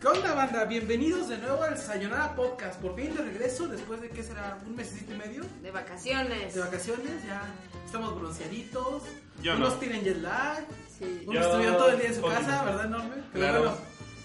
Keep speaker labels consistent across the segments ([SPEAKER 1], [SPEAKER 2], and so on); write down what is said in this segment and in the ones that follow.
[SPEAKER 1] ¿Qué onda, banda? Bienvenidos de nuevo al Sayonara Podcast. Por fin de regreso después de que será un mesecito y medio
[SPEAKER 2] De vacaciones.
[SPEAKER 1] de vacaciones. Ya estamos bronceaditos.
[SPEAKER 3] Yo
[SPEAKER 1] unos
[SPEAKER 3] no.
[SPEAKER 1] tienen jet lag.
[SPEAKER 2] Sí.
[SPEAKER 1] Uno
[SPEAKER 3] Yo
[SPEAKER 1] estudió todo el día en su
[SPEAKER 3] poquito.
[SPEAKER 1] casa, ¿verdad, Norme? Pero
[SPEAKER 3] Claro.
[SPEAKER 1] bueno,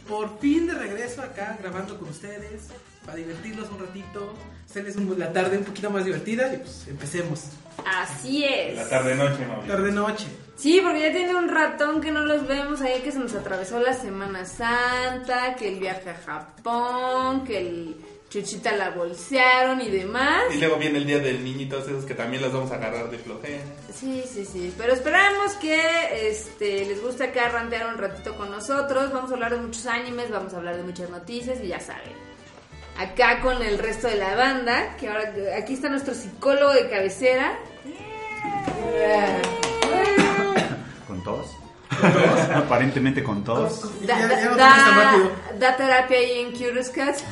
[SPEAKER 1] por fin de regreso acá grabando con ustedes para divertirlos un ratito, hacerles un- la tarde un poquito más divertida y pues empecemos.
[SPEAKER 2] Así es.
[SPEAKER 3] La tarde noche, mami.
[SPEAKER 1] Tarde-noche.
[SPEAKER 2] Sí, porque ya tiene un ratón que no los vemos ahí, que se nos atravesó la Semana Santa, que el viaje a Japón, que el chuchita la bolsearon y demás.
[SPEAKER 3] Y luego viene el día del niñito, esos que también los vamos a agarrar de flojera.
[SPEAKER 2] Sí, sí, sí. Pero esperamos que este, les guste acá rantear un ratito con nosotros. Vamos a hablar de muchos animes, vamos a hablar de muchas noticias y ya saben. Acá con el resto de la banda, que ahora aquí está nuestro psicólogo de cabecera.
[SPEAKER 4] ¿Con todos? Aparentemente con todos.
[SPEAKER 2] Da,
[SPEAKER 1] ya, ya
[SPEAKER 2] da-
[SPEAKER 1] no tomes tan rápido.
[SPEAKER 2] da- da terapia ahí en Curious Cats.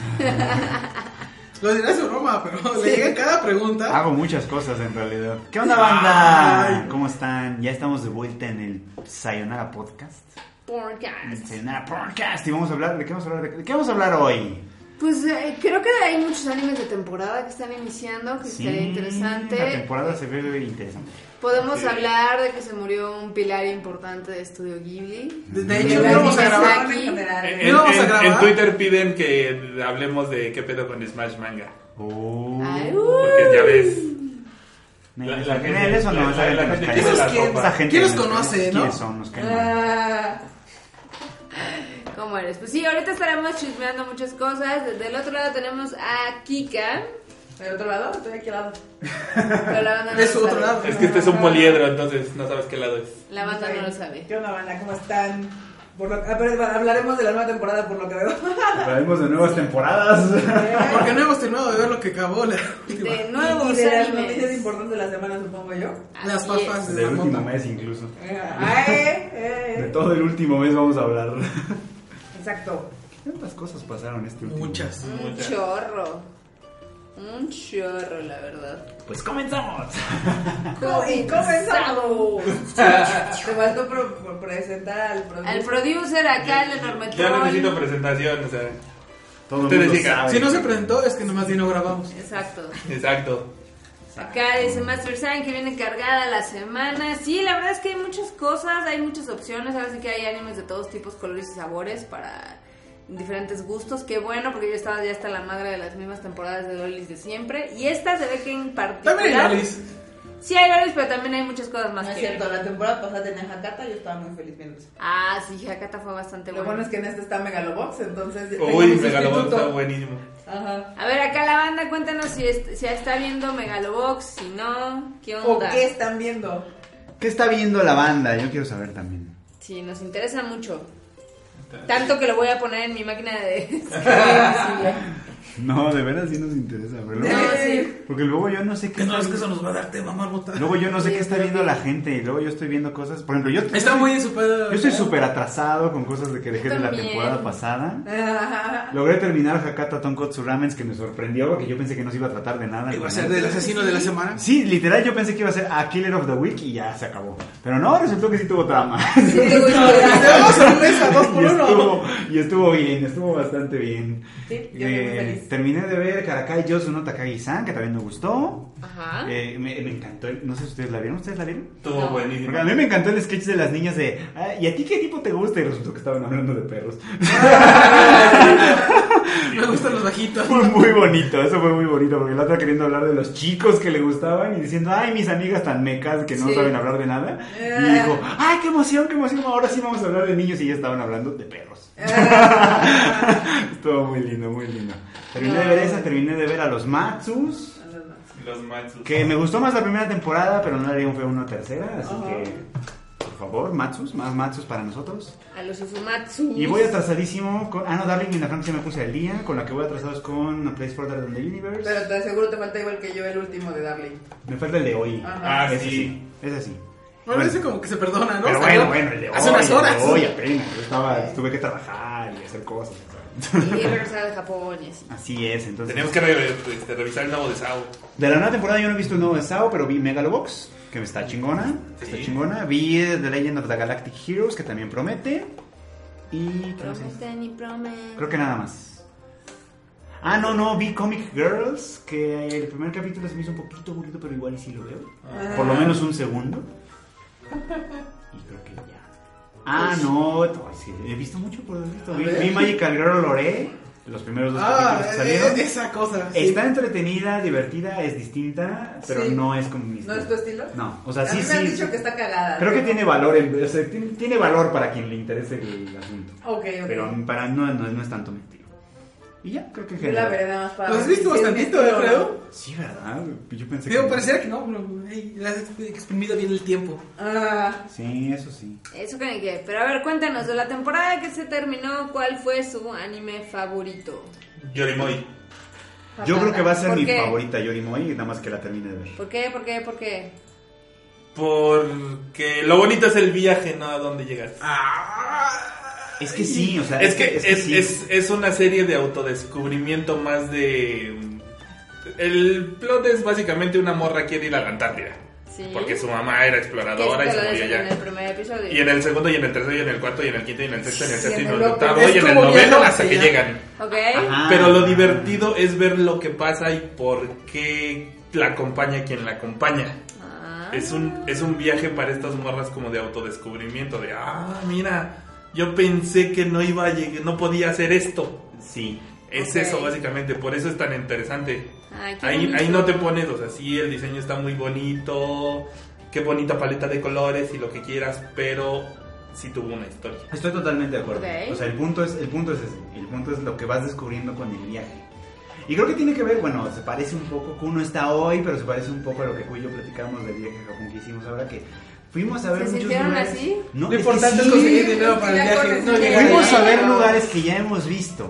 [SPEAKER 1] Lo dirás en broma, pero le llega cada pregunta.
[SPEAKER 4] Hago muchas cosas en realidad. ¿Qué onda,
[SPEAKER 1] Ay.
[SPEAKER 4] banda? ¿Cómo están? Ya estamos de vuelta en el Sayonara Podcast. El
[SPEAKER 2] Podcast.
[SPEAKER 4] Sayonara Podcast. Y vamos a hablar, ¿de qué vamos a hablar? ¿De qué vamos a hablar hoy?
[SPEAKER 2] Pues eh, creo que hay muchos animes de temporada que están iniciando, que estaría interesante.
[SPEAKER 4] La temporada se ve interesante.
[SPEAKER 2] Podemos
[SPEAKER 3] Sí.
[SPEAKER 2] hablar de que se murió un pilar importante de Estudio Ghibli.
[SPEAKER 1] De, de
[SPEAKER 2] De
[SPEAKER 1] hecho,
[SPEAKER 2] las
[SPEAKER 1] íbamos a
[SPEAKER 2] niñas
[SPEAKER 1] grabar.
[SPEAKER 2] aquí.
[SPEAKER 3] Eh, En,
[SPEAKER 1] ¿No vamos a
[SPEAKER 3] en-
[SPEAKER 1] grabar?
[SPEAKER 3] en Twitter piden que hablemos de qué pedo con Smash Manga.
[SPEAKER 1] Uh,
[SPEAKER 4] Oh.
[SPEAKER 2] Ay,
[SPEAKER 3] Porque ya ves.
[SPEAKER 4] Nel,
[SPEAKER 3] La- la
[SPEAKER 4] esa-
[SPEAKER 3] gente-
[SPEAKER 4] Nel, eso no,
[SPEAKER 3] la-
[SPEAKER 4] esa
[SPEAKER 3] la-
[SPEAKER 4] gente
[SPEAKER 3] la
[SPEAKER 4] nos
[SPEAKER 3] gente
[SPEAKER 4] cae
[SPEAKER 3] quiere
[SPEAKER 4] mal.
[SPEAKER 3] la ¿Quién-
[SPEAKER 4] Esa gente
[SPEAKER 1] quién los
[SPEAKER 4] nos cae mal.
[SPEAKER 1] conoce, no?
[SPEAKER 4] ¿Quiénes son? Nos caen mal.
[SPEAKER 2] Ah. ¿Cómo eres? Pues sí, ahorita estaremos chismeando muchas cosas. Desde el otro lado tenemos a Kika.
[SPEAKER 5] ¿Del Eh, otro lado? Estoy aquí al lado.
[SPEAKER 2] Pero la banda no
[SPEAKER 1] Es su
[SPEAKER 2] lo
[SPEAKER 1] otro
[SPEAKER 2] sabe.
[SPEAKER 1] lado.
[SPEAKER 3] Es que este es un poliedro, entonces no sabes qué lado es.
[SPEAKER 2] La banda no lo sabe.
[SPEAKER 5] ¿Qué onda, banda? ¿Cómo están? Por lo- ah, pero hablaremos de la nueva temporada, por lo que veo.
[SPEAKER 4] Hablaremos de nuevas temporadas.
[SPEAKER 1] Porque no hemos terminado de ver lo que acabó la última.
[SPEAKER 2] De
[SPEAKER 5] y
[SPEAKER 2] nuevos
[SPEAKER 5] de las noticias
[SPEAKER 2] animes.
[SPEAKER 5] importantes de la semana, supongo yo.
[SPEAKER 2] Así
[SPEAKER 1] Las
[SPEAKER 2] es.
[SPEAKER 1] papas de
[SPEAKER 4] Del
[SPEAKER 1] la
[SPEAKER 4] último
[SPEAKER 1] monta.
[SPEAKER 4] mes incluso.
[SPEAKER 5] Ah, eh, eh,
[SPEAKER 4] De
[SPEAKER 5] eh.
[SPEAKER 4] todo el último mes vamos a hablar.
[SPEAKER 5] Exacto.
[SPEAKER 4] ¿Cuántas cosas pasaron este último
[SPEAKER 1] Muchas.
[SPEAKER 2] Un chorro. Un chorro, la verdad.
[SPEAKER 4] Pues comenzamos.
[SPEAKER 5] Co- y comenzamos. Te vas a pro- pro- presentar al
[SPEAKER 2] Al
[SPEAKER 5] productor.
[SPEAKER 2] producer acá, el enorme
[SPEAKER 3] Yo no
[SPEAKER 2] troll.
[SPEAKER 3] necesito presentación, o sea.
[SPEAKER 4] Todo el
[SPEAKER 3] Ustedes
[SPEAKER 4] mundo
[SPEAKER 3] digan,
[SPEAKER 4] sabe.
[SPEAKER 1] Si no se presentó, es que nomás bien no grabamos.
[SPEAKER 2] Exacto.
[SPEAKER 3] Exacto.
[SPEAKER 2] Acá dice Master Sign que viene cargada la semana. Sí, la verdad es que hay muchas cosas, hay muchas opciones. Ahora sí que hay animes de todos tipos, colores y sabores para diferentes gustos. Qué bueno, porque yo estaba ya hasta la madre de las mismas temporadas de Lolis de siempre. Y esta se ve que en particular.
[SPEAKER 1] También hay Alice.
[SPEAKER 2] Sí, hay Lolis, pero también hay muchas cosas más
[SPEAKER 5] No es
[SPEAKER 2] que
[SPEAKER 5] cierto,
[SPEAKER 2] ver.
[SPEAKER 5] la temporada pasada tenía Hakata, yo estaba muy feliz viendo eso.
[SPEAKER 2] Ah, sí, Hakata fue bastante
[SPEAKER 5] Lo
[SPEAKER 2] bueno.
[SPEAKER 5] bueno es que en este está Megalobox, entonces. tengo
[SPEAKER 3] Uy,
[SPEAKER 5] mi
[SPEAKER 3] Megalobot
[SPEAKER 5] sustituto.
[SPEAKER 3] está buenísimo.
[SPEAKER 5] Ajá.
[SPEAKER 2] A ver, acá la banda, cuéntanos si, es- si está viendo Megalobox, si no, qué
[SPEAKER 5] ¿O
[SPEAKER 2] onda.
[SPEAKER 5] qué están viendo?
[SPEAKER 4] ¿Qué está viendo la banda? Yo quiero saber también.
[SPEAKER 2] Sí, nos interesa mucho. Tanto que lo voy a poner en mi máquina de ¿eh? escribir.
[SPEAKER 4] No, de veras sí nos interesa, pero luego-
[SPEAKER 2] No, sí.
[SPEAKER 4] porque luego yo no sé qué. está-
[SPEAKER 1] nos va a dar tema, marmota.
[SPEAKER 4] Luego yo no sé
[SPEAKER 2] Sí,
[SPEAKER 4] qué está
[SPEAKER 2] creo
[SPEAKER 4] viendo
[SPEAKER 2] que-
[SPEAKER 4] la gente y luego yo estoy viendo cosas. Por ejemplo, yo
[SPEAKER 1] Está muy en su pedo.
[SPEAKER 4] yo estoy súper atrasado con cosas de que dejé de la
[SPEAKER 2] También.
[SPEAKER 4] temporada pasada. Logré terminar Hakata Tonkotsu Ramen que me sorprendió porque yo pensé que no se iba a tratar de nada.
[SPEAKER 1] Iba a ser del asesino de la semana.
[SPEAKER 4] Sí, literal yo pensé que iba a ser a Killer of the Week y ya se acabó. Pero no, resultó que sí tuvo trama.
[SPEAKER 2] Sí, te gusta.
[SPEAKER 1] Te damos sorpresa, dos por
[SPEAKER 4] y,
[SPEAKER 1] uno.
[SPEAKER 4] estuvo, y estuvo bien, estuvo bastante bien.
[SPEAKER 5] Sí, yo estoy muy
[SPEAKER 4] Eh,
[SPEAKER 5] feliz.
[SPEAKER 4] terminé de ver Karakai Yosu no Takagi-san, que también me gustó.
[SPEAKER 5] Ah.
[SPEAKER 2] Ajá.
[SPEAKER 4] Eh, me, me encantó, el- no sé si ustedes la vieron, ¿ustedes la vieron?
[SPEAKER 3] Estuvo
[SPEAKER 2] No.
[SPEAKER 3] buenísimo.
[SPEAKER 4] Porque a mí me encantó el sketch de las niñas de, "Ah, ¿y a ti qué tipo te gusta? Y resultó que estaban hablando de perros.
[SPEAKER 1] Me gustan los bajitos.
[SPEAKER 4] Fue muy bonito, eso fue muy bonito, porque la otra queriendo hablar de los chicos que le gustaban y diciendo, ay, mis amigas tan mecas que no
[SPEAKER 2] Sí.
[SPEAKER 4] saben hablar de nada.
[SPEAKER 5] Eh.
[SPEAKER 4] Y dijo, ay, qué emoción, qué emoción, ahora sí vamos a hablar de niños y ya estaban hablando de perros.
[SPEAKER 5] Eh.
[SPEAKER 1] Eh,
[SPEAKER 4] Estuvo muy lindo, muy lindo. Terminé de ver esa, terminé de ver a los Matsus,
[SPEAKER 3] Los Matsus.
[SPEAKER 4] que me gustó más la primera temporada, pero no le dio un feo una tercera, así
[SPEAKER 5] Ajá.
[SPEAKER 4] que, por favor, Matsus, más Matsus para nosotros.
[SPEAKER 2] A los Usumatsu.
[SPEAKER 4] Y voy atrasadísimo con, ah, no, Darling in the Franxx ya me puse al día, con la que voy atrasado es con A Place Further Than the Universe.
[SPEAKER 5] Pero te aseguro te falta igual que yo el último de Darling.
[SPEAKER 4] Me falta el de hoy.
[SPEAKER 3] Ah,
[SPEAKER 4] Ese
[SPEAKER 3] sí.
[SPEAKER 4] Ese sí.
[SPEAKER 1] Bueno, ese como que se perdona, ¿no?
[SPEAKER 4] pero
[SPEAKER 1] Salió
[SPEAKER 4] bueno, bueno, el de hoy.
[SPEAKER 1] Hace unas
[SPEAKER 4] El
[SPEAKER 1] horas.
[SPEAKER 4] de hoy apenas. Yo estaba, tuve que trabajar y hacer cosas. ¿sabes?
[SPEAKER 2] Y he regresado de Japón y así.
[SPEAKER 4] Así es, entonces.
[SPEAKER 3] Tenemos que re- este, revisar el nuevo de Sao.
[SPEAKER 4] De la nueva temporada yo no he visto el nuevo de Sao, pero vi Megalobox, que está chingona. Está
[SPEAKER 3] Sí.
[SPEAKER 4] chingona. Vi The Legend of the Galactic Heroes, que también promete. Y creo que-
[SPEAKER 2] Prometen y prometen.
[SPEAKER 4] creo que nada más. Ah, no, no, vi Comic Girls, que el primer capítulo se me hizo un poquito aburrido, pero igual y sí lo veo.
[SPEAKER 1] Ah.
[SPEAKER 4] Por lo menos un segundo. Y creo que ya. Ah, no, ay, sí, he visto mucho por lo visto.
[SPEAKER 1] Pues- A
[SPEAKER 4] Vi,
[SPEAKER 1] ver.
[SPEAKER 4] vi Magical Girl Lore, los primeros dos
[SPEAKER 1] Ah,
[SPEAKER 4] capítulos que
[SPEAKER 1] eh,
[SPEAKER 4] salieron.
[SPEAKER 1] esa cosa. sí.
[SPEAKER 4] Está entretenida, divertida, es distinta, pero
[SPEAKER 5] Sí.
[SPEAKER 4] no es como mi
[SPEAKER 5] ¿No es tu estilo?
[SPEAKER 4] No, o sea,
[SPEAKER 5] a
[SPEAKER 4] Ah, sí,
[SPEAKER 5] mí
[SPEAKER 4] sí.
[SPEAKER 5] me han dicho que está cagada.
[SPEAKER 4] Creo que tiene valor, el- o sea, tiene, tiene valor para quien le interese el asunto.
[SPEAKER 5] Ok, ok.
[SPEAKER 4] Pero para no, no, no es tanto mentira. Y ya, creo que en
[SPEAKER 5] Yo la
[SPEAKER 4] general.
[SPEAKER 5] veré nada más para.
[SPEAKER 1] Lo has
[SPEAKER 5] ver
[SPEAKER 1] visto
[SPEAKER 5] si es mi
[SPEAKER 1] bastantito, eh, yo
[SPEAKER 5] estilo o no.
[SPEAKER 1] creo.
[SPEAKER 4] Sí, ¿verdad? Yo pensé
[SPEAKER 1] Digo,
[SPEAKER 4] que...
[SPEAKER 1] pareciera que no, pero hey, le has exprimido bien el tiempo.
[SPEAKER 5] Ah,
[SPEAKER 4] Sí, eso sí.
[SPEAKER 2] Eso creen que. Pero a ver, cuéntanos, de la temporada que se terminó, ¿cuál fue su anime favorito?
[SPEAKER 3] Yorimoy.
[SPEAKER 4] Yo creo que va a ser
[SPEAKER 2] ¿Por
[SPEAKER 4] mi
[SPEAKER 2] qué?
[SPEAKER 4] favorita Yorimoy, nada más que la termine de ver.
[SPEAKER 2] ¿Por qué? ¿Por qué? ¿Por qué?
[SPEAKER 3] Porque lo bonito es el viaje, no a dónde llegas.
[SPEAKER 1] Ah,
[SPEAKER 4] Es que sí, o sea,
[SPEAKER 3] es que, es,
[SPEAKER 4] sí.
[SPEAKER 3] es- es una serie de autodescubrimiento más de... El plot es básicamente una morra quiere ir a la Antártida.
[SPEAKER 2] Sí.
[SPEAKER 3] Porque su mamá era
[SPEAKER 2] Que eso
[SPEAKER 3] exploradora
[SPEAKER 2] te
[SPEAKER 3] y se
[SPEAKER 2] lo
[SPEAKER 3] murió
[SPEAKER 2] dicen en el
[SPEAKER 3] allá.
[SPEAKER 2] primer episodio.
[SPEAKER 3] Y en el segundo, y en el tercero, y en el cuarto, y en el quinto, y en el sexto, y en el
[SPEAKER 5] Sí, en
[SPEAKER 3] séptimo, y
[SPEAKER 5] el
[SPEAKER 3] en el
[SPEAKER 5] octavo.
[SPEAKER 3] octavo, y en el
[SPEAKER 5] Estuvo bien
[SPEAKER 3] noveno, hasta que
[SPEAKER 1] ya.
[SPEAKER 3] llegan.
[SPEAKER 2] Ok.
[SPEAKER 5] ¿Eh?
[SPEAKER 4] Ajá.
[SPEAKER 3] Pero lo divertido es ver lo que pasa y por qué la acompaña quien la acompaña.
[SPEAKER 2] Ah.
[SPEAKER 3] Es un, es un viaje para estas morras como de autodescubrimiento, de, ah, mira, yo pensé que no iba a llegar, no podía hacer esto.
[SPEAKER 4] Sí.
[SPEAKER 3] Es
[SPEAKER 2] Ok.
[SPEAKER 3] eso básicamente, por eso es tan interesante.
[SPEAKER 2] Ay, qué
[SPEAKER 3] Ahí,
[SPEAKER 2] bonito.
[SPEAKER 3] ahí no te pones, o sea, sí, el diseño está muy bonito, qué bonita paleta de colores y lo que quieras, pero sí tuvo una historia.
[SPEAKER 4] Estoy totalmente de acuerdo.
[SPEAKER 2] Ok.
[SPEAKER 4] O sea, el punto, es, el punto es ese. El punto es lo que vas descubriendo con el viaje. Y creo que tiene que ver, bueno, se parece un poco, Kuno está hoy, pero se parece un poco a lo que Cuyo platicamos del viaje a Japón que hicimos ahora que fuimos a ver
[SPEAKER 2] ¿Se
[SPEAKER 4] muchos
[SPEAKER 2] sintieron
[SPEAKER 4] lugares.
[SPEAKER 2] así?
[SPEAKER 1] Lo
[SPEAKER 4] No, es que
[SPEAKER 1] importante es
[SPEAKER 4] sí.
[SPEAKER 1] conseguir dinero para el
[SPEAKER 5] Ya
[SPEAKER 1] viaje.
[SPEAKER 5] conocí
[SPEAKER 1] No
[SPEAKER 5] que-
[SPEAKER 1] llegar
[SPEAKER 4] Fuimos a ver
[SPEAKER 2] Pero-
[SPEAKER 4] lugares que ya hemos visto,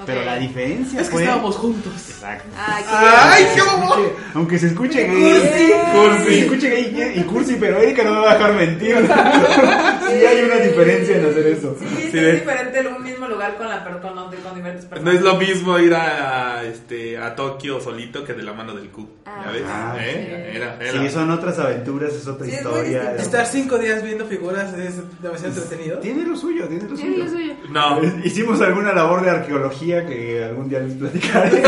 [SPEAKER 2] Ok.
[SPEAKER 4] pero la diferencia
[SPEAKER 1] Es que
[SPEAKER 4] fue...
[SPEAKER 1] estábamos juntos.
[SPEAKER 4] Exacto.
[SPEAKER 2] Ay, qué
[SPEAKER 1] ¡Ay,
[SPEAKER 2] bien.
[SPEAKER 1] qué bobo!
[SPEAKER 4] Aunque- Aunque se escuche gay. Cursi. Se escuche gay y cursi, pero Erika no me va a dejar mentir. sí hay una diferencia en hacer eso.
[SPEAKER 5] eh, sí, es
[SPEAKER 3] Sí,
[SPEAKER 5] que
[SPEAKER 3] de-
[SPEAKER 5] es diferente un mismo lugar con la per- con, los- con diferentes personas.
[SPEAKER 3] No es lo mismo ir a, a, este, a Tokio solito que de la mano del Q.
[SPEAKER 2] Ah,
[SPEAKER 3] ¿Ya ves?
[SPEAKER 4] Ah,
[SPEAKER 3] ¿Eh?
[SPEAKER 2] sí.
[SPEAKER 3] Era, era.
[SPEAKER 4] Sí, son otras aventuras, es otra
[SPEAKER 5] Sí, es muy
[SPEAKER 4] historia.
[SPEAKER 5] distinto.
[SPEAKER 1] Estar cinco días viendo figuras es demasiado entretenido.
[SPEAKER 4] Tiene lo suyo, tiene lo
[SPEAKER 2] Sí,
[SPEAKER 4] suyo.
[SPEAKER 2] yo soy yo.
[SPEAKER 3] No,
[SPEAKER 4] Hicimos alguna labor de arqueología que algún día les platicaré.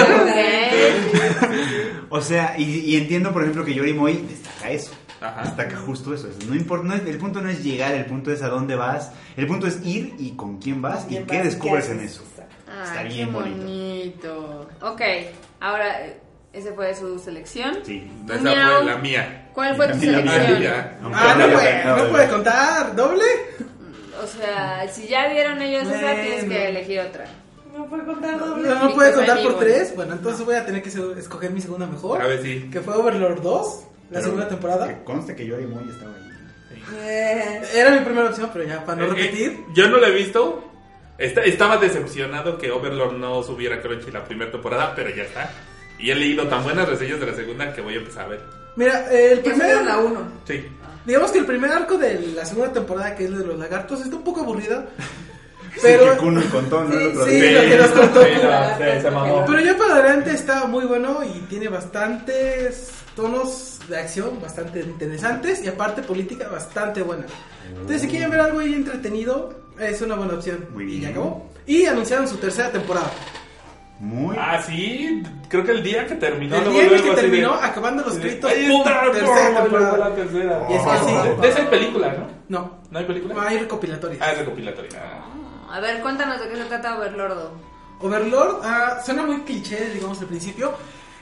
[SPEAKER 2] Ok.
[SPEAKER 4] O sea, y, y entiendo, por ejemplo, que Yorimoy destaca eso.
[SPEAKER 1] Ah.
[SPEAKER 3] Ajá.
[SPEAKER 4] Destaca justo eso. eso. No importa, no es- el punto no es llegar, el punto es a dónde vas. El punto es ir y con quién vas y
[SPEAKER 5] Bien,
[SPEAKER 4] qué
[SPEAKER 5] vas,
[SPEAKER 4] descubres en
[SPEAKER 5] haces?
[SPEAKER 4] eso.
[SPEAKER 2] Ay,
[SPEAKER 4] Está
[SPEAKER 2] qué
[SPEAKER 4] bien bonito.
[SPEAKER 2] bonito. Ok, ahora, eh, ¿esa fue su selección?
[SPEAKER 4] Sí.
[SPEAKER 3] esa
[SPEAKER 2] Miau.
[SPEAKER 3] fue la mía.
[SPEAKER 2] ¿Cuál fue tu
[SPEAKER 4] También la mía.
[SPEAKER 2] selección?
[SPEAKER 3] ya.
[SPEAKER 4] Aunque
[SPEAKER 1] Ah, no
[SPEAKER 4] haya
[SPEAKER 1] puede,
[SPEAKER 4] pecado
[SPEAKER 1] no
[SPEAKER 4] de-
[SPEAKER 1] puede contar. ¿Doble?
[SPEAKER 2] O sea, si ya vieron ellos esa, tienes
[SPEAKER 1] Bueno.
[SPEAKER 2] que elegir otra.
[SPEAKER 5] No puede contar
[SPEAKER 1] No,
[SPEAKER 5] doble.
[SPEAKER 1] no puede contar por
[SPEAKER 2] Amigo.
[SPEAKER 1] tres. Bueno, entonces voy a tener que se- escoger mi segunda mejor.
[SPEAKER 3] A ver, sí.
[SPEAKER 1] Que fue Overlord 2, la
[SPEAKER 4] Pero
[SPEAKER 1] segunda temporada.
[SPEAKER 4] Que conste que Yorimoy estaba ahí.
[SPEAKER 5] Eh,
[SPEAKER 1] Era mi primera opción, pero ya, para no
[SPEAKER 3] Eh, eh,
[SPEAKER 1] repetir.
[SPEAKER 3] yo no la he visto. Esta- estaba decepcionado que Overlord no subiera Crunchy la primera temporada, pero ya está. Y he leído tan buenas reseñas de la segunda que voy a empezar a ver.
[SPEAKER 1] Mira, eh, el
[SPEAKER 5] ya subieron
[SPEAKER 1] primer.
[SPEAKER 5] la 1.
[SPEAKER 3] Sí.
[SPEAKER 1] Digamos que el primer arco de la segunda temporada, que es lo de los lagartos, está un poco aburrido.
[SPEAKER 4] Sí, que
[SPEAKER 1] Pero,
[SPEAKER 4] Kuno contó, ¿no? El otro
[SPEAKER 1] Sí,
[SPEAKER 4] día.
[SPEAKER 1] lo que nos contó.
[SPEAKER 3] sí, no, se- se mamó.
[SPEAKER 1] pero ya para adelante está muy bueno y tiene bastantes tonos de acción bastante interesantes y aparte política bastante buena. Entonces, si quieren ver algo ahí entretenido, es una buena opción.
[SPEAKER 4] Muy
[SPEAKER 1] Y ya
[SPEAKER 4] bien.
[SPEAKER 1] acabó. Y anunciaron su tercera temporada.
[SPEAKER 4] Muy.
[SPEAKER 3] Ah, sí. Creo que el día que terminó.
[SPEAKER 1] el
[SPEAKER 3] luego,
[SPEAKER 1] día en el que
[SPEAKER 3] luego, así de-
[SPEAKER 1] terminó, acabando los gritos,
[SPEAKER 3] Ahí
[SPEAKER 1] ¡pum!
[SPEAKER 3] está, ¡pum!
[SPEAKER 1] tercera
[SPEAKER 3] Luego
[SPEAKER 1] temporada.
[SPEAKER 3] la tercera. Ah,
[SPEAKER 1] Y es que sí.
[SPEAKER 3] De esa hay película, ¿no?
[SPEAKER 1] No,
[SPEAKER 3] ¿No hay película?
[SPEAKER 1] va a ir recopilatoria.
[SPEAKER 3] Ah, es recopilatoria. Ah.
[SPEAKER 2] Mm, A ver, cuéntanos de qué se trata Overlordo.
[SPEAKER 1] Overlord ah, suena muy cliché, digamos, al principio.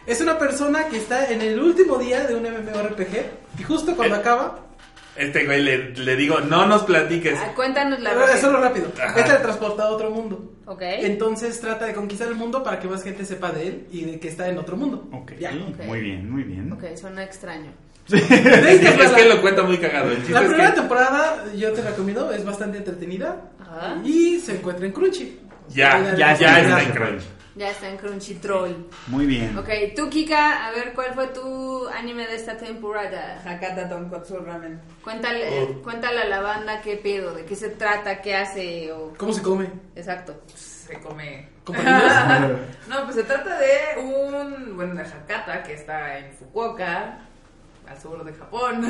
[SPEAKER 1] Es una persona que está en el último día de un MMORPG y justo cuando
[SPEAKER 3] Eh,
[SPEAKER 1] acaba,
[SPEAKER 3] Este güey le, le digo, no nos platiques.
[SPEAKER 2] Ah, cuéntanos la
[SPEAKER 1] Ah, solo
[SPEAKER 2] verdad.
[SPEAKER 1] rápido,
[SPEAKER 3] Ajá.
[SPEAKER 1] es teletransportado a otro mundo.
[SPEAKER 2] Ok.
[SPEAKER 1] Entonces trata de conquistar el mundo para que más gente sepa de él y de que está en otro mundo.
[SPEAKER 4] Ok.
[SPEAKER 1] Ya.
[SPEAKER 4] Muy bien, muy bien.
[SPEAKER 2] Ok, suena extraño.
[SPEAKER 3] Es, que- es
[SPEAKER 1] la,
[SPEAKER 3] que lo cuenta muy cagado. El chiste
[SPEAKER 1] la
[SPEAKER 3] es
[SPEAKER 1] primera
[SPEAKER 3] que
[SPEAKER 1] temporada yo te recomiendo, es bastante entretenida
[SPEAKER 2] Ajá.
[SPEAKER 1] y se encuentra en Crunchy.
[SPEAKER 3] ya, ya,
[SPEAKER 4] Ya
[SPEAKER 3] ya
[SPEAKER 4] está
[SPEAKER 3] está
[SPEAKER 4] en
[SPEAKER 3] en crunch.
[SPEAKER 2] Ya está en Crunchyroll.
[SPEAKER 4] Muy bien.
[SPEAKER 2] Ok, tú Kika, a ver cuál fue tu anime de esta temporada.
[SPEAKER 5] Hakata Tonkotsu Ramen.
[SPEAKER 2] Cuéntale,
[SPEAKER 3] Oh.
[SPEAKER 2] cuéntale a la banda qué pedo, de qué se trata, qué hace o...
[SPEAKER 1] ¿Cómo se come?
[SPEAKER 2] Exacto.
[SPEAKER 5] Se come.
[SPEAKER 1] ¿Compartimos?
[SPEAKER 5] No, pues se trata de un. Bueno, de Hakata que está en Fukuoka.
[SPEAKER 6] al sur de Japón,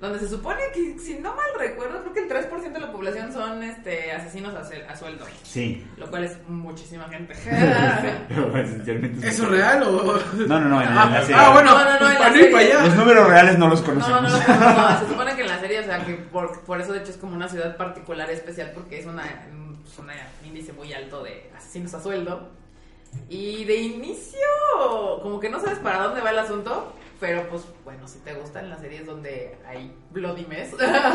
[SPEAKER 6] donde se supone que, si no mal recuerdo, creo que el 3% de la población son este, asesinos a, sel- a sueldo,
[SPEAKER 4] Sí.
[SPEAKER 6] lo cual es muchísima gente. Ah.
[SPEAKER 4] Pero esencialmente
[SPEAKER 1] ¿Eso es real o.?
[SPEAKER 4] No, no, no. En, en la
[SPEAKER 1] Ah,
[SPEAKER 4] serie.
[SPEAKER 1] ah, bueno,
[SPEAKER 6] No, no, no, en
[SPEAKER 1] para
[SPEAKER 6] la
[SPEAKER 1] no ir para
[SPEAKER 6] serie.
[SPEAKER 1] allá.
[SPEAKER 4] Los números reales no los
[SPEAKER 6] No, no,
[SPEAKER 4] conocemos.
[SPEAKER 6] no, no, se supone que en la serie, o sea, que por, por eso de hecho es como una ciudad particular especial porque es una, es una índice muy alto de asesinos a sueldo. Y de inicio, como que no sabes para dónde va el asunto, pero pues bueno, si te gustan las series donde hay bloody mess,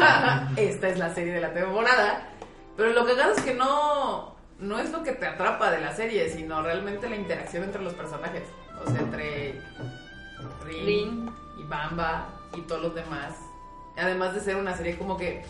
[SPEAKER 6] esta es la serie de la temporada. Pero lo cagado es que no, no es lo que te atrapa de la serie, sino realmente la interacción entre los personajes. O sea, entre Rin,
[SPEAKER 2] Rin.
[SPEAKER 6] y Bamba y todos los demás. Además de ser una serie como que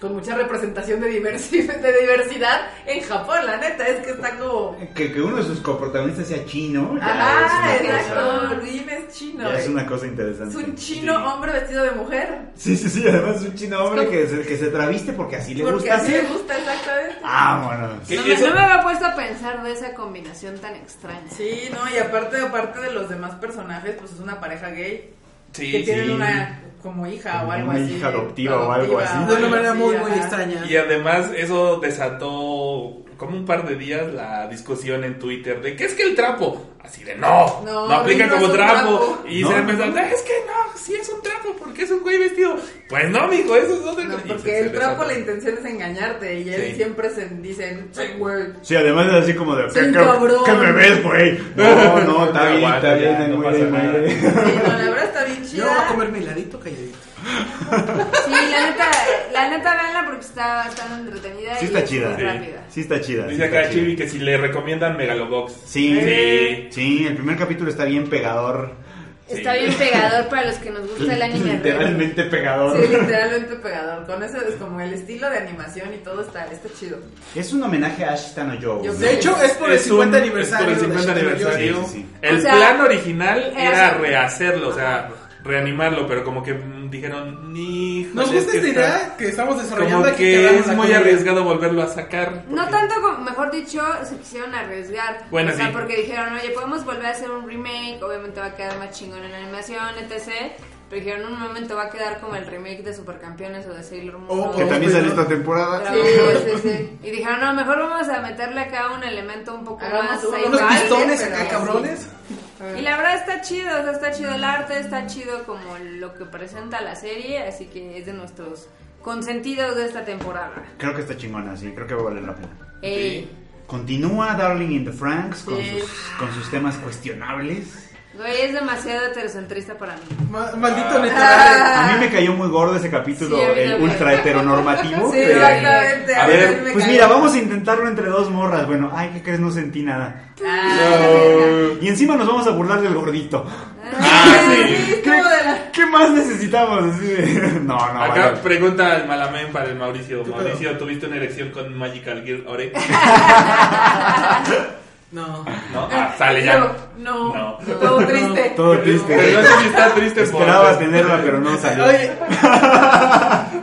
[SPEAKER 6] con mucha representación de, diversi- de diversidad en Japón, la neta, es que está como...
[SPEAKER 4] Que, que uno de sus coprotagonistas sea chino. ya
[SPEAKER 6] Ajá,
[SPEAKER 4] Ah, es una cosa-
[SPEAKER 6] Ah, exacto, Rin es chino.
[SPEAKER 4] ya es
[SPEAKER 6] eh.
[SPEAKER 4] una cosa interesante.
[SPEAKER 6] Es un chino
[SPEAKER 4] Sí.
[SPEAKER 6] hombre vestido de mujer.
[SPEAKER 4] Sí, sí, sí. Además es un chino hombre
[SPEAKER 6] como-
[SPEAKER 4] que se, que se traviste porque así le
[SPEAKER 6] Porque
[SPEAKER 4] gusta
[SPEAKER 6] así le
[SPEAKER 4] hacer.
[SPEAKER 6] gusta exactamente.
[SPEAKER 4] Vámonos.
[SPEAKER 3] ¿Qué?
[SPEAKER 2] No me,
[SPEAKER 3] Eso-
[SPEAKER 2] no me había puesto a pensar de esa combinación tan extraña.
[SPEAKER 6] Sí, no, y aparte, aparte de los demás personajes, pues es una pareja gay
[SPEAKER 3] Sí,
[SPEAKER 6] que tienen
[SPEAKER 4] sí.
[SPEAKER 6] una como hija
[SPEAKER 4] Como
[SPEAKER 6] o algo
[SPEAKER 4] una
[SPEAKER 6] así.
[SPEAKER 4] hija adoptiva o algo así.
[SPEAKER 1] De una manera muy,
[SPEAKER 6] ajá.
[SPEAKER 1] muy extraña.
[SPEAKER 3] Y además eso desató como un par de días la discusión en Twitter de ¿qué es que el trapo? Así de no, no,
[SPEAKER 6] No,
[SPEAKER 3] aplica
[SPEAKER 6] no es
[SPEAKER 3] como
[SPEAKER 6] un
[SPEAKER 3] trapo.
[SPEAKER 6] trapo.
[SPEAKER 3] Y
[SPEAKER 4] No.
[SPEAKER 3] se empezaron, "Ah, es que no, sí es un trapo porque es un güey vestido. Pues no, mijo, eso es otra
[SPEAKER 6] No,
[SPEAKER 3] cosa". Y se-
[SPEAKER 6] porque
[SPEAKER 3] se
[SPEAKER 6] el trapo
[SPEAKER 3] desató.
[SPEAKER 6] la intención es engañarte y él
[SPEAKER 3] Sí.
[SPEAKER 6] siempre se dice, "Ay, güey".
[SPEAKER 4] Sí, además es así como de.
[SPEAKER 6] Soy
[SPEAKER 4] ¿Qué,
[SPEAKER 6] un
[SPEAKER 4] qué,
[SPEAKER 6] cabrón.
[SPEAKER 4] qué me ves, güey? No, no, está
[SPEAKER 3] No
[SPEAKER 4] bien,
[SPEAKER 3] aguanta,
[SPEAKER 4] está bien.
[SPEAKER 3] ya, no
[SPEAKER 4] muy
[SPEAKER 3] pasa
[SPEAKER 4] bien, muy
[SPEAKER 3] nada.
[SPEAKER 4] bien.
[SPEAKER 6] Sí, no, la verdad está bien
[SPEAKER 1] Yo voy a
[SPEAKER 6] chida.
[SPEAKER 1] comerme heladito calladito.
[SPEAKER 2] Sí, la neta, la neta, véanla porque está, está entretenida y
[SPEAKER 4] Sí, está
[SPEAKER 2] es
[SPEAKER 4] chida.
[SPEAKER 2] muy rápida.
[SPEAKER 4] Sí, está chida. sí
[SPEAKER 3] Dice
[SPEAKER 4] está
[SPEAKER 3] acá
[SPEAKER 4] chida.
[SPEAKER 3] Chibi que si le recomiendan Megalobox.
[SPEAKER 4] Sí,
[SPEAKER 3] Sí.
[SPEAKER 6] Eh,
[SPEAKER 4] sí, el primer capítulo está bien pegador.
[SPEAKER 2] Está bien pegador para los que nos gusta el anime. retro.
[SPEAKER 4] Literalmente pegador.
[SPEAKER 6] Sí, literalmente pegador. Con eso es como el estilo de animación y todo está, está chido.
[SPEAKER 4] Es un homenaje a Ashita no Joe.
[SPEAKER 6] Yo
[SPEAKER 4] ¿no?
[SPEAKER 1] De hecho, es por el
[SPEAKER 3] Es un-
[SPEAKER 1] 50
[SPEAKER 3] es
[SPEAKER 1] aniversario.
[SPEAKER 3] por el
[SPEAKER 1] de
[SPEAKER 3] 50
[SPEAKER 1] Shingeki no
[SPEAKER 3] aniversario.
[SPEAKER 1] Kyojin.
[SPEAKER 4] Sí, sí, sí.
[SPEAKER 3] El
[SPEAKER 2] O sea,
[SPEAKER 3] plan
[SPEAKER 6] eh,
[SPEAKER 3] original
[SPEAKER 2] era
[SPEAKER 3] era
[SPEAKER 2] hacerlo.
[SPEAKER 3] rehacerlo, o sea, reanimarlo, pero como que mm, dijeron, ni
[SPEAKER 1] Nos gusta esta idea que estamos desarrollando
[SPEAKER 3] Como
[SPEAKER 1] aquí. que
[SPEAKER 3] que
[SPEAKER 1] hablamos
[SPEAKER 3] es
[SPEAKER 1] la
[SPEAKER 3] muy
[SPEAKER 1] comunidad.
[SPEAKER 3] arriesgado volverlo a sacar.
[SPEAKER 2] No tanto como, mejor dicho, se quisieron arriesgar.
[SPEAKER 3] Bueno,
[SPEAKER 2] o sea,
[SPEAKER 3] sí.
[SPEAKER 2] porque dijeron, oye, podemos volver a hacer un remake, obviamente va a quedar más chingón en animación, etc. Pero dijeron, en un momento va a quedar como el remake de Supercampeones o de Sailor Moon.
[SPEAKER 1] Oh,
[SPEAKER 2] o
[SPEAKER 4] Que
[SPEAKER 2] de-
[SPEAKER 4] también sale
[SPEAKER 1] Pero-
[SPEAKER 4] esta temporada.
[SPEAKER 2] Dragon Ball, sí, sí. Y dijeron, no, mejor vamos a meterle acá un elemento un poco
[SPEAKER 6] Hagamos
[SPEAKER 2] más
[SPEAKER 6] uno-
[SPEAKER 2] sci-fi.
[SPEAKER 1] Unos pistones
[SPEAKER 6] Pero
[SPEAKER 1] acá,
[SPEAKER 6] sí.
[SPEAKER 1] cabrones.
[SPEAKER 2] Y la verdad está chido, o sea, está chido el arte, está chido como lo que presenta la serie, así que es de nuestros consentidos de esta temporada.
[SPEAKER 4] Creo que está chingona, sí, creo que va a valer la pena.
[SPEAKER 2] Ey,
[SPEAKER 4] Continúa Darling in the Franks con,
[SPEAKER 6] Sí.
[SPEAKER 4] sus, con sus temas cuestionables.
[SPEAKER 2] güey, es demasiado heterocentrista para mí.
[SPEAKER 1] Ma- Maldito
[SPEAKER 6] Ah.
[SPEAKER 1] Netarale.
[SPEAKER 4] A mí me cayó muy gordo ese capítulo,
[SPEAKER 2] Sí, a mí
[SPEAKER 4] el
[SPEAKER 2] también.
[SPEAKER 4] ultra heteronormativo.
[SPEAKER 6] Sí,
[SPEAKER 4] pero-
[SPEAKER 6] exactamente.
[SPEAKER 3] A
[SPEAKER 6] A
[SPEAKER 3] ver,
[SPEAKER 6] ver, me
[SPEAKER 4] pues
[SPEAKER 6] cayó.
[SPEAKER 4] mira, vamos a intentarlo entre dos morras. Bueno, ay, ¿qué crees? No sentí nada.
[SPEAKER 2] Ah,
[SPEAKER 4] Y encima nos vamos a burlar del gordito.
[SPEAKER 3] Ah, sí.
[SPEAKER 6] Sí, como de la-
[SPEAKER 4] ¿Qué más necesitamos? Así de- No, no.
[SPEAKER 3] Acá
[SPEAKER 4] vale.
[SPEAKER 3] pregunta al malamén para el Mauricio.
[SPEAKER 1] ¿Qué pedo?
[SPEAKER 3] Mauricio, ¿tuviste una erección con Magical Girl Ore?
[SPEAKER 1] No.
[SPEAKER 3] No, ah, sale ya.
[SPEAKER 6] No,
[SPEAKER 3] No.
[SPEAKER 6] no, todo triste.
[SPEAKER 4] Todo
[SPEAKER 3] Pero
[SPEAKER 4] triste.
[SPEAKER 3] no sé si está triste por-
[SPEAKER 4] Esperaba tenerla, pero no salió.
[SPEAKER 1] Oye,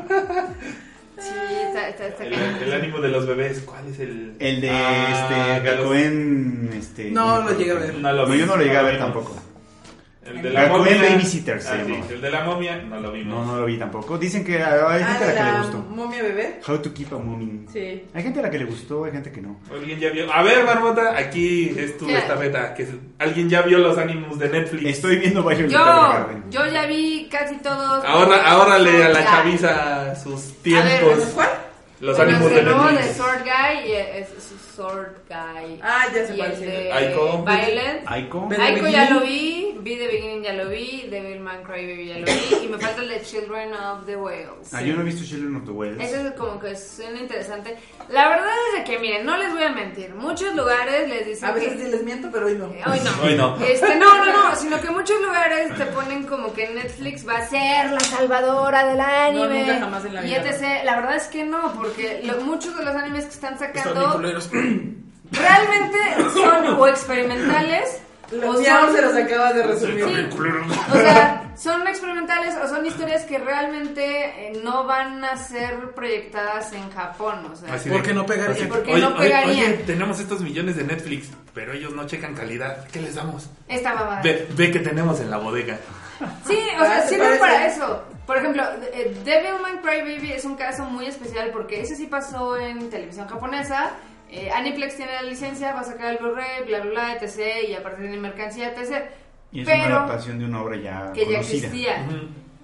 [SPEAKER 2] sí, está, está, está
[SPEAKER 3] El,
[SPEAKER 2] cañón.
[SPEAKER 3] el ánimo de los bebés, ¿cuál es el...?
[SPEAKER 4] El de
[SPEAKER 3] Ah,
[SPEAKER 4] este
[SPEAKER 3] de los-
[SPEAKER 4] Gakuen este
[SPEAKER 1] No, lo llegué a ver.
[SPEAKER 3] No lo
[SPEAKER 4] No,
[SPEAKER 3] vi.
[SPEAKER 4] yo no lo llegué a ver
[SPEAKER 3] vimos.
[SPEAKER 4] tampoco.
[SPEAKER 3] El de la
[SPEAKER 4] Gakuen
[SPEAKER 3] momia.
[SPEAKER 4] Babysitter se
[SPEAKER 3] Ah, sí,
[SPEAKER 4] llamó.
[SPEAKER 3] el de la momia, no lo
[SPEAKER 4] No,
[SPEAKER 3] vimos.
[SPEAKER 4] no lo vi tampoco. Dicen que hay
[SPEAKER 6] Ah,
[SPEAKER 4] gente a la que le
[SPEAKER 6] la
[SPEAKER 4] gustó.
[SPEAKER 6] momia bebé.
[SPEAKER 4] How to keep a mommy.
[SPEAKER 6] Sí.
[SPEAKER 4] Hay gente a la que le gustó, hay gente que no.
[SPEAKER 3] ¿Alguien ya vio? A ver, Marmota, aquí es tu
[SPEAKER 2] ¿Qué?
[SPEAKER 3] estafeta. Que es- ¿Alguien ya vio los ánimos de Netflix?
[SPEAKER 4] Estoy viendo Violet
[SPEAKER 2] Yo,
[SPEAKER 4] Evergarden.
[SPEAKER 2] yo ya vi casi todos.
[SPEAKER 3] Ahora, ahora le a la
[SPEAKER 2] Ya.
[SPEAKER 3] chaviza sus
[SPEAKER 2] ver,
[SPEAKER 3] tiempos.
[SPEAKER 6] ¿Cuál?
[SPEAKER 3] Los
[SPEAKER 2] Bueno,
[SPEAKER 3] ánimos
[SPEAKER 2] el
[SPEAKER 3] de
[SPEAKER 2] nuevo de
[SPEAKER 3] Netflix.
[SPEAKER 2] Sword Guy y es, es Sword Guy.
[SPEAKER 6] Ah, ya sé
[SPEAKER 2] y
[SPEAKER 6] cuál
[SPEAKER 2] el
[SPEAKER 6] sí.
[SPEAKER 2] de
[SPEAKER 3] Aiko.
[SPEAKER 2] Violent.
[SPEAKER 4] Aiko.
[SPEAKER 1] Pero-
[SPEAKER 2] Aiko
[SPEAKER 1] The
[SPEAKER 2] ya lo vi, vi The Beginning ya lo vi, Devilman Crybaby ya lo vi y me falta el de Children of the Whales.
[SPEAKER 4] Ah, yo no he visto Children of the Wells.
[SPEAKER 2] Eso es como que suena interesante. La verdad es de que, miren, no les voy a mentir. Muchos lugares les dicen
[SPEAKER 6] A veces
[SPEAKER 2] que-
[SPEAKER 6] sí les miento, pero hoy no.
[SPEAKER 2] Eh, Hoy no.
[SPEAKER 3] Hoy no.
[SPEAKER 2] Este, no, no, no, sino que muchos lugares te ponen como que Netflix va a ser la salvadora del anime.
[SPEAKER 6] nunca jamás en la
[SPEAKER 2] y
[SPEAKER 6] vida.
[SPEAKER 2] etc. La verdad es que no, porque lo- muchos de los animes que están
[SPEAKER 1] están bien
[SPEAKER 2] sacando
[SPEAKER 1] culeros.
[SPEAKER 2] realmente son o experimentales
[SPEAKER 6] Los
[SPEAKER 2] o
[SPEAKER 6] miau
[SPEAKER 2] son
[SPEAKER 6] se los acabas de resumir.
[SPEAKER 2] Sí. O sea, son experimentales o son historias que realmente eh, no van a ser proyectadas en Japón, o sea.
[SPEAKER 3] Así
[SPEAKER 1] ¿Por qué no pegaría?
[SPEAKER 3] así,
[SPEAKER 2] ¿Por qué
[SPEAKER 3] oye,
[SPEAKER 2] no
[SPEAKER 3] oye,
[SPEAKER 2] pegaría?
[SPEAKER 3] oye, tenemos estos millones de Netflix, pero ellos no checan calidad. ¿Qué les damos?
[SPEAKER 2] Esta mamada.
[SPEAKER 3] Ve, ve que tenemos en la bodega.
[SPEAKER 2] Sí, o sea,
[SPEAKER 1] Ah,
[SPEAKER 2] sirve
[SPEAKER 1] parece.
[SPEAKER 2] para eso. Por ejemplo, eh, Devilman Crybaby es un caso muy especial porque ese sí pasó en televisión japonesa. Eh, Aniplex tiene la licencia, va a sacar el Blu-ray, bla, bla, bla, etc. Y aparte tiene mercancía, etc.
[SPEAKER 4] Y es una
[SPEAKER 2] Pero
[SPEAKER 4] adaptación de una obra ya
[SPEAKER 2] que ya
[SPEAKER 4] conocida.
[SPEAKER 2] existía.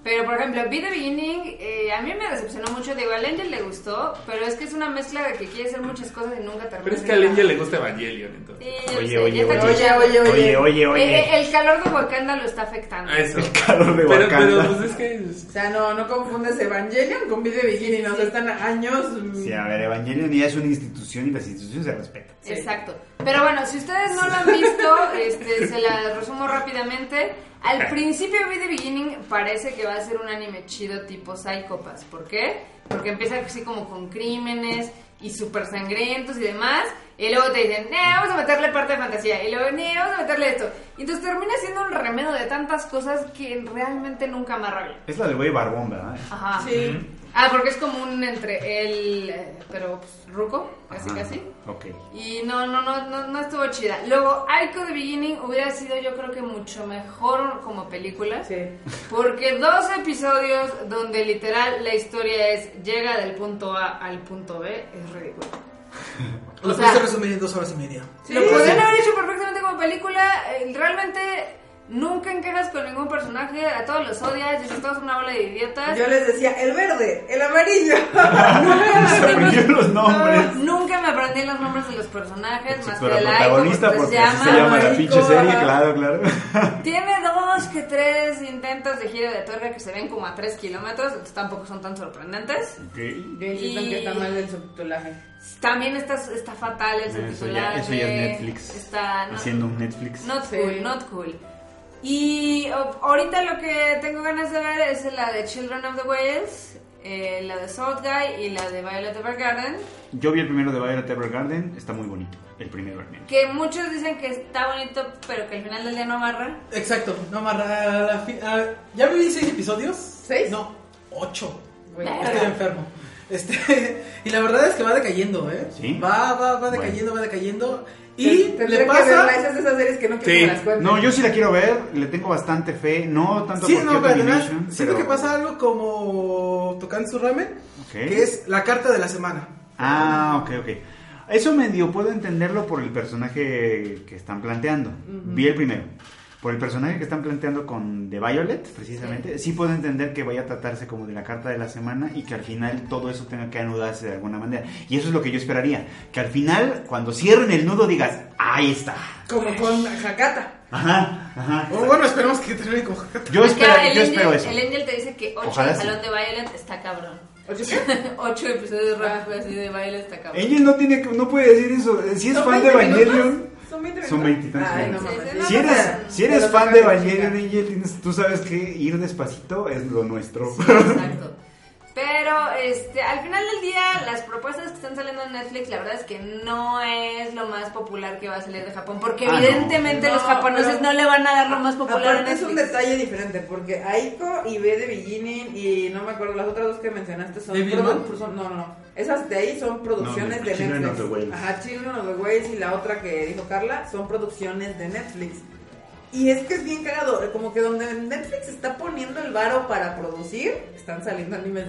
[SPEAKER 2] Pero, por ejemplo, Be The Beginning eh, a mí me decepcionó mucho. Digo, a Angel le gustó, pero es que es una mezcla de que quiere hacer muchas cosas y nunca termina.
[SPEAKER 3] Pero es que a Lenja le gusta Evangelion, entonces.
[SPEAKER 2] Sí, yo
[SPEAKER 4] Oye,
[SPEAKER 2] sé,
[SPEAKER 4] oye,
[SPEAKER 2] ya está
[SPEAKER 4] oye,
[SPEAKER 2] escuchando.
[SPEAKER 1] oye,
[SPEAKER 4] Oye, oye, oye.
[SPEAKER 2] Eh, eh, el calor de Wakanda lo está afectando.
[SPEAKER 3] Eso.
[SPEAKER 4] calor de
[SPEAKER 3] pero,
[SPEAKER 4] Wakanda.
[SPEAKER 3] pero, pues es que.
[SPEAKER 6] O sea, no, no confundas Evangelion con Video Bikini, no, o sea, están a años. mm,
[SPEAKER 4] Sí, a ver, Evangelion ya es una institución y las instituciones se respetan.
[SPEAKER 6] Sí.
[SPEAKER 2] Exacto. Pero bueno, si ustedes no lo han visto, este, se la resumo rápidamente. Al principio de The Beginning parece que va a ser un anime chido tipo Psychopass. ¿Por qué? Porque empieza así como con crímenes y súper sangrientos y demás. Y luego te dicen, "Nee, vamos a meterle parte de fantasía. Y luego, "Nee, vamos a meterle esto. Y entonces termina siendo un remedio de tantas cosas que realmente nunca amarra bien.
[SPEAKER 4] Es la del güey barbón, ¿verdad?
[SPEAKER 2] Ajá.
[SPEAKER 6] Sí.
[SPEAKER 2] Ah, porque es como un entre el... eh, Pero, pues, ruco, casi
[SPEAKER 4] Ajá.
[SPEAKER 2] casi.
[SPEAKER 4] Ok.
[SPEAKER 2] Y no, no, no, no, no estuvo chida. Luego, Aiko The Beginning hubiera sido yo creo que mucho mejor como película.
[SPEAKER 6] Sí.
[SPEAKER 2] Porque dos episodios donde literal la historia es llega del punto A al punto B es ridículo. O
[SPEAKER 1] Lo
[SPEAKER 2] sea-
[SPEAKER 1] puedes resumir en dos horas y media.
[SPEAKER 6] Sí.
[SPEAKER 2] Lo podrían haber hecho perfectamente como película. eh, Realmente nunca encajas con ningún personaje. A todos los odias. Dices, todos son una bola de idiotas.
[SPEAKER 6] Yo les decía, el verde, el amarillo.
[SPEAKER 4] Se aprendió los nombres.
[SPEAKER 2] Nunca me aprendí los nombres de los personajes. Más
[SPEAKER 4] Excepto
[SPEAKER 2] que Pues, el pues,
[SPEAKER 4] la
[SPEAKER 2] Aiko,
[SPEAKER 4] pues, protagonista,
[SPEAKER 2] porque
[SPEAKER 4] porque así se llama la
[SPEAKER 6] marico,
[SPEAKER 4] pinche serie,
[SPEAKER 6] ajá.
[SPEAKER 4] claro, claro.
[SPEAKER 2] Tiene dos que tres intentos de giro de tuerca que se ven como a tres kilómetros, entonces tampoco son tan sorprendentes.
[SPEAKER 4] Ok.
[SPEAKER 6] Yo insisto en que está mal el subtitulaje.
[SPEAKER 2] También está, está fatal el
[SPEAKER 4] Eso
[SPEAKER 2] subtitulaje.
[SPEAKER 4] ya, eso ya es Netflix.
[SPEAKER 2] Está no-
[SPEAKER 4] Haciendo un Netflix.
[SPEAKER 2] not
[SPEAKER 6] Sí.
[SPEAKER 2] cool, not cool. Y o- ahorita lo que tengo ganas de ver es la de Children of the Whales, eh, la de South Guy y la de Violet Evergarden,
[SPEAKER 4] Yo vi el primero de Violet Evergarden, está muy bonito. El primero, al menos.
[SPEAKER 2] que muchos dicen que está bonito, pero que al final del día no amarra.
[SPEAKER 1] Exacto, no amarra la fi- ah, ¿Ya viví seis episodios?
[SPEAKER 6] ¿Seis?
[SPEAKER 1] No, ocho.
[SPEAKER 6] Güey.
[SPEAKER 1] Estoy enfermo. Este, y la verdad es que va decayendo, ¿eh?
[SPEAKER 4] Sí.
[SPEAKER 1] Va, va, va
[SPEAKER 4] Bueno.
[SPEAKER 1] decayendo, va decayendo.
[SPEAKER 6] Te-
[SPEAKER 1] Y
[SPEAKER 6] tendré
[SPEAKER 1] le
[SPEAKER 6] que verla,
[SPEAKER 1] pasa.
[SPEAKER 6] esas de esas series que no quiero que
[SPEAKER 3] Sí.
[SPEAKER 6] me las cuenten.
[SPEAKER 4] No, yo sí la quiero ver, le tengo bastante fe, no
[SPEAKER 1] Pues,
[SPEAKER 4] tanto
[SPEAKER 1] Sí,
[SPEAKER 4] por
[SPEAKER 1] no,
[SPEAKER 4] Kyoto
[SPEAKER 1] pero además,
[SPEAKER 4] Animation,
[SPEAKER 1] siento
[SPEAKER 4] pero-
[SPEAKER 1] que pasa algo como Tocando Ramen,
[SPEAKER 4] Ok.
[SPEAKER 1] que es la carta de la semana.
[SPEAKER 4] Ah, ok, ok. Eso medio puedo entenderlo por el personaje que están planteando. Vi el primero. Por el personaje que están planteando con The Violet, precisamente, sí. puedo entender que vaya a tratarse como de la carta de la semana y que al final todo eso tenga que anudarse de alguna manera. Y eso es lo que yo esperaría. Que al final, cuando cierren el nudo, digas, ahí está.
[SPEAKER 6] Como con
[SPEAKER 4] Ah,
[SPEAKER 6] Hakata.
[SPEAKER 4] Ajá, ajá.
[SPEAKER 1] O bueno, esperemos que termine con Hakata.
[SPEAKER 4] Yo, espero-
[SPEAKER 2] Acá el
[SPEAKER 4] yo espero
[SPEAKER 2] Angel-
[SPEAKER 4] eso.
[SPEAKER 2] El Angel te dice que 8
[SPEAKER 4] Ojalá
[SPEAKER 2] el
[SPEAKER 4] sí.
[SPEAKER 2] salón de Violet está cabrón.
[SPEAKER 6] Oye, ¿qué?
[SPEAKER 2] Ocho episodios
[SPEAKER 6] Ah.
[SPEAKER 2] rápidos así de baile hasta acá.
[SPEAKER 4] Angel no tiene que, no puede decir eso. Si es
[SPEAKER 6] ¿Son
[SPEAKER 4] fan de
[SPEAKER 6] 20 minutos?
[SPEAKER 4] Evangelion.
[SPEAKER 6] Son 20
[SPEAKER 4] Son veintitantos
[SPEAKER 6] Ay, no
[SPEAKER 2] minutos.
[SPEAKER 6] mames.
[SPEAKER 4] Si
[SPEAKER 2] No,
[SPEAKER 4] eres,
[SPEAKER 2] no, no.
[SPEAKER 4] si eres
[SPEAKER 6] Pero
[SPEAKER 4] fan
[SPEAKER 6] no
[SPEAKER 4] de
[SPEAKER 6] sacan
[SPEAKER 4] Evangelion,
[SPEAKER 6] chica.
[SPEAKER 4] Angel, tienes- tú sabes que ir despacito es lo nuestro.
[SPEAKER 2] Sí, exacto. Pero este, al final del día, las propuestas que están saliendo en Netflix, la verdad es que no es lo más popular que va a salir de Japón. Porque
[SPEAKER 4] Ah, no.
[SPEAKER 2] evidentemente los
[SPEAKER 6] No,
[SPEAKER 2] japoneses
[SPEAKER 6] pero-
[SPEAKER 2] no le van a dar lo más popular a
[SPEAKER 6] Aparte es un
[SPEAKER 2] Netflix.
[SPEAKER 6] detalle diferente porque Aiko y B de Beginning y no me acuerdo las otras dos que mencionaste son,
[SPEAKER 1] ¿Devilman?
[SPEAKER 6] produ- son- no no no. esas de ahí son producciones
[SPEAKER 4] No,
[SPEAKER 6] de
[SPEAKER 4] Children
[SPEAKER 6] Netflix.
[SPEAKER 4] of the Whales.
[SPEAKER 6] Ajá, Children of the Whales y la otra que dijo Carla son producciones de Netflix. Y es que es bien cagado, eh, como que donde Netflix está poniendo el varo para producir, están saliendo animes.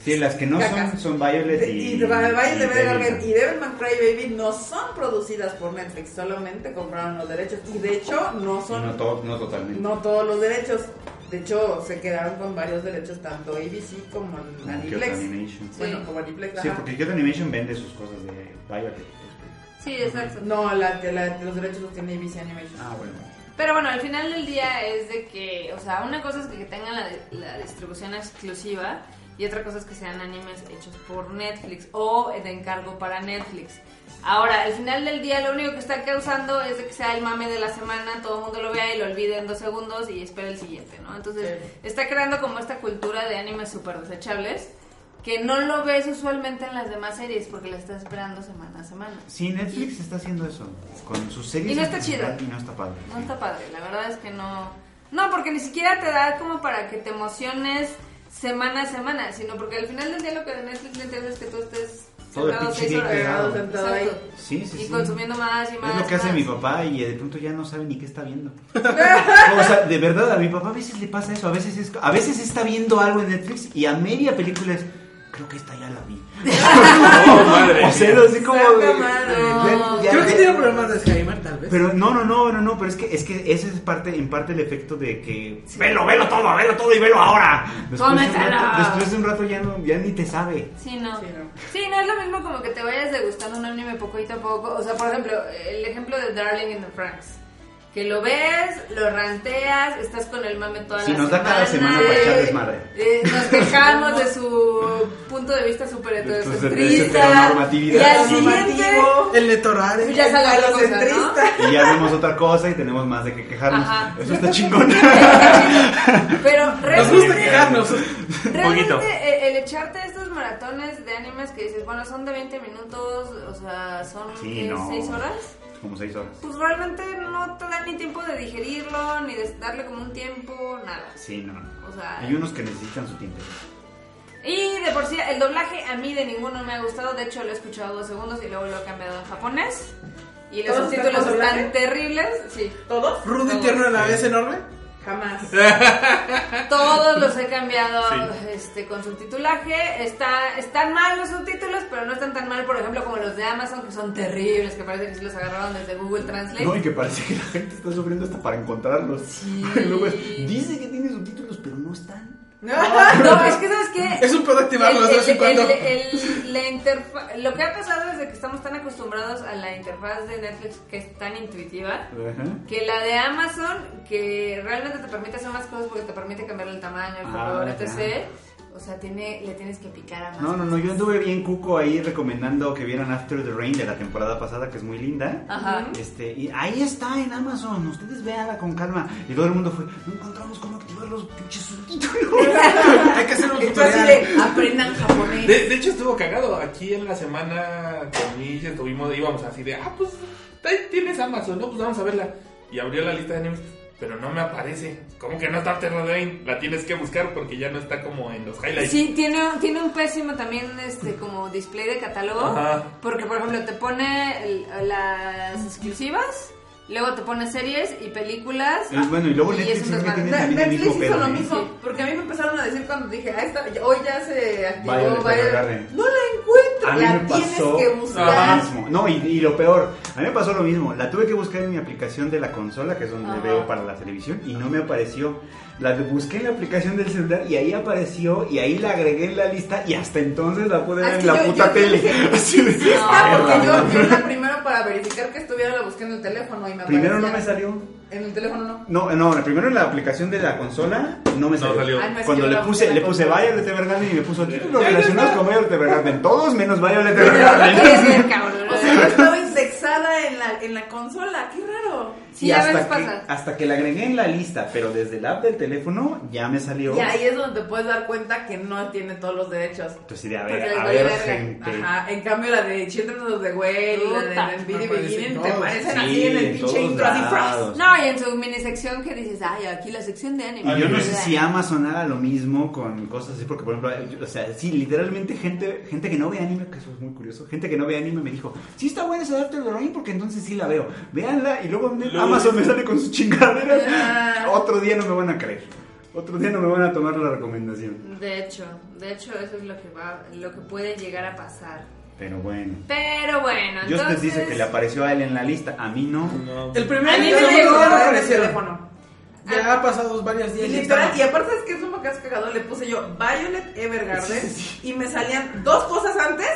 [SPEAKER 4] Sí, las que no
[SPEAKER 6] Cacas.
[SPEAKER 4] son son Violet
[SPEAKER 6] De-
[SPEAKER 4] y.
[SPEAKER 6] y The Violet
[SPEAKER 4] y
[SPEAKER 6] Evergarden
[SPEAKER 4] Devil.
[SPEAKER 6] y Devilman Crybaby no son producidas por Netflix, solamente compraron los derechos. Y de hecho no son
[SPEAKER 4] No, to- no totalmente.
[SPEAKER 6] no todos los derechos. De hecho, se quedaron con varios derechos, tanto ABC como
[SPEAKER 4] Como Kyoto
[SPEAKER 6] Aniplex.
[SPEAKER 4] Animation.
[SPEAKER 6] Bueno,
[SPEAKER 2] Sí.
[SPEAKER 6] como Aniplex.
[SPEAKER 4] Sí,
[SPEAKER 6] ajá.
[SPEAKER 4] porque Kyoto Animation vende sus cosas de Violet.
[SPEAKER 2] Sí, exacto.
[SPEAKER 6] No, la, la- los derechos los tiene ABC Animation.
[SPEAKER 4] Ah, bueno.
[SPEAKER 2] Pero bueno, al final del día es de que, o sea, una cosa es que tengan la, la distribución exclusiva y otra cosa es que sean animes hechos por Netflix o de encargo para Netflix. Ahora, al final del día lo único que está causando es de que sea el mame de la semana, todo el mundo lo vea y lo olvide en dos segundos y espera el siguiente, ¿no? Entonces, está creando como esta cultura de animes súper desechables que no lo ves usualmente en las demás series porque la estás esperando semana a semana.
[SPEAKER 4] Sí, Netflix está haciendo eso. Con sus series.
[SPEAKER 2] Y no está
[SPEAKER 4] en general,
[SPEAKER 2] chido.
[SPEAKER 4] Y no está padre.
[SPEAKER 2] No
[SPEAKER 4] sí.
[SPEAKER 2] está padre, la verdad es que no. No, porque ni siquiera te da como para que te emociones semana a semana, sino porque al final del día lo que a Netflix le interesa es que tú estés
[SPEAKER 4] Todo el
[SPEAKER 2] Sentado
[SPEAKER 4] pinche
[SPEAKER 2] seis
[SPEAKER 4] día
[SPEAKER 2] horas.
[SPEAKER 4] pegado.
[SPEAKER 5] Sentado ahí.
[SPEAKER 2] Exacto.
[SPEAKER 4] Sí, sí,
[SPEAKER 2] y
[SPEAKER 4] sí.
[SPEAKER 2] consumiendo más y más.
[SPEAKER 4] Es lo que
[SPEAKER 2] y
[SPEAKER 4] hace
[SPEAKER 2] más.
[SPEAKER 4] mi papá y de pronto ya no sabe ni qué está viendo. o sea, de verdad, a mi papá a veces le pasa eso. A veces, es- a veces está viendo algo en Netflix y a media película es, creo que esta ya la vi.
[SPEAKER 3] Oh, madre
[SPEAKER 4] o sea,
[SPEAKER 3] mía.
[SPEAKER 4] así como...
[SPEAKER 2] Saca
[SPEAKER 4] de-
[SPEAKER 2] mano.
[SPEAKER 4] ya-
[SPEAKER 1] Creo que tiene problemas de Alzheimer, tal vez.
[SPEAKER 4] Pero no, no, no, no, no, pero es que, es que ese es parte, en parte el efecto de que velo, velo todo, velo todo y velo ahora. Después, de un
[SPEAKER 2] ¡Cómetelo!
[SPEAKER 4] rato, después de un rato ya, no, ya ni te sabe.
[SPEAKER 2] Sí, no.
[SPEAKER 5] Sí,
[SPEAKER 2] Sí,
[SPEAKER 5] no.
[SPEAKER 2] no. es lo mismo como que te vayas degustando un anime poquito a poco. O sea, por ejemplo, el ejemplo de Darling in the Franks. Que lo ves, lo ranteas, estás con el mame toda
[SPEAKER 4] Sí,
[SPEAKER 2] la
[SPEAKER 4] nos da
[SPEAKER 2] semana.
[SPEAKER 4] cada semana para echar desmadre.
[SPEAKER 2] Eh, nos quejamos de su punto de vista súper
[SPEAKER 4] Entonces,
[SPEAKER 2] heterocentrista.
[SPEAKER 4] heteronormatividad.
[SPEAKER 2] Y al siguiente,
[SPEAKER 5] Normativo.
[SPEAKER 1] El netorare.
[SPEAKER 2] pues ya sale otra cosa, ¿no?
[SPEAKER 5] Centrista.
[SPEAKER 4] Y ya vemos otra cosa y tenemos más de que quejarnos.
[SPEAKER 2] Ajá.
[SPEAKER 4] Eso está chingón.
[SPEAKER 2] Pero
[SPEAKER 1] Nos
[SPEAKER 2] realmente...
[SPEAKER 1] gusta quejarnos.
[SPEAKER 2] Realmente
[SPEAKER 3] Poquito.
[SPEAKER 2] eh, el, echarte estos maratones de animes que dices, bueno, son de 20 minutos, o sea, son
[SPEAKER 4] Sí, no.
[SPEAKER 2] 6 horas,
[SPEAKER 4] Como seis horas.
[SPEAKER 2] pues realmente no te dan ni tiempo de digerirlo, ni de darle como un tiempo, nada.
[SPEAKER 4] Sí, no. no.
[SPEAKER 2] O sea,
[SPEAKER 4] Hay unos que necesitan su tiempo.
[SPEAKER 2] y de por sí, el doblaje a mí de ninguno me ha gustado, de hecho lo he escuchado dos segundos y luego lo he cambiado en japonés. Y los
[SPEAKER 5] ¿Todos
[SPEAKER 2] subtítulos
[SPEAKER 5] están con doblaje?
[SPEAKER 2] están terribles, sí.
[SPEAKER 5] ¿Todos?
[SPEAKER 1] Rudo y tierno a la vez enorme.
[SPEAKER 5] Jamás.
[SPEAKER 4] Eh.
[SPEAKER 5] Ah,
[SPEAKER 2] Todos los he cambiado
[SPEAKER 3] Sí.
[SPEAKER 2] este, con subtitulaje. Está, están mal los subtítulos, pero no están tan mal, por ejemplo, como los de Amazon, que son terribles, que parece que sí los agarraron desde Google Translate.
[SPEAKER 4] No, y que parece que la gente está sufriendo hasta para encontrarlos.
[SPEAKER 2] Sí.
[SPEAKER 4] Luego es, dice que tiene subtítulos, pero no están.
[SPEAKER 2] No, es que sabes qué?
[SPEAKER 1] Es un pedo activarlo de
[SPEAKER 2] El-
[SPEAKER 1] vez en
[SPEAKER 2] el-
[SPEAKER 1] cuando.
[SPEAKER 2] el- el- la interfa- Lo que ha pasado desde que estamos tan acostumbrados a la interfaz de Netflix que es tan intuitiva,
[SPEAKER 4] Ajá.
[SPEAKER 2] que la de Amazon, que realmente te permite hacer más cosas porque te permite cambiar el tamaño, el
[SPEAKER 4] Ah,
[SPEAKER 2] color,
[SPEAKER 4] ya.
[SPEAKER 2] etc. O sea, tiene, le tienes que picar a más.
[SPEAKER 4] No, no, no, yo anduve bien cuco ahí recomendando que vieran After the Rain de la temporada pasada, que es muy linda.
[SPEAKER 2] Ajá.
[SPEAKER 4] Este, y ahí está en Amazon, ustedes véanla con calma. Y todo el mundo fue, no encontramos cómo activar los pinches subtítulos.
[SPEAKER 1] Hay que hacer un
[SPEAKER 5] Esto así
[SPEAKER 1] tutorial.
[SPEAKER 5] de aprendan japonés.
[SPEAKER 3] De, de hecho estuvo cagado. Aquí en la semana con Mish estuvimos, íbamos así de, ah, pues ahí tienes Amazon, no, pues vamos a verla. Y abrió la lista de animes, pero no me aparece. ¿Cómo que no está After the Rain? La tienes que buscar porque ya no está como en los highlights.
[SPEAKER 2] Sí, tiene, un- tiene un pésimo también este como display de catálogo.
[SPEAKER 3] Ajá.
[SPEAKER 2] Porque, por ejemplo, te pone el- las exclusivas, luego te pone series y películas.
[SPEAKER 4] Es bueno, y luego
[SPEAKER 2] Y
[SPEAKER 4] Netflix
[SPEAKER 2] es un
[SPEAKER 4] siempre
[SPEAKER 2] desmadre.
[SPEAKER 4] tiene
[SPEAKER 5] Ne-
[SPEAKER 4] también el
[SPEAKER 5] Netflix
[SPEAKER 4] mismo
[SPEAKER 5] hizo lo
[SPEAKER 4] pedo. ¿eh?
[SPEAKER 5] mismo, porque a mí me empezaron a decir cuando dije, ah, esta, hoy ya se activó,
[SPEAKER 4] Violet
[SPEAKER 5] vaya,
[SPEAKER 4] Evergarden.
[SPEAKER 5] no la encuentro,
[SPEAKER 4] A mí
[SPEAKER 5] la
[SPEAKER 4] me
[SPEAKER 5] tienes
[SPEAKER 4] pasó
[SPEAKER 5] que
[SPEAKER 4] lo
[SPEAKER 5] buscar.
[SPEAKER 3] Ajá.
[SPEAKER 4] mismo. No, y, y lo peor, a mí me pasó lo mismo. La tuve que buscar en mi aplicación de la consola, que es donde
[SPEAKER 2] Ajá.
[SPEAKER 4] veo para la televisión, y no me apareció. La de- busqué en la aplicación del celular y ahí apareció, y ahí la agregué en la lista, y hasta entonces la pude
[SPEAKER 5] Ah, es
[SPEAKER 4] ver en
[SPEAKER 5] que
[SPEAKER 4] la
[SPEAKER 5] yo-
[SPEAKER 4] puta
[SPEAKER 5] yo
[SPEAKER 4] tele.
[SPEAKER 5] dije,
[SPEAKER 4] Así de-
[SPEAKER 5] Ah, porque
[SPEAKER 4] Verga,
[SPEAKER 5] yo, yo la primero para verificar que estuviera la busqué en el teléfono y me
[SPEAKER 4] Primero no me
[SPEAKER 5] aparecía.
[SPEAKER 4] salió.
[SPEAKER 5] En el teléfono no.
[SPEAKER 4] No, no, primero en la aplicación de la consola no me
[SPEAKER 3] No
[SPEAKER 4] salió.
[SPEAKER 3] salió.
[SPEAKER 5] Ay, no, es
[SPEAKER 4] Cuando
[SPEAKER 5] que yo
[SPEAKER 4] le
[SPEAKER 5] la
[SPEAKER 4] puse,
[SPEAKER 5] busqué
[SPEAKER 4] le
[SPEAKER 5] en la
[SPEAKER 4] puse
[SPEAKER 5] consola.
[SPEAKER 4] Violet Evergarden y me puso títulos relacionados con Violet Evergarden. Todos menos Violet Evergarden.
[SPEAKER 2] Vaya ver, cabrón.
[SPEAKER 5] O sea, yo estaba indexada en la, en la consola, qué raro.
[SPEAKER 2] Sí,
[SPEAKER 4] y
[SPEAKER 2] a veces
[SPEAKER 4] hasta que,
[SPEAKER 2] pasa.
[SPEAKER 4] hasta que la agregué en la lista, pero desde el app del teléfono ya me salió.
[SPEAKER 5] Y ahí es donde te puedes dar cuenta que no tiene todos los derechos.
[SPEAKER 4] Entonces, de a
[SPEAKER 2] Porque
[SPEAKER 4] ver,
[SPEAKER 2] les
[SPEAKER 4] a
[SPEAKER 2] valió
[SPEAKER 4] ver,
[SPEAKER 2] verga.
[SPEAKER 4] gente.
[SPEAKER 5] Ajá, en cambio la de Children of the Way y la
[SPEAKER 2] Puta.
[SPEAKER 5] de Nvidia
[SPEAKER 1] Me parecen
[SPEAKER 5] Beginning te
[SPEAKER 1] todas.
[SPEAKER 5] parecen
[SPEAKER 4] Sí,
[SPEAKER 5] así en el
[SPEAKER 4] en
[SPEAKER 5] pinche
[SPEAKER 4] todos
[SPEAKER 5] intro así fras.
[SPEAKER 4] lados.
[SPEAKER 2] No, y en su mini sección que dices, ay, aquí la sección de anime.
[SPEAKER 4] Y yo no sé si Amazon haga lo mismo con cosas así, porque por ejemplo, yo- o sea, sí, literalmente gente, gente que no ve anime, que eso es muy curioso, gente que no ve anime me dijo, sí está buena esa de After the Rain porque entonces sí la veo, véanla, y luego me-
[SPEAKER 3] Luego-
[SPEAKER 4] Amazon me sale con sus chingaderas,
[SPEAKER 5] Ah.
[SPEAKER 4] otro día no me van a creer, otro día no me van a tomar la recomendación,
[SPEAKER 2] De hecho, de hecho eso es lo que va, lo que puede llegar a pasar.
[SPEAKER 4] pero bueno.
[SPEAKER 2] Pero bueno,
[SPEAKER 4] Dios
[SPEAKER 2] entonces
[SPEAKER 4] te dice que le apareció a él en la lista, a mí no.
[SPEAKER 3] No.
[SPEAKER 1] El
[SPEAKER 5] A
[SPEAKER 1] primer
[SPEAKER 5] mí
[SPEAKER 1] día
[SPEAKER 5] me llegó
[SPEAKER 1] no
[SPEAKER 5] en el
[SPEAKER 1] aparecieron.
[SPEAKER 5] teléfono.
[SPEAKER 1] Ya ha pasado varios
[SPEAKER 5] Y
[SPEAKER 1] días. ya
[SPEAKER 5] literal, y
[SPEAKER 1] estaba.
[SPEAKER 5] aparte es que es un que has cagado, le puse yo Violet Evergarden y me salían dos cosas antes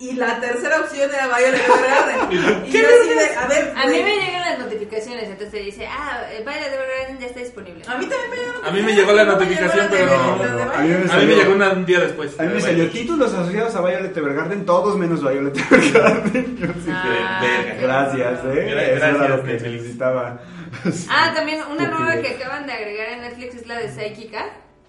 [SPEAKER 5] y la tercera opción era Violet Evergarden. y yo así de, a ver,
[SPEAKER 2] A mí
[SPEAKER 5] güey,
[SPEAKER 2] me llegan las notificaciones, entonces te dice, ah, el baile de Bergen ya está disponible.
[SPEAKER 5] a mí también me llegó
[SPEAKER 3] A mí me llegó la notificación,
[SPEAKER 5] llegó la
[SPEAKER 3] pero-
[SPEAKER 5] de- la de
[SPEAKER 4] A mí me
[SPEAKER 5] Violet.
[SPEAKER 3] A mí me llegó una- un día después.
[SPEAKER 4] A mí me salió títulos asociados a Violet Evergarden, todos menos Violet Evergarden. Yo sí,
[SPEAKER 2] Ah,
[SPEAKER 3] verga.
[SPEAKER 2] qué
[SPEAKER 4] Gracias,
[SPEAKER 2] bueno.
[SPEAKER 4] eh.
[SPEAKER 3] Gra-
[SPEAKER 4] Eso era
[SPEAKER 3] gracias,
[SPEAKER 4] lo que
[SPEAKER 3] Netflix.
[SPEAKER 4] necesitaba.
[SPEAKER 2] Ah, también una
[SPEAKER 4] Estúpido.
[SPEAKER 2] nueva que acaban de agregar en Netflix es la de Psychica,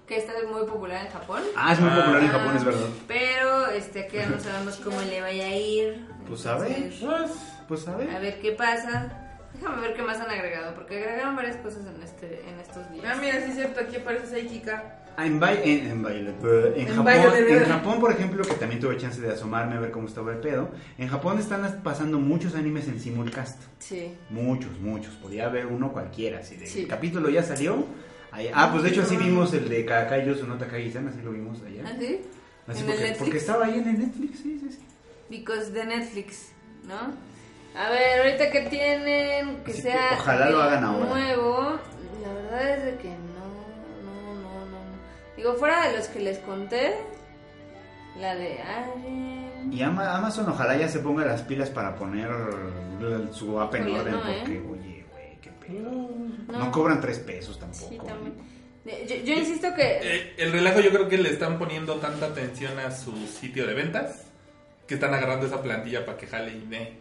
[SPEAKER 2] que está muy popular en Japón.
[SPEAKER 4] Ah, es muy popular en
[SPEAKER 2] Ah,
[SPEAKER 4] Japón, es verdad.
[SPEAKER 2] Pero este, que no sabemos cómo le vaya a ir.
[SPEAKER 4] Pues a ver.
[SPEAKER 2] Entonces,
[SPEAKER 4] Pues a
[SPEAKER 2] A
[SPEAKER 4] ver.
[SPEAKER 2] ver qué pasa. Déjame ver qué más han agregado, porque agregaron varias cosas en, este, en estos días.
[SPEAKER 5] Ah, mira, sí es cierto, aquí aparece Saikika.
[SPEAKER 4] En, Vai- en, en Violet, pero en
[SPEAKER 5] En
[SPEAKER 4] Japón,
[SPEAKER 5] Violet,
[SPEAKER 4] en
[SPEAKER 5] ¿verdad?
[SPEAKER 4] Japón, por ejemplo, que también tuve chance de asomarme a ver cómo estaba el pedo, en Japón están as- pasando muchos animes en simulcast.
[SPEAKER 2] Sí.
[SPEAKER 4] Muchos, muchos. Podía haber uno cualquiera. Así de,
[SPEAKER 2] Sí.
[SPEAKER 4] El capítulo ya salió. ahí- ah, pues de hecho así vimos el de Kakai no Takagi-san, así lo vimos allá.
[SPEAKER 2] ¿Así?
[SPEAKER 4] Así
[SPEAKER 2] ¿En el
[SPEAKER 4] porque,
[SPEAKER 2] Netflix?
[SPEAKER 4] porque estaba ahí en el Netflix, sí, sí, sí.
[SPEAKER 2] Because de Netflix, ¿no? A ver, ahorita que tienen que
[SPEAKER 4] Así que
[SPEAKER 2] sea
[SPEAKER 4] ojalá lo hagan ahora.
[SPEAKER 2] nuevo, la verdad es de que no, no, no, no. no. Digo, fuera de los que les conté, la de Alien.
[SPEAKER 4] Y Ama- Amazon ojalá ya se ponga las pilas para poner l- su app en
[SPEAKER 2] Oye,
[SPEAKER 4] orden
[SPEAKER 2] no, ¿eh?
[SPEAKER 4] porque, oye, güey, qué pedo.
[SPEAKER 2] No.
[SPEAKER 4] No. cobran tres pesos tampoco.
[SPEAKER 2] Sí,
[SPEAKER 4] ¿eh?
[SPEAKER 2] también. Eh, Yo, yo insisto que...
[SPEAKER 3] Eh, el relajo yo creo que le están poniendo tanta atención a su sitio de ventas que están agarrando esa plantilla para que jale y dé.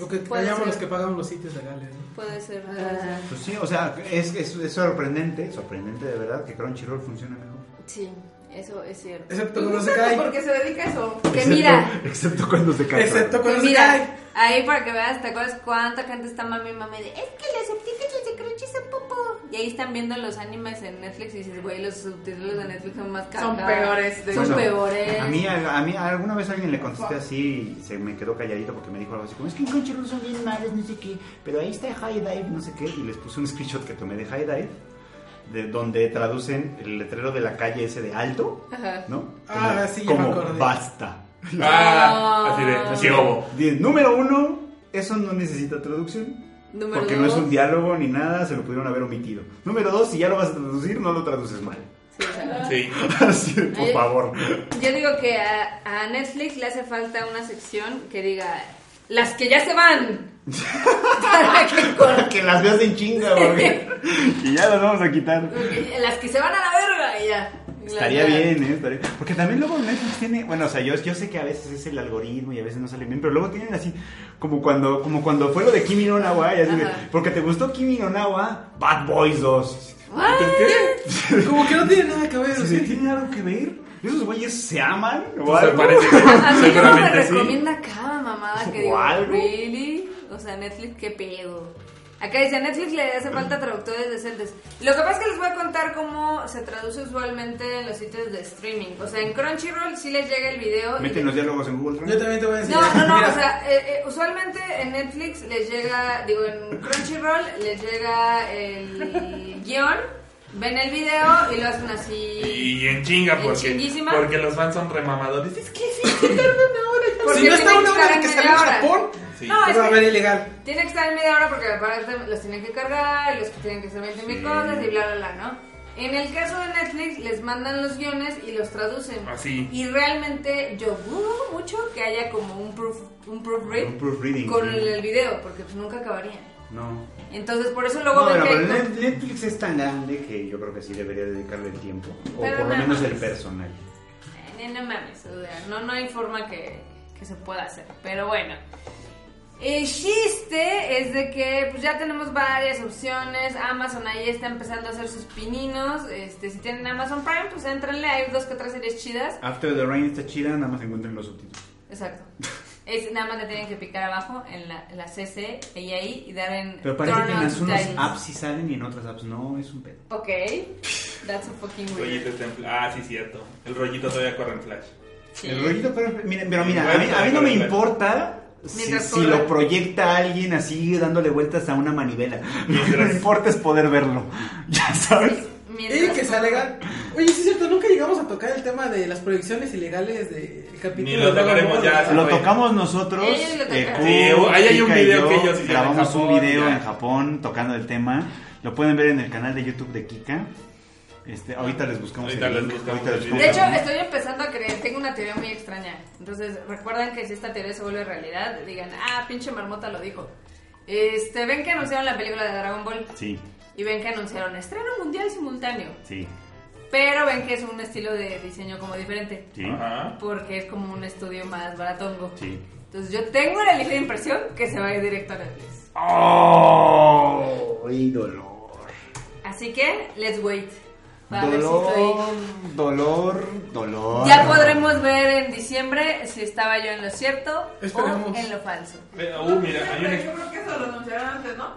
[SPEAKER 1] O que
[SPEAKER 2] Puede
[SPEAKER 1] callamos
[SPEAKER 2] ser.
[SPEAKER 1] los que pagamos los sitios legales. ¿no?
[SPEAKER 2] Puede ser. puede
[SPEAKER 5] Ah.
[SPEAKER 2] ser.
[SPEAKER 4] Pues sí, o sea, es, es, es sorprendente, sorprendente de verdad que Crunchyroll funciona mejor.
[SPEAKER 2] Sí, eso es cierto.
[SPEAKER 1] Excepto
[SPEAKER 5] Pues
[SPEAKER 1] cuando se
[SPEAKER 5] justo
[SPEAKER 1] cae.
[SPEAKER 5] porque se dedica a eso.
[SPEAKER 2] Que mira,
[SPEAKER 4] Excepto cuando se cae.
[SPEAKER 1] Excepto
[SPEAKER 2] que
[SPEAKER 1] cuando se
[SPEAKER 2] mira,
[SPEAKER 1] cae.
[SPEAKER 2] ahí para que veas, ¿te acuerdas cuánta gente está mami y mami de... Es que los subtítulos de Crunchy son popo. Y ahí están viendo los animes en Netflix y dices, güey, los subtítulos de Netflix son más caros.
[SPEAKER 5] Son peores, de
[SPEAKER 2] Son
[SPEAKER 5] hecho.
[SPEAKER 2] peores.
[SPEAKER 4] A mí, a, a mí alguna vez alguien le contesté así y se me quedó calladito porque me dijo algo así como, es que en Crunchyroll son bien malos, no sé qué, pero ahí está High Dive, no sé qué, y les puse un screenshot que tomé de High Dive, de donde traducen el letrero de la calle ese de alto,
[SPEAKER 2] Ajá.
[SPEAKER 4] ¿no?
[SPEAKER 1] Ah,
[SPEAKER 4] Como-
[SPEAKER 1] sí, ya me
[SPEAKER 4] como
[SPEAKER 1] acordé.
[SPEAKER 4] basta.
[SPEAKER 3] Ah, así de, sí, obo.
[SPEAKER 4] Dice, Número uno, eso no necesita traducción.
[SPEAKER 2] Número
[SPEAKER 4] porque no
[SPEAKER 2] dos.
[SPEAKER 4] es un diálogo ni nada, se lo pudieron haber omitido. Número dos, si ya lo vas a traducir, no lo traduces mal.
[SPEAKER 2] Sí, o sea,
[SPEAKER 3] Sí.
[SPEAKER 4] Así, de, por
[SPEAKER 2] Ay.
[SPEAKER 4] favor.
[SPEAKER 2] Yo digo que a, a Netflix le hace falta una sección que diga las que ya se van. Para que
[SPEAKER 4] Para
[SPEAKER 2] con-
[SPEAKER 4] que las veas en chinga, porque y ya las vamos a quitar.
[SPEAKER 2] las que se van a la verga y ya.
[SPEAKER 4] Estaría
[SPEAKER 2] Las-
[SPEAKER 4] bien, ¿eh? Estaría... Porque también luego Netflix tiene, bueno, o sea, yo, yo sé que a veces es el algoritmo y a veces no sale bien, pero luego tienen así, como cuando, como cuando fue lo de Kimi no Nawa, y así de,
[SPEAKER 2] Ajá.
[SPEAKER 4] porque te gustó Kimi no Nawa, Bad Boys 2.
[SPEAKER 2] Ah,
[SPEAKER 1] Como que no tiene nada que ver.
[SPEAKER 4] Pero
[SPEAKER 1] o
[SPEAKER 4] si
[SPEAKER 1] sea,
[SPEAKER 4] tiene algo que ver, esos güeyes se aman o
[SPEAKER 3] Pues,
[SPEAKER 4] algo.
[SPEAKER 3] parece que
[SPEAKER 2] A mí no me
[SPEAKER 3] seguramente sí.
[SPEAKER 2] recomienda cada mamada que
[SPEAKER 4] ¿O
[SPEAKER 2] digo,
[SPEAKER 4] algo?
[SPEAKER 2] ¿really? O sea, Netflix, qué pedo. Acá dice, a Netflix le hace falta traductores decentes. Lo que pasa es que les voy a contar cómo se traduce usualmente en los sitios de streaming. O sea, en Crunchyroll sí les llega el video. y
[SPEAKER 4] Meten los diálogos en Google
[SPEAKER 1] Yo
[SPEAKER 4] Translate.
[SPEAKER 1] también te voy a
[SPEAKER 2] No,
[SPEAKER 1] enseñar.
[SPEAKER 2] no, no,
[SPEAKER 1] Mira,
[SPEAKER 2] o sea, eh, eh, usualmente en Netflix les llega, digo, en Crunchyroll les llega el guión, ven el video y lo hacen así.
[SPEAKER 3] Y en chinga,
[SPEAKER 2] En
[SPEAKER 3] porque,
[SPEAKER 2] chinguísima.
[SPEAKER 3] porque los fans son remamadores. Es que sí.
[SPEAKER 2] Porque
[SPEAKER 1] si no está
[SPEAKER 2] tienen
[SPEAKER 1] una
[SPEAKER 2] que
[SPEAKER 1] hora
[SPEAKER 2] estar
[SPEAKER 1] de que
[SPEAKER 2] en
[SPEAKER 1] salió en
[SPEAKER 2] media hora.
[SPEAKER 1] Japón,
[SPEAKER 3] Sí.
[SPEAKER 2] No, es
[SPEAKER 1] va a
[SPEAKER 2] que
[SPEAKER 1] ver ilegal.
[SPEAKER 2] tiene que estar en media hora porque aparte los tienen que cargar y los que tienen que hacer 20 mil cosas y bla, bla, bla, ¿no? En el caso de Netflix les mandan los guiones y los traducen.
[SPEAKER 4] Ah,
[SPEAKER 3] Así.
[SPEAKER 2] Y realmente yo dudo mucho que haya como un proof, un proofread
[SPEAKER 4] Un proofreading,
[SPEAKER 2] con
[SPEAKER 4] sí.
[SPEAKER 2] el, el video porque pues nunca acabaría.
[SPEAKER 4] No.
[SPEAKER 2] Entonces por eso
[SPEAKER 4] No,
[SPEAKER 2] luego ven
[SPEAKER 4] pero,
[SPEAKER 2] que hay
[SPEAKER 4] pero
[SPEAKER 2] con-
[SPEAKER 4] Net- Netflix es tan grande que yo creo que sí debería dedicarle el tiempo. O
[SPEAKER 2] Pero
[SPEAKER 4] por lo
[SPEAKER 2] no
[SPEAKER 4] menos el
[SPEAKER 2] mames.
[SPEAKER 4] personal.
[SPEAKER 2] Ay, No, no mames, o sea, no, no hay forma que, que se pueda hacer. Pero bueno. El chiste es de que pues ya tenemos varias opciones. Amazon ahí está empezando a hacer sus pininos. Este, si tienen Amazon Prime, pues entrenle. Hay dos que tres series chidas.
[SPEAKER 4] After the Rain está chida, nada más encuentren los subtítulos.
[SPEAKER 2] Exacto. Es, nada más le tienen que picar abajo en la, en la CC y ahí y dar en.
[SPEAKER 4] Pero parece
[SPEAKER 2] turn
[SPEAKER 4] que en
[SPEAKER 2] on
[SPEAKER 4] las unas
[SPEAKER 2] titles.
[SPEAKER 4] apps sí salen y en otras apps no, es un pedo.
[SPEAKER 2] Ok. That's a fucking weird.
[SPEAKER 3] Rollito está en flash. Ah, sí, cierto. El rollito todavía corre en flash.
[SPEAKER 2] Sí.
[SPEAKER 4] El rollito, pero, miren, pero mira, a mí, a mí no me importa si,
[SPEAKER 2] Mientras
[SPEAKER 4] si
[SPEAKER 2] corra.
[SPEAKER 4] lo proyecta alguien así dándole vueltas a una manivela. Lo que me
[SPEAKER 3] Mientras-
[SPEAKER 4] importa es poder verlo. Ya sabes.
[SPEAKER 1] Y
[SPEAKER 2] Mientras-
[SPEAKER 1] que sea legal. Oye, sí es cierto, nunca llegamos a tocar el tema de las proyecciones ilegales del capítulo.
[SPEAKER 3] Ni lo
[SPEAKER 1] de Dragon
[SPEAKER 3] tocaremos
[SPEAKER 1] Ball.
[SPEAKER 3] ya.
[SPEAKER 4] Lo tocamos nosotros.
[SPEAKER 2] Ellos lo tocaron.
[SPEAKER 4] Kun,
[SPEAKER 3] Sí, ahí hay un
[SPEAKER 4] Kika y
[SPEAKER 3] video que ellos hicieron en
[SPEAKER 4] grabamos un
[SPEAKER 3] Japón,
[SPEAKER 4] video
[SPEAKER 3] ya.
[SPEAKER 4] en Japón tocando el tema. Lo pueden ver en el canal de YouTube de Kika. Este, ahorita les buscamos
[SPEAKER 3] Ahorita
[SPEAKER 4] el
[SPEAKER 3] les
[SPEAKER 4] link,
[SPEAKER 3] buscamos el
[SPEAKER 4] ahorita les
[SPEAKER 3] video.
[SPEAKER 2] De hecho,
[SPEAKER 4] buscamos.
[SPEAKER 2] estoy empezando a creer, tengo una teoría muy extraña. Entonces, recuerdan que si esta teoría se vuelve realidad, digan, ah, pinche marmota lo dijo. Este, ven que anunciaron la película de Dragon Ball
[SPEAKER 4] Sí,
[SPEAKER 2] y ven que anunciaron estreno mundial simultáneo,
[SPEAKER 4] sí,
[SPEAKER 2] pero ven que es un estilo de diseño como diferente,
[SPEAKER 4] sí,
[SPEAKER 3] Ajá.
[SPEAKER 2] porque es como un estudio más baratongo.
[SPEAKER 4] sí.
[SPEAKER 2] Entonces, yo tengo la ligera impresión que se va a ir directo a Netflix.
[SPEAKER 4] ¡Oh! ¡Y dolor!
[SPEAKER 2] Así que, let's wait. Para ver si estoy-
[SPEAKER 4] Dolor, dolor, dolor.
[SPEAKER 2] Ya podremos ver en diciembre si estaba yo en lo cierto o
[SPEAKER 1] Esperemos.
[SPEAKER 2] en lo falso.
[SPEAKER 3] Ve- Uh, mira, hay un.
[SPEAKER 5] Yo creo que eso lo anunciaron antes, ¿no?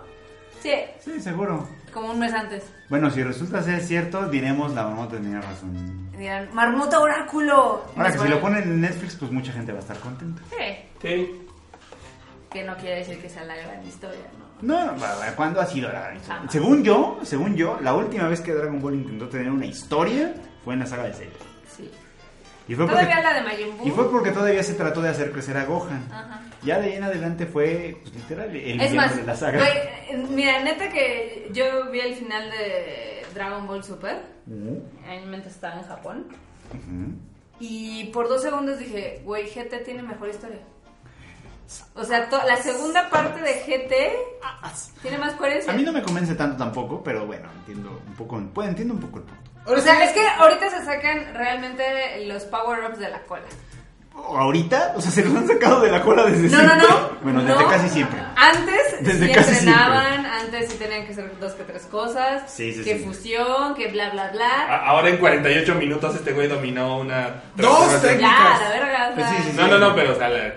[SPEAKER 2] Sí,
[SPEAKER 4] Sí, seguro.
[SPEAKER 2] Como un mes antes.
[SPEAKER 4] Bueno, si resulta ser cierto, diremos la mamá tenía razón.
[SPEAKER 2] Dirán, Marmota Oráculo.
[SPEAKER 4] Ahora
[SPEAKER 2] Nos
[SPEAKER 4] que si lo
[SPEAKER 2] ponen-
[SPEAKER 4] ponen en Netflix, pues mucha gente va a estar contenta.
[SPEAKER 2] Sí,
[SPEAKER 3] Sí.
[SPEAKER 2] que no quiere decir que sea la gran historia, ¿no?
[SPEAKER 4] No, no, para- ¿cuándo ha sido la gran historia?
[SPEAKER 2] Jamás.
[SPEAKER 4] Según yo, según yo, la última vez que Dragon Ball intentó tener una historia fue en la saga de Cell.
[SPEAKER 2] Sí.
[SPEAKER 4] Y fue porque,
[SPEAKER 2] Todavía la de Majin Buu.
[SPEAKER 4] y fue porque todavía se trató de hacer crecer a Gohan.
[SPEAKER 2] Ajá.
[SPEAKER 4] Ya de ahí en adelante fue, pues literal, el
[SPEAKER 2] Ah. Es
[SPEAKER 4] villano
[SPEAKER 2] más,
[SPEAKER 4] de la saga.
[SPEAKER 2] güey, eh, mira, neta que yo vi el final de Dragon Ball Super.
[SPEAKER 4] Ujú.
[SPEAKER 2] A mí mientras estaba en Japón.
[SPEAKER 4] Ujú.
[SPEAKER 2] Y por dos segundos dije, güey, GT tiene mejor historia. O sea, to- la segunda parte de GT tiene más coherencia.
[SPEAKER 4] A mí no me convence tanto tampoco, pero bueno, entiendo un poco, pues, entiendo un poco el punto.
[SPEAKER 2] O
[SPEAKER 1] Ahora sí,
[SPEAKER 2] sea, es que ahorita se sacan realmente los power-ups de la cola.
[SPEAKER 4] ¿Ahorita? O sea, se los han sacado de la cola desde
[SPEAKER 2] No, no,
[SPEAKER 4] siempre.
[SPEAKER 2] no.
[SPEAKER 4] Bueno, desde
[SPEAKER 2] No.
[SPEAKER 4] casi siempre.
[SPEAKER 2] Antes
[SPEAKER 4] Desde
[SPEAKER 2] sí
[SPEAKER 4] casi
[SPEAKER 2] entrenaban, antes sí tenían que hacer dos que tres cosas,
[SPEAKER 4] Sí, sí, Ah,
[SPEAKER 2] que
[SPEAKER 4] sí.
[SPEAKER 2] fusión, que bla, bla, bla.
[SPEAKER 3] A- Ahora en 48 minutos este güey dominó una.
[SPEAKER 1] Dos técnicas.
[SPEAKER 2] ya, la verga. o
[SPEAKER 4] Pues sí,
[SPEAKER 2] sea,
[SPEAKER 4] sí, sí.
[SPEAKER 3] No, no, no, pero o sea, la-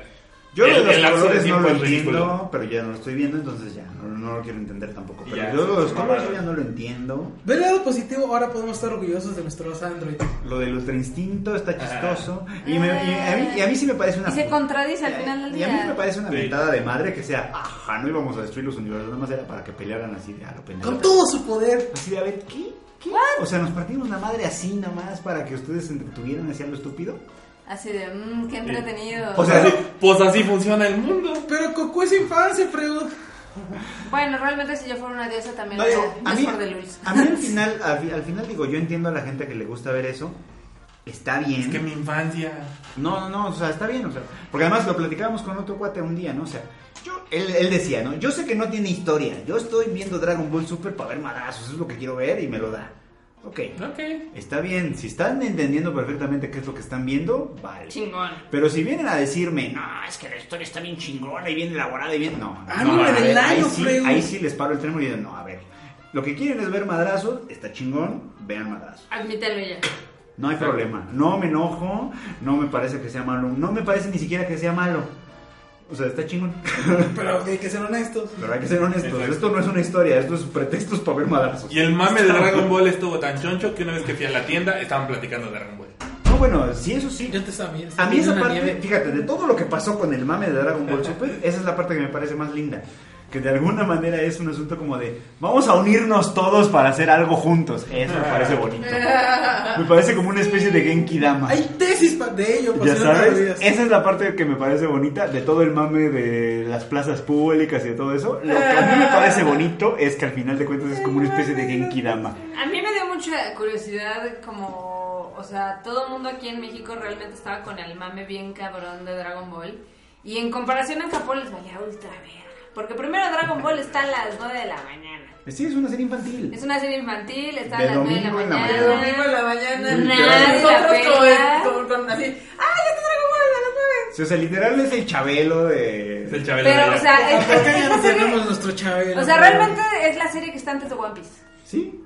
[SPEAKER 4] Yo
[SPEAKER 3] el-
[SPEAKER 4] lo de
[SPEAKER 3] el
[SPEAKER 4] los
[SPEAKER 3] lapso de
[SPEAKER 4] colores no
[SPEAKER 3] tiempo
[SPEAKER 4] lo
[SPEAKER 3] es ridículo.
[SPEAKER 4] entiendo, pero ya no lo estoy viendo, entonces ya, no, no lo quiero entender tampoco. Pero
[SPEAKER 3] Ya,
[SPEAKER 4] yo lo de los
[SPEAKER 3] se
[SPEAKER 4] colores yo
[SPEAKER 3] mamaron.
[SPEAKER 4] ya no lo entiendo.
[SPEAKER 1] Del lado positivo, ahora podemos estar orgullosos de nuestros Android.
[SPEAKER 4] Lo del ultra instinto está chistoso. Y, me- y a mí, y a mí sí me parece una.
[SPEAKER 2] Y se contradice al
[SPEAKER 4] y a-
[SPEAKER 2] final del
[SPEAKER 4] Y a mí
[SPEAKER 2] día.
[SPEAKER 4] me parece una
[SPEAKER 3] Sí.
[SPEAKER 4] mentada de madre que sea, ajá, no íbamos a destruir los universos, nada más era para que pelearan así de a lo pendejo.
[SPEAKER 1] Con todo su poder.
[SPEAKER 4] Así de, a ver, ¿qué? ¿Qué? O sea, nos partimos la madre así nomás para que ustedes se entretuvieran y hacían lo estúpido.
[SPEAKER 2] Así de, mmm, qué entretenido.
[SPEAKER 4] O sea,
[SPEAKER 3] Pues así- pues así funciona el mundo.
[SPEAKER 1] Pero Goku es infancia, Freud.
[SPEAKER 2] bueno, realmente si yo fuera una diosa también
[SPEAKER 4] No,
[SPEAKER 2] lo
[SPEAKER 4] digo,
[SPEAKER 2] haría.
[SPEAKER 4] a,
[SPEAKER 2] Dios
[SPEAKER 4] mí,
[SPEAKER 2] por de Luis.
[SPEAKER 4] a mí al final, al, fi- al final digo, yo entiendo a la gente que le gusta ver eso. Está bien.
[SPEAKER 3] Es que mi infancia.
[SPEAKER 4] No, no, no, o sea, está bien, o sea, porque además lo platicábamos con otro cuate un día, ¿no? O sea, yo, él, él decía, ¿no? Yo sé que no tiene historia, yo estoy viendo Dragon Ball Super para ver madrazos, eso es lo que quiero ver y me lo da. Ok,
[SPEAKER 3] Ok.
[SPEAKER 4] está bien, si están entendiendo perfectamente qué es lo que están viendo, vale.
[SPEAKER 2] Chingón.
[SPEAKER 4] Pero si vienen a decirme, no, es que la historia está bien chingona y bien elaborada y bien. No,
[SPEAKER 1] Ah,
[SPEAKER 4] no,
[SPEAKER 1] no,
[SPEAKER 4] a
[SPEAKER 1] del
[SPEAKER 4] ver, ahí,
[SPEAKER 1] año,
[SPEAKER 4] sí,
[SPEAKER 1] Freud.
[SPEAKER 4] ahí sí les paro el tren y digo, no, a ver. Lo que quieren es ver madrazos, está chingón, vean madrazos.
[SPEAKER 2] Admítelo ya.
[SPEAKER 4] No hay problema. No me enojo, no me parece que sea malo. No me parece ni siquiera que sea malo. O sea, está chingón.
[SPEAKER 1] Pero hay que ser honestos.
[SPEAKER 4] Pero hay que ser honestos.
[SPEAKER 3] Exacto.
[SPEAKER 4] Esto no es una historia, esto es pretextos para ver madrazos.
[SPEAKER 3] Y el mame de Dragon Ball estuvo tan choncho que una vez que fui a la tienda estaban platicando de Dragon Ball.
[SPEAKER 4] No, bueno, sí, eso sí.
[SPEAKER 1] Yo te sabía.
[SPEAKER 4] A mí esa
[SPEAKER 1] Una
[SPEAKER 4] parte,
[SPEAKER 1] nieve.
[SPEAKER 4] fíjate, de todo lo que pasó con el mame de Dragon Ball Super, esa es la parte que me parece más linda. Que de alguna manera es un asunto como de, vamos a unirnos todos para hacer algo juntos. Eso me parece bonito. Me parece como una especie de Genki Dama.
[SPEAKER 1] Hay tesis pa- de ello, por
[SPEAKER 4] Ya
[SPEAKER 1] si pues, no te
[SPEAKER 4] sabes,
[SPEAKER 1] olvidas.
[SPEAKER 4] esa es la parte que me parece bonita de todo el mame de las plazas públicas y de todo eso. Lo que a mí me parece bonito es que al final de cuentas es como una especie de Genki Dama.
[SPEAKER 2] A mí me dio mucha curiosidad como, o sea, todo el mundo aquí en México realmente estaba con el mame bien cabrón de Dragon Ball. Y en comparación en Japón les valía ultra verga. Porque primero Dragon Ball está a las 9 de la mañana.
[SPEAKER 4] Sí, es una serie infantil.
[SPEAKER 2] Es una serie infantil, está
[SPEAKER 4] De
[SPEAKER 2] a las 9 de la
[SPEAKER 4] domingo en la
[SPEAKER 2] mañana.
[SPEAKER 5] El domingo en la mañana.
[SPEAKER 2] Nadie la pela.
[SPEAKER 5] Ah. nosotros con, con- con- así. ¡Ah, ya te traigo huevos a las nueve!
[SPEAKER 4] Sí, O sea, literal es el chabelo
[SPEAKER 3] Es el
[SPEAKER 4] de...
[SPEAKER 3] Chabelo de
[SPEAKER 2] Pero, o
[SPEAKER 3] allá.
[SPEAKER 2] sea, es,
[SPEAKER 1] Acá
[SPEAKER 2] es
[SPEAKER 1] ya
[SPEAKER 2] la
[SPEAKER 1] no
[SPEAKER 2] serie-
[SPEAKER 1] tenemos nuestro Chabelo.
[SPEAKER 2] o sea, realmente es la serie que está antes de One Piece.
[SPEAKER 4] Sí.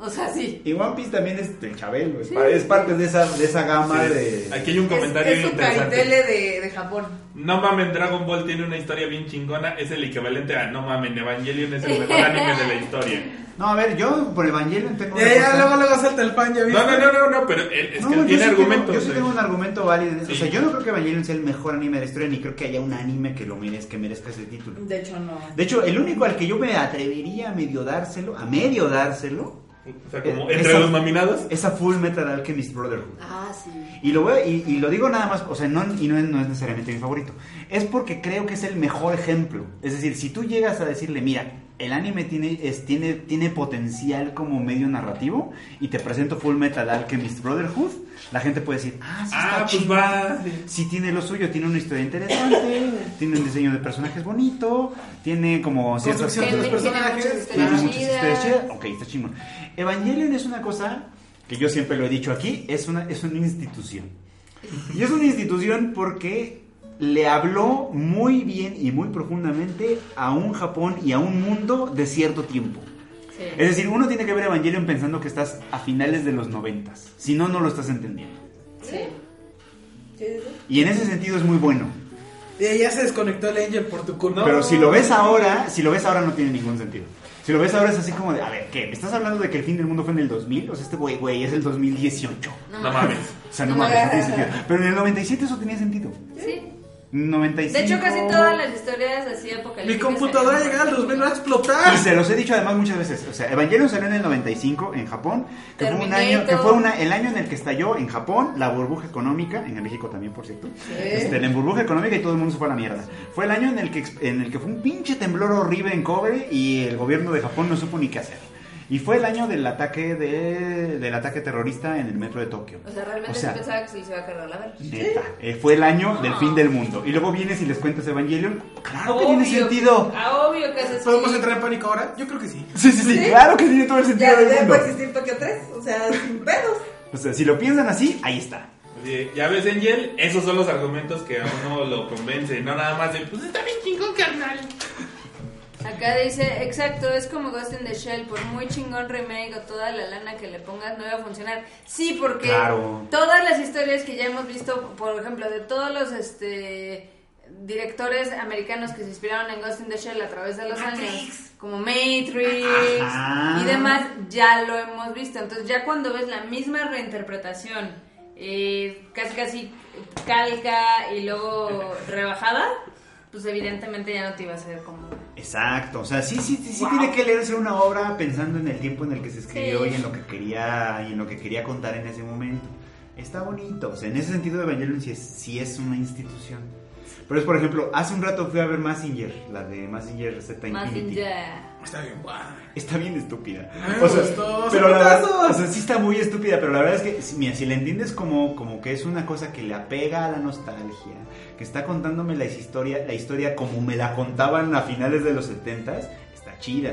[SPEAKER 2] O sea, sí.
[SPEAKER 4] Y One Piece también es el chabelo. Es, pa- es parte de esa, de esa gama
[SPEAKER 3] Sí,
[SPEAKER 4] de...
[SPEAKER 3] Aquí hay un comentario
[SPEAKER 5] Es, es su
[SPEAKER 3] interesante.
[SPEAKER 5] caritele de, de Japón.
[SPEAKER 3] No mamen, Dragon Ball tiene una historia bien chingona. Es el equivalente a No mamen, Evangelion es el mejor anime de la historia.
[SPEAKER 4] No, a ver, yo por Evangelion tengo... una
[SPEAKER 3] Eh,
[SPEAKER 1] Ya, ya,
[SPEAKER 4] cosa-
[SPEAKER 1] luego, luego salta el pan, ya viste.
[SPEAKER 3] No, no, no, no, no pero él- es
[SPEAKER 4] No,
[SPEAKER 3] que
[SPEAKER 4] yo
[SPEAKER 3] él tiene
[SPEAKER 4] sí tengo-
[SPEAKER 3] argumentos.
[SPEAKER 4] yo sí
[SPEAKER 3] eh.
[SPEAKER 4] tengo un argumento válido en eso. O sea,
[SPEAKER 3] Sí.
[SPEAKER 4] yo no creo que Evangelion sea el mejor anime de la historia, ni creo que haya un anime que lo merezca, que merezca ese título.
[SPEAKER 5] De hecho, no.
[SPEAKER 4] De hecho, el único al que yo me atrevería a medio dárselo, a medio dárselo,
[SPEAKER 3] O sea, como
[SPEAKER 4] Eh,
[SPEAKER 3] entre
[SPEAKER 4] esa-
[SPEAKER 3] los nominados.
[SPEAKER 4] es a Full Metal Alchemist Brotherhood.
[SPEAKER 2] Ah, sí.
[SPEAKER 4] Y lo, voy a- y, y lo digo nada más, o sea, no, y no es, no es necesariamente mi favorito. Es porque creo que es el mejor ejemplo. Es decir, si tú llegas a decirle, mira, el anime tiene, es, tiene, tiene potencial como medio narrativo y te presento Full Metal Alchemist Brotherhood, la gente puede decir, ah, sí está
[SPEAKER 3] Ah, pues
[SPEAKER 4] chido".
[SPEAKER 3] va.
[SPEAKER 4] Sí tiene lo suyo, tiene una historia interesante, tiene un diseño de personajes bonito, tiene como ciertas
[SPEAKER 1] Construcción de los
[SPEAKER 2] Tiene- tiene
[SPEAKER 1] personajes.
[SPEAKER 2] muchas
[SPEAKER 4] tiene
[SPEAKER 2] historias
[SPEAKER 4] muchas
[SPEAKER 2] chidas.
[SPEAKER 4] historias chidas. este Ok, está chingón. Evangelion es una cosa que yo siempre lo he dicho aquí, es una, es una institución. Y es una institución porque le habló muy bien y muy profundamente a un Japón y a un mundo de cierto tiempo.
[SPEAKER 2] Sí.
[SPEAKER 4] Es decir, uno tiene que ver Evangelion pensando que estás a finales de los noventas. Si no, no lo estás entendiendo.
[SPEAKER 2] Sí.
[SPEAKER 4] Y en ese sentido es muy bueno.
[SPEAKER 1] Y ya se desconectó el Angel por tu culpa.
[SPEAKER 4] Pero si lo ves ahora, si lo ves ahora no tiene ningún sentido. Si lo ves ahora es así como de, a ver, ¿qué? ¿Me estás hablando de que el fin del mundo fue en el 2000? O sea, este güey, güey, es el 2018.
[SPEAKER 3] No mames.
[SPEAKER 4] O sea, no,
[SPEAKER 2] No,
[SPEAKER 4] mames, no tiene
[SPEAKER 2] no, no.
[SPEAKER 4] sentido. Pero en el 97 eso tenía sentido.
[SPEAKER 2] Sí.
[SPEAKER 4] 95.
[SPEAKER 2] De hecho, casi todas las historias así apocalípticas.
[SPEAKER 1] Mi computadora
[SPEAKER 2] salieron.
[SPEAKER 1] llega al 2000 va a explotar.
[SPEAKER 4] Y se los he dicho además muchas veces. O sea, Evangelion salió en el 95 en Japón, que fue un año, que fue una- el año en el que estalló en Japón la burbuja económica, en México también, por cierto. Este, la burbuja económica y todo el mundo se fue a la mierda. Fue el año en el que ex- en el que fue un pinche temblor horrible en Kobe y el gobierno de Japón no supo ni qué hacer. Y fue el año del ataque de, del ataque terrorista en el metro de Tokio.
[SPEAKER 2] O sea, realmente
[SPEAKER 4] O sea,
[SPEAKER 2] yo pensaba que se les iba a cargar la verga.
[SPEAKER 4] Neta, eh, fue el año del fin del mundo. Y luego vienes y les cuentas Evangelion. Claro que tiene
[SPEAKER 2] Obvio.
[SPEAKER 4] sentido.
[SPEAKER 2] Ah, obvio que haces.
[SPEAKER 1] ¿Podemos entrar en pánico ahora? Yo creo que sí.
[SPEAKER 4] Sí, sí, sí, claro que tiene todo el sentido
[SPEAKER 6] Ya,
[SPEAKER 4] del
[SPEAKER 6] ya pues,
[SPEAKER 4] mundo.
[SPEAKER 6] puede existir Tokio 3, o sea, sin pedos.
[SPEAKER 4] O sea, si lo piensan así, ahí está.
[SPEAKER 3] Oye, Ya ves, Angel, esos son los argumentos que a uno lo convence, no nada más de, pues está bien chingón, carnal.
[SPEAKER 2] Acá dice, exacto, es como Ghost in the Shell, por muy chingón remake o toda la lana que le pongas no va a funcionar. Sí, porque
[SPEAKER 4] Claro.
[SPEAKER 2] todas las historias que ya hemos visto, por ejemplo, de todos los este directores americanos que se inspiraron en Ghost in the Shell a través de los años, como Matrix
[SPEAKER 4] Ajá.
[SPEAKER 2] y demás, ya lo hemos visto. Entonces ya cuando ves la misma reinterpretación, eh, casi casi calca y luego rebajada, pues evidentemente ya no te iba a ser como...
[SPEAKER 4] Exacto, o sea, sí, sí, sí, sí
[SPEAKER 2] Wow.
[SPEAKER 4] tiene que leerse una obra pensando en el tiempo en el que se escribió
[SPEAKER 2] Sí.
[SPEAKER 4] y en lo que quería y en lo que quería contar en ese momento. Está bonito, o sea, en ese sentido Evangelion sí es, sí es una institución. Pero es, por ejemplo, hace un rato fui a ver Massinger, la de Massinger Z
[SPEAKER 2] Más
[SPEAKER 4] Infinity.
[SPEAKER 2] ya.
[SPEAKER 1] Está bien, guau.
[SPEAKER 4] Está bien estúpida.
[SPEAKER 1] A mí Ah, me gustó,
[SPEAKER 4] pero la
[SPEAKER 1] ¡zapatazos!
[SPEAKER 4] verdad, o sea, sí está muy estúpida, pero la verdad es que, si- mira, si la entiendes como, como que es una cosa que le apega a la nostalgia, que está contándome la historia, la historia como me la contaban a finales de los 70s, está chida.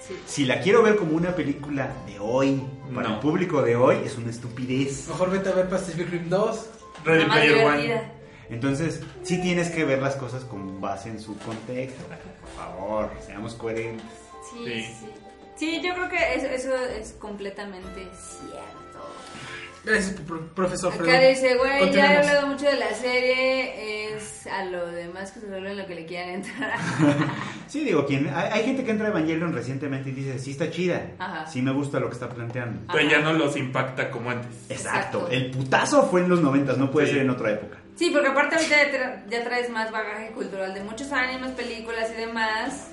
[SPEAKER 2] Sí.
[SPEAKER 4] Si la quiero ver como una película de hoy, para
[SPEAKER 3] No.
[SPEAKER 4] el público de hoy, es una estupidez.
[SPEAKER 1] Mejor vete a ver Pacific Rim 2.
[SPEAKER 3] Ready
[SPEAKER 2] La más
[SPEAKER 3] Player
[SPEAKER 2] divertida.
[SPEAKER 3] One.
[SPEAKER 4] Entonces, sí tienes que ver las cosas con base en su contexto. Por favor, seamos coherentes.
[SPEAKER 2] Sí,
[SPEAKER 3] Sí.
[SPEAKER 2] sí. sí. yo creo que es- eso es completamente cierto.
[SPEAKER 1] Gracias, pro- profesor
[SPEAKER 2] Acá
[SPEAKER 1] Fredo.
[SPEAKER 2] dice, güey, ya he
[SPEAKER 1] Continuemos.
[SPEAKER 2] hablado mucho de la serie, es a lo demás que se en lo que le quieran entrar.
[SPEAKER 4] Sí, digo, quien, hay, hay gente que entra a Evangelion recientemente y dice, sí está chida,
[SPEAKER 2] Ajá.
[SPEAKER 4] sí me gusta lo que está planteando.
[SPEAKER 3] Pero
[SPEAKER 2] Ajá.
[SPEAKER 3] ya no los impacta como antes.
[SPEAKER 4] Exacto.
[SPEAKER 2] Exacto.
[SPEAKER 4] el putazo fue en los noventas, no puede
[SPEAKER 3] Sí.
[SPEAKER 4] ser en otra época.
[SPEAKER 2] Sí, porque aparte ahorita ya, tra- ya traes más bagaje cultural de muchos animes, películas y demás.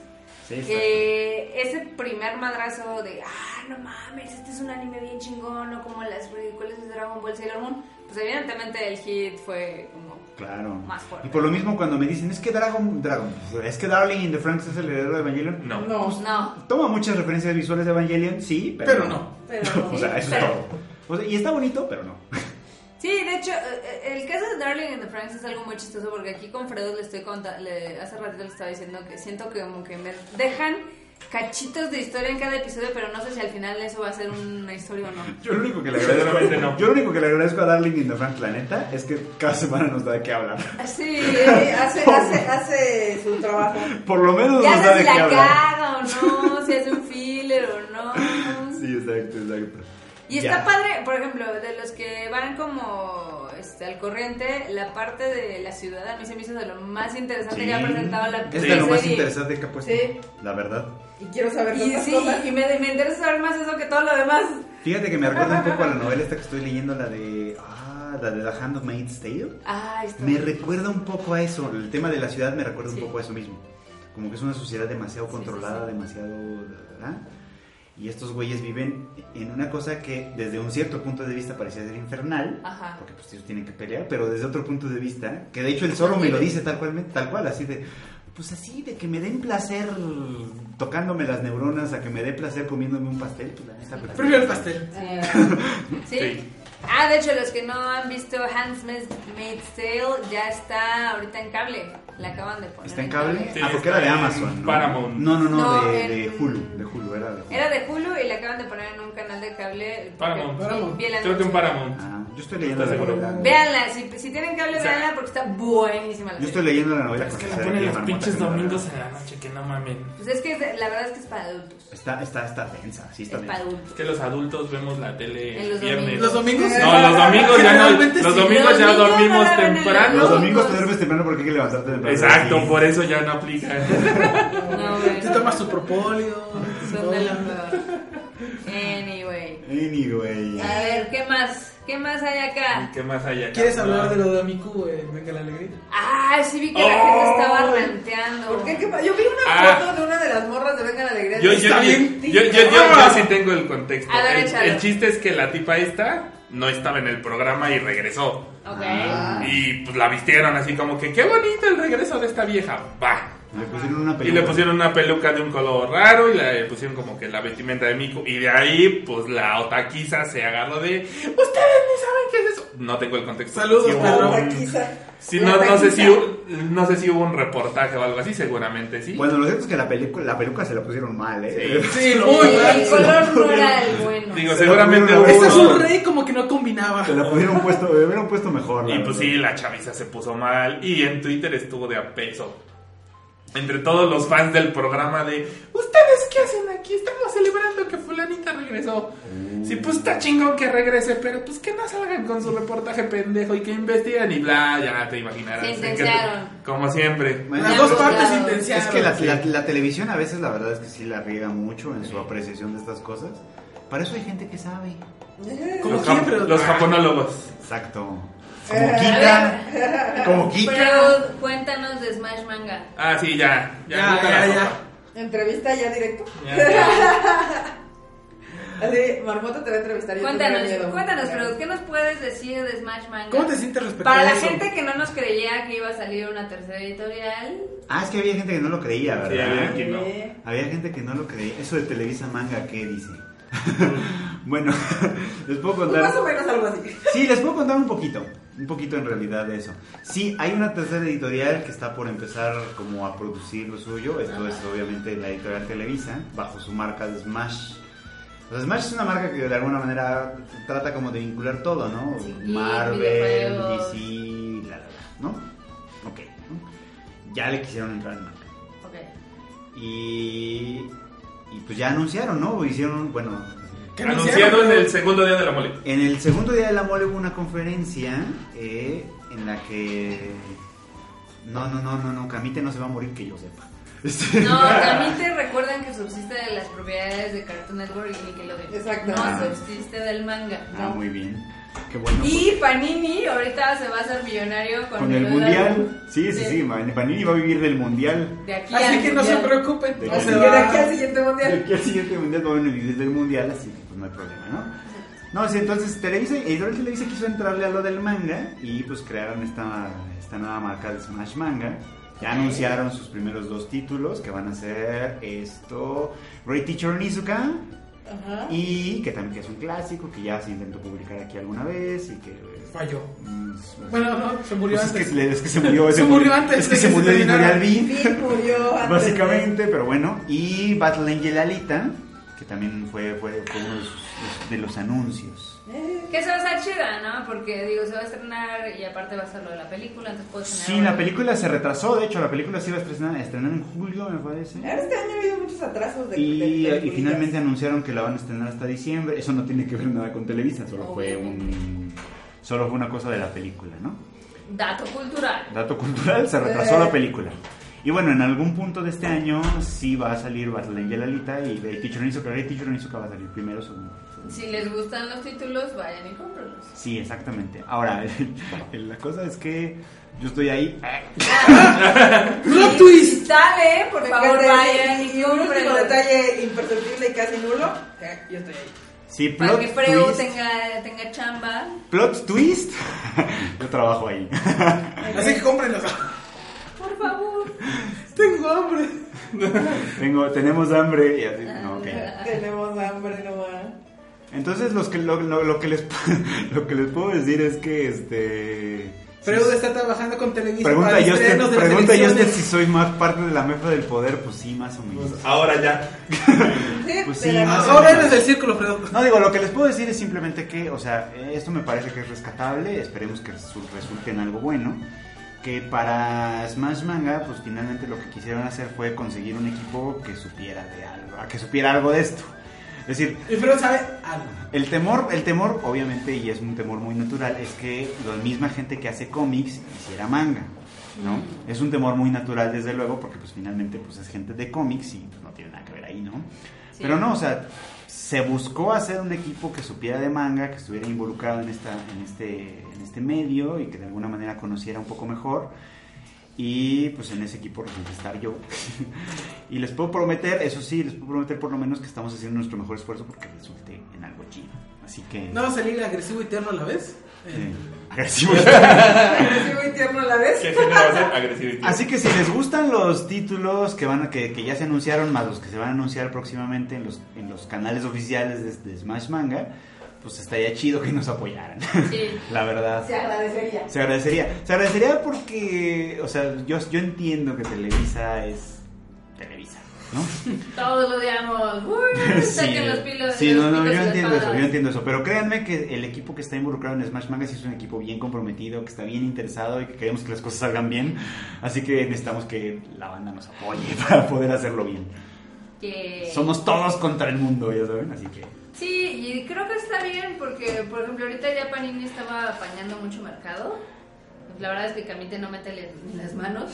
[SPEAKER 4] Sí,
[SPEAKER 2] Que ese primer madrazo de, ah, no mames, este es un anime bien chingón, o como las películas de Dragon Ball Sailor Moon, pues evidentemente el hit fue como...
[SPEAKER 4] Claro.
[SPEAKER 2] Más fuerte.
[SPEAKER 4] Y por lo mismo cuando me dicen, es que Dragon, Dragon, es que Darling in the Franks es el heredero de Evangelion.
[SPEAKER 3] No.
[SPEAKER 2] No,
[SPEAKER 4] Toma muchas referencias visuales de Evangelion, sí, pero,
[SPEAKER 1] Pero no.
[SPEAKER 6] Pero.
[SPEAKER 4] o sea, eso es
[SPEAKER 2] Pero-
[SPEAKER 4] todo. O sea, y está bonito, pero no.
[SPEAKER 2] Sí, de hecho, eh, eh, el caso de Darling in the Franks es algo muy chistoso porque aquí con Fredo le estoy contando, hace ratito le estaba diciendo que siento que como que me dejan cachitos de historia en cada episodio, pero no sé si al final eso va a ser una historia o no.
[SPEAKER 4] Yo lo único que le
[SPEAKER 3] Seguramente no.
[SPEAKER 4] yo lo único que le agradezco a Darling in the Franks, la neta, es que cada semana nos da de qué hablar.
[SPEAKER 2] Sí,
[SPEAKER 6] Sí,
[SPEAKER 5] eh,
[SPEAKER 6] hace, hace, hace su trabajo.
[SPEAKER 4] Por lo menos
[SPEAKER 2] ya
[SPEAKER 4] nos da
[SPEAKER 2] sé
[SPEAKER 4] de
[SPEAKER 2] si
[SPEAKER 4] qué
[SPEAKER 2] la
[SPEAKER 4] hablar.
[SPEAKER 2] caga o no, si hace un filler o no.
[SPEAKER 4] Sí, exacto, exacto.
[SPEAKER 2] Y
[SPEAKER 4] Ya.
[SPEAKER 2] está padre, por ejemplo, de los que van como este, al corriente, la parte de la ciudad a mí se me hizo de lo más interesante que ha presentado la
[SPEAKER 4] es de lo más
[SPEAKER 2] serie.
[SPEAKER 4] interesante que ha puesto.
[SPEAKER 6] Sí.
[SPEAKER 4] La verdad.
[SPEAKER 6] Y quiero saber
[SPEAKER 2] Y
[SPEAKER 6] tantas
[SPEAKER 2] sí,
[SPEAKER 6] cosas.
[SPEAKER 2] y me, me interesa saber más eso que todo lo demás.
[SPEAKER 4] Fíjate que me recuerda un poco a la novela esta que estoy leyendo, la de. Ah, la de The Handmaid's Tale.
[SPEAKER 2] Ah, está.
[SPEAKER 4] Me recuerda un poco a eso. El tema de la ciudad me recuerda
[SPEAKER 2] Sí.
[SPEAKER 4] un poco a eso mismo. Como que es una sociedad demasiado
[SPEAKER 2] Sí, sí,
[SPEAKER 4] controlada, demasiado. ¿verdad? Y estos güeyes viven en una cosa que desde un cierto punto de vista parecía ser infernal.
[SPEAKER 2] Ajá.
[SPEAKER 4] Porque pues ellos tienen que pelear, pero desde otro punto de vista, que de hecho el zorro me lo dice tal cual, tal cual, así de, pues así, de que me den placer tocándome las neuronas, a que me dé placer comiéndome un pastel, pues la neta prefiero
[SPEAKER 1] Primero el pastel.
[SPEAKER 2] ¿Sí?
[SPEAKER 3] Sí.
[SPEAKER 2] Ah, de hecho, los que no han visto Hans Maid's Tale ya está ahorita en cable. La acaban de poner.
[SPEAKER 4] ¿Está en cable?
[SPEAKER 3] Sí,
[SPEAKER 4] ah, porque era de
[SPEAKER 3] está en
[SPEAKER 4] Amazon. ¿no?
[SPEAKER 3] Paramount.
[SPEAKER 4] No, no, no,
[SPEAKER 2] No,
[SPEAKER 4] de, de
[SPEAKER 2] en-
[SPEAKER 4] Hulu. De Hulu, era de Hulu.
[SPEAKER 2] Era de Hulu y la acaban de poner en un canal de cable.
[SPEAKER 3] Paramount.
[SPEAKER 2] Sí,
[SPEAKER 1] Paramount.
[SPEAKER 2] vi el
[SPEAKER 3] Creo que en
[SPEAKER 2] anuncio.
[SPEAKER 3] Paramount.
[SPEAKER 4] Ah, yo estoy leyendo la
[SPEAKER 3] ¿Estás seguro?
[SPEAKER 4] novela.
[SPEAKER 2] Véanla, si, si tienen cable,
[SPEAKER 3] O sea,
[SPEAKER 2] véanla porque está buenísima la
[SPEAKER 4] Yo
[SPEAKER 2] serie.
[SPEAKER 4] estoy leyendo la novela.
[SPEAKER 3] Es que
[SPEAKER 4] porque
[SPEAKER 3] la
[SPEAKER 4] se ve
[SPEAKER 3] ponen
[SPEAKER 4] bien
[SPEAKER 3] los
[SPEAKER 4] marmota
[SPEAKER 3] pinches
[SPEAKER 4] que me la
[SPEAKER 3] domingos
[SPEAKER 4] verdad.
[SPEAKER 3] en la noche, que no mamen.
[SPEAKER 2] Pues es que es de- la verdad es que es para adultos.
[SPEAKER 4] Está, está, está densa, sí está
[SPEAKER 2] es para
[SPEAKER 4] densa.
[SPEAKER 3] Es
[SPEAKER 2] adultos.
[SPEAKER 3] que los adultos vemos la tele
[SPEAKER 2] En los
[SPEAKER 3] viernes.
[SPEAKER 1] ¿Los domingos?
[SPEAKER 3] No, los domingos ya no.
[SPEAKER 1] Generalmente
[SPEAKER 3] Los
[SPEAKER 1] sí.
[SPEAKER 3] domingos ya
[SPEAKER 2] Los domingos no
[SPEAKER 3] dormimos
[SPEAKER 2] la ven en
[SPEAKER 3] temprano.
[SPEAKER 2] la-
[SPEAKER 4] Los
[SPEAKER 2] No,
[SPEAKER 4] domingos
[SPEAKER 2] no.
[SPEAKER 4] te duermes temprano porque hay que levantarte temprano.
[SPEAKER 3] pues. Exacto,
[SPEAKER 4] Sí.
[SPEAKER 3] por eso ya no aplica.
[SPEAKER 2] No,
[SPEAKER 1] Te
[SPEAKER 2] güey.
[SPEAKER 1] tomas tu propóleo.
[SPEAKER 5] ¿Dónde la emperadora?
[SPEAKER 2] Anyway.
[SPEAKER 4] Anyway.
[SPEAKER 2] A ver, ¿qué más? ¿Qué más hay acá?
[SPEAKER 3] ¿Y qué más hay acá?
[SPEAKER 1] ¿Quieres hablar de lo de Amiku en Venga la Alegría?
[SPEAKER 2] Ah, sí vi que la gente estaba ranteando.
[SPEAKER 6] ¿Por qué? ¿Qué pa- Yo vi una
[SPEAKER 3] Ah.
[SPEAKER 6] foto de una de las morras de Venga la Alegría.
[SPEAKER 3] Yo, yo,
[SPEAKER 6] Está
[SPEAKER 3] yo,
[SPEAKER 6] bien
[SPEAKER 3] yo- yo-
[SPEAKER 6] tinta.
[SPEAKER 3] yo-
[SPEAKER 1] Ah.
[SPEAKER 3] yo sí tengo el contexto.
[SPEAKER 2] A ver,
[SPEAKER 3] el,
[SPEAKER 2] échalo.
[SPEAKER 3] el chiste es que la tipa esta no estaba en el programa y regresó.
[SPEAKER 2] Ok.
[SPEAKER 4] Ah.
[SPEAKER 3] Y pues la vistieron así como que, qué bonito el regreso de esta vieja. Va.
[SPEAKER 4] Le pusieron una
[SPEAKER 3] Y
[SPEAKER 4] película.
[SPEAKER 3] le pusieron una peluca de un color raro y le pusieron como que la vestimenta de Miku. Y de ahí, pues la otaquiza se agarró de. Ustedes ni saben qué es eso. No tengo el contexto.
[SPEAKER 1] Saludos,
[SPEAKER 3] Sí,
[SPEAKER 1] Pedro.
[SPEAKER 3] hubo
[SPEAKER 6] Ah,
[SPEAKER 3] un-
[SPEAKER 6] quizá.
[SPEAKER 3] sí, no, no sé si, hu- no sé si hubo un reportaje o algo así, seguramente sí.
[SPEAKER 4] Bueno, lo cierto es que la, pelicu- la peluca se la pusieron mal, ¿eh?
[SPEAKER 1] Sí, lo
[SPEAKER 2] Sí,
[SPEAKER 1] mal.
[SPEAKER 2] el color no era el bueno.
[SPEAKER 3] Digo,
[SPEAKER 4] Se
[SPEAKER 3] seguramente
[SPEAKER 4] la
[SPEAKER 3] hubo.
[SPEAKER 1] Este es
[SPEAKER 4] Seguro.
[SPEAKER 1] un rey como que no combinaba.
[SPEAKER 4] Se la pudieron puesto, le hubieran puesto mejor. la
[SPEAKER 3] Y pues
[SPEAKER 4] verdad.
[SPEAKER 3] sí, la chaviza se puso mal y en Twitter estuvo de a peso. Entre todos los fans del programa de ¿Ustedes qué hacen aquí? Estamos celebrando que fulanita regresó.
[SPEAKER 1] Uh.
[SPEAKER 3] Sí, pues está chingón que regrese, pero pues que no salgan con su reportaje pendejo y que investiguen y bla, ya te imaginarás.
[SPEAKER 2] Se
[SPEAKER 3] En que-
[SPEAKER 2] intensiaron.
[SPEAKER 3] como siempre.
[SPEAKER 4] Bueno,
[SPEAKER 1] Las
[SPEAKER 4] es-
[SPEAKER 1] dos
[SPEAKER 2] Claro.
[SPEAKER 1] partes
[SPEAKER 4] Es
[SPEAKER 1] intencionadas.
[SPEAKER 4] que la, la- la televisión a veces la verdad es que sí la riega mucho en su apreciación de estas cosas. Para eso hay gente que sabe.
[SPEAKER 1] Como
[SPEAKER 3] los, jap-
[SPEAKER 1] siempre.
[SPEAKER 3] los japonólogos.
[SPEAKER 4] Exacto. Como
[SPEAKER 6] Eh,
[SPEAKER 4] Kika. Como Kika.
[SPEAKER 2] Pero cuéntanos de Smash Manga.
[SPEAKER 3] Ah, sí, ya. Ya,
[SPEAKER 1] Ya,
[SPEAKER 3] nunca
[SPEAKER 1] ya,
[SPEAKER 3] la
[SPEAKER 1] ya.
[SPEAKER 3] sopa.
[SPEAKER 6] Entrevista ya directo.
[SPEAKER 3] Ya, ya.
[SPEAKER 6] Así, Marmota te va a entrevistar. yo
[SPEAKER 2] Cuéntanos,
[SPEAKER 6] tengo miedo.
[SPEAKER 2] cuéntanos, pero ¿qué nos puedes decir de Smash Manga?
[SPEAKER 1] ¿Cómo te sientes respecto
[SPEAKER 2] Para
[SPEAKER 1] a
[SPEAKER 2] la
[SPEAKER 1] eso?
[SPEAKER 2] gente que no nos creía que iba a salir una tercera editorial,
[SPEAKER 4] Ah, es que había gente que no lo creía,
[SPEAKER 3] Sí, había
[SPEAKER 4] ¿verdad?
[SPEAKER 3] que no.
[SPEAKER 6] Eh,
[SPEAKER 4] Había gente que no lo creía. Eso de Televisa Manga, ¿qué dice? bueno, les puedo
[SPEAKER 6] pues
[SPEAKER 4] contar.
[SPEAKER 6] más o menos algo así.
[SPEAKER 4] Sí, les puedo contar un poquito, un poquito en realidad de eso. Sí, hay una tercera editorial que está por empezar como a producir lo suyo, esto es obviamente la editorial Televisa, bajo su marca de Smash. O sea, Smash es una marca que de alguna manera trata como de vincular todo, ¿no?
[SPEAKER 2] Sí,
[SPEAKER 4] Marvel,
[SPEAKER 2] videojuegos.
[SPEAKER 4] DC, la la la, ¿no? Ok, ¿no? Ya le quisieron entrar en marca.
[SPEAKER 2] ok.
[SPEAKER 4] Y, y pues ya anunciaron, ¿no? Hicieron, bueno,
[SPEAKER 1] Que
[SPEAKER 3] Anunciado en el segundo día de la mole.
[SPEAKER 4] en el segundo día de la mole hubo una conferencia eh, en la que... No, no, no, no, no, Camite no se va a morir que yo sepa. Este,
[SPEAKER 2] No, también te recuerdan que subsiste de las propiedades de Cartoon Network y Nickelodeon.
[SPEAKER 6] Exacto.
[SPEAKER 2] No,
[SPEAKER 4] Ah.
[SPEAKER 2] subsiste del manga.
[SPEAKER 4] Ah, muy bien. Qué bueno. pues,
[SPEAKER 2] Y Panini ahorita se va a hacer millonario con,
[SPEAKER 4] Con el
[SPEAKER 2] deuda
[SPEAKER 4] mundial. Sí, sí,
[SPEAKER 2] de-
[SPEAKER 4] sí, Man- Panini va a vivir del mundial.
[SPEAKER 2] De aquí
[SPEAKER 1] Así
[SPEAKER 2] al
[SPEAKER 1] que no se
[SPEAKER 2] mundial.
[SPEAKER 1] preocupen.
[SPEAKER 4] De
[SPEAKER 1] no
[SPEAKER 4] que
[SPEAKER 1] se
[SPEAKER 6] Así que de
[SPEAKER 1] va.
[SPEAKER 6] aquí al siguiente
[SPEAKER 4] De
[SPEAKER 6] mundial.
[SPEAKER 4] aquí al siguiente mundial van a vivir del mundial, así que pues no hay problema, ¿no? No, sí, entonces Televisa, Editorial Televisa quiso entrarle a lo del manga y pues crearon esta, esta nueva marca de Smash Manga. Ya anunciaron sus primeros dos títulos que van a ser esto, Great Teacher Nizuka
[SPEAKER 6] Ajá.
[SPEAKER 4] y que también que es un clásico que ya se intentó publicar aquí alguna vez y que...
[SPEAKER 1] Falló.
[SPEAKER 4] mm, es-
[SPEAKER 1] Bueno, no, se murió
[SPEAKER 4] pues es,
[SPEAKER 1] antes.
[SPEAKER 4] que, es que se murió.
[SPEAKER 1] Se murió antes
[SPEAKER 4] Es
[SPEAKER 1] de
[SPEAKER 4] que se
[SPEAKER 1] que se
[SPEAKER 4] murió
[SPEAKER 1] terminara.
[SPEAKER 4] Editorial Beat.
[SPEAKER 6] Bill murió antes.
[SPEAKER 4] Básicamente, pero bueno. Y Battle Angel Alita, que también fue, fue, fue uno de, sus- de los anuncios.
[SPEAKER 6] de- Eh,
[SPEAKER 2] Que se va a estar chida, ¿no? Porque, digo, se va a estrenar y aparte va a ser lo de la película, entonces puedo estrenar
[SPEAKER 4] Sí,
[SPEAKER 2] una-
[SPEAKER 4] la película se retrasó, de hecho, la película se iba a estrenar, a estrenar en julio, me parece.
[SPEAKER 6] Este año ha habido muchos atrasos de de-
[SPEAKER 4] Y,
[SPEAKER 6] de-
[SPEAKER 4] y finalmente anunciaron que la van a estrenar hasta diciembre. Eso no tiene que ver nada con Televisa, solo fue un solo fue una cosa de la película, ¿no?
[SPEAKER 2] Dato cultural.
[SPEAKER 4] Dato cultural, se retrasó la película. Y bueno, en algún punto de este año sí va a salir Battle Angel Alita y Great Teacher Onizuka. Great Teacher Onizuka va a salir primero, segundo.
[SPEAKER 2] Si les gustan los títulos, vayan y cómprenlos.
[SPEAKER 4] Sí, exactamente. Ahora, la cosa es que yo estoy ahí.
[SPEAKER 1] ¡Plot twist!
[SPEAKER 2] Dale, por
[SPEAKER 6] Me
[SPEAKER 2] favor,
[SPEAKER 6] encanta
[SPEAKER 2] vayan
[SPEAKER 6] ese-
[SPEAKER 2] y
[SPEAKER 6] y un último
[SPEAKER 2] cómprenlos.
[SPEAKER 6] detalle imperceptible y casi nulo. Ya, Yo estoy ahí.
[SPEAKER 4] Sí,
[SPEAKER 2] Para
[SPEAKER 4] plot
[SPEAKER 2] que Freo
[SPEAKER 4] twist.
[SPEAKER 2] tenga, tenga chamba.
[SPEAKER 4] Plot twist. yo trabajo ahí.
[SPEAKER 1] Así que cómprenlos.
[SPEAKER 2] Por favor.
[SPEAKER 1] Tengo hambre.
[SPEAKER 4] Tengo, tenemos hambre y así. No, ok.
[SPEAKER 6] Tenemos hambre nomás.
[SPEAKER 4] Entonces, los que, lo, lo- lo que les, lo que les puedo decir es que este.
[SPEAKER 1] Freud está trabajando con Televisa
[SPEAKER 4] Pregunta
[SPEAKER 1] para los
[SPEAKER 4] yo este,
[SPEAKER 1] estrenos de las
[SPEAKER 4] pregunta yo este
[SPEAKER 1] elecciones.
[SPEAKER 4] si soy más parte de la mefa del poder, pues sí, más o menos.
[SPEAKER 3] Ahora ya.
[SPEAKER 4] Pues
[SPEAKER 6] de
[SPEAKER 4] sí,
[SPEAKER 6] la-
[SPEAKER 4] más o
[SPEAKER 1] Ahora
[SPEAKER 4] menos.
[SPEAKER 1] eres del círculo, Fredo.
[SPEAKER 4] No, digo, lo que les puedo decir es simplemente que, o sea, eh, esto me parece que es rescatable, esperemos que resu- resulte en algo bueno. Que para Smash Manga, pues finalmente lo que quisieron hacer fue conseguir un equipo que supiera de algo, que supiera algo de esto. Es decir,
[SPEAKER 1] Y Freud sabe algo.
[SPEAKER 4] el temor, el temor, obviamente, y es un temor muy natural, es que la misma gente que hace cómics hiciera manga. ¿no? Es un temor muy natural, desde luego, porque pues finalmente pues es gente de cómics y pues, no tiene nada que ver ahí, ¿no? Pero no, o sea, se buscó hacer un equipo que supiera de manga, que estuviera involucrado en, esta, en, este, en este medio y que de alguna manera conociera un poco mejor. Y pues en ese equipo resulta estar yo. y les puedo prometer, eso sí, les puedo prometer por lo menos que estamos haciendo nuestro mejor esfuerzo porque resulte en algo chido. Así que...
[SPEAKER 1] ¿No va a salir agresivo y tierno a la vez?
[SPEAKER 4] eh, agradecido.
[SPEAKER 6] Sí, muy tierno a la vez.
[SPEAKER 3] ¿Qué género va a ser? Agresivo y tierno.
[SPEAKER 4] Así que si les gustan los títulos que van a- que, que ya se anunciaron, más los que se van a anunciar próximamente en los, en los canales oficiales de, de Smash Manga, pues estaría chido que nos apoyaran.
[SPEAKER 2] Sí.
[SPEAKER 4] La verdad.
[SPEAKER 6] Se agradecería.
[SPEAKER 4] Se agradecería. Se agradecería porque, o sea, yo, yo entiendo que Televisa es Televisa, ¿no?
[SPEAKER 2] Todos lo odiamos. Uy, saquen los pilos.
[SPEAKER 4] sí,
[SPEAKER 2] los
[SPEAKER 4] no, no,
[SPEAKER 2] picos y
[SPEAKER 4] yo
[SPEAKER 2] las
[SPEAKER 4] entiendo eso,
[SPEAKER 2] espadas.
[SPEAKER 4] yo entiendo eso. Pero créanme que el equipo que está involucrado en Smash Manga sí es un equipo bien comprometido, que está bien interesado y que queremos que las cosas salgan bien. Así que necesitamos que la banda nos apoye para poder hacerlo bien.
[SPEAKER 2] Que-
[SPEAKER 4] Somos todos contra el mundo, ya saben, así que.
[SPEAKER 2] Sí, y creo que está bien porque, por ejemplo, ahorita ya Panini estaba apañando mucho mercado. La verdad es que Camite no mete le- las manos.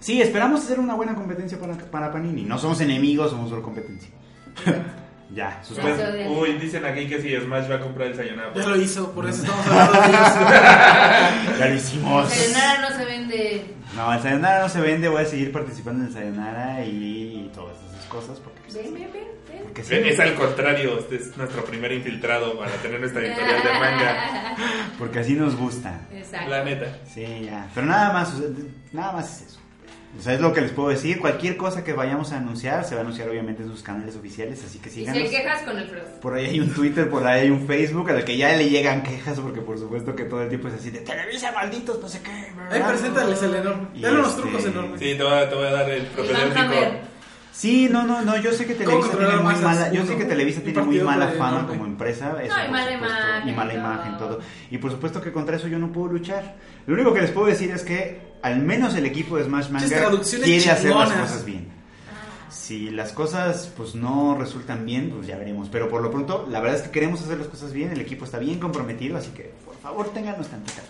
[SPEAKER 4] Sí, esperamos hacer una buena competencia para, para Panini. No somos enemigos, somos solo competencia. ya,
[SPEAKER 2] Ya se
[SPEAKER 4] suspenso.
[SPEAKER 2] odian.
[SPEAKER 3] Uy, dicen aquí que si Smash va a comprar el Sayonara.
[SPEAKER 1] Ya lo hizo, por eso estamos hablando de ellos.
[SPEAKER 4] Ya lo hicimos.
[SPEAKER 2] Serenara no se vende.
[SPEAKER 4] No, el Sayonara no se vende, voy a seguir participando en el Sayonara y, y todas esas cosas. Porque, pues,
[SPEAKER 2] Ven, ven, ven, ven.
[SPEAKER 4] porque sí,
[SPEAKER 3] Es al contrario, este es nuestro primer infiltrado para tener nuestra editorial de manga.
[SPEAKER 4] porque así nos gusta.
[SPEAKER 2] Exacto.
[SPEAKER 3] La neta.
[SPEAKER 4] Sí, ya. Pero nada más, o sea, nada más es eso. O sea, es lo que les puedo decir. Cualquier cosa que vayamos a anunciar, se va a anunciar obviamente en sus canales oficiales, así que
[SPEAKER 2] Y
[SPEAKER 4] síganos.
[SPEAKER 2] si hay quejas con el Frost.
[SPEAKER 4] Por ahí hay un Twitter, por ahí hay un Facebook al que ya le llegan quejas porque por supuesto que todo el tiempo es así de Televisa, malditos, no sé qué. bla, bla,
[SPEAKER 1] Ahí
[SPEAKER 4] bla".
[SPEAKER 1] preséntales el enorme.
[SPEAKER 4] Y
[SPEAKER 1] Dale unos
[SPEAKER 4] este-
[SPEAKER 1] trucos enormes.
[SPEAKER 3] Sí, te voy a, te voy a dar el
[SPEAKER 2] Hammer.
[SPEAKER 3] propedéutico.
[SPEAKER 4] Sí, no, no, no, yo sé que Televisa
[SPEAKER 1] controlar
[SPEAKER 4] tiene muy
[SPEAKER 1] masas?
[SPEAKER 4] mala, yo
[SPEAKER 1] Uno.
[SPEAKER 4] sé que Televisa
[SPEAKER 1] Un
[SPEAKER 4] tiene muy
[SPEAKER 1] partido
[SPEAKER 4] mala
[SPEAKER 1] para el
[SPEAKER 4] fama
[SPEAKER 1] norte.
[SPEAKER 4] como empresa, eso
[SPEAKER 2] y
[SPEAKER 4] por
[SPEAKER 2] mala
[SPEAKER 4] supuesto,
[SPEAKER 2] imagen,
[SPEAKER 4] y mala
[SPEAKER 2] todo.
[SPEAKER 4] imagen todo. Y por supuesto que contra eso yo no puedo luchar. Lo único que les puedo decir es que al menos el equipo de Smash Manga
[SPEAKER 1] Muchas traducciones
[SPEAKER 4] quiere hacer las
[SPEAKER 1] chingonas.
[SPEAKER 4] cosas bien.
[SPEAKER 2] Ah.
[SPEAKER 4] Si las cosas pues no resultan bien, pues ya veremos, pero por lo pronto la verdad es que queremos hacer las cosas bien, el equipo está bien comprometido, así que por favor, ténganos tantita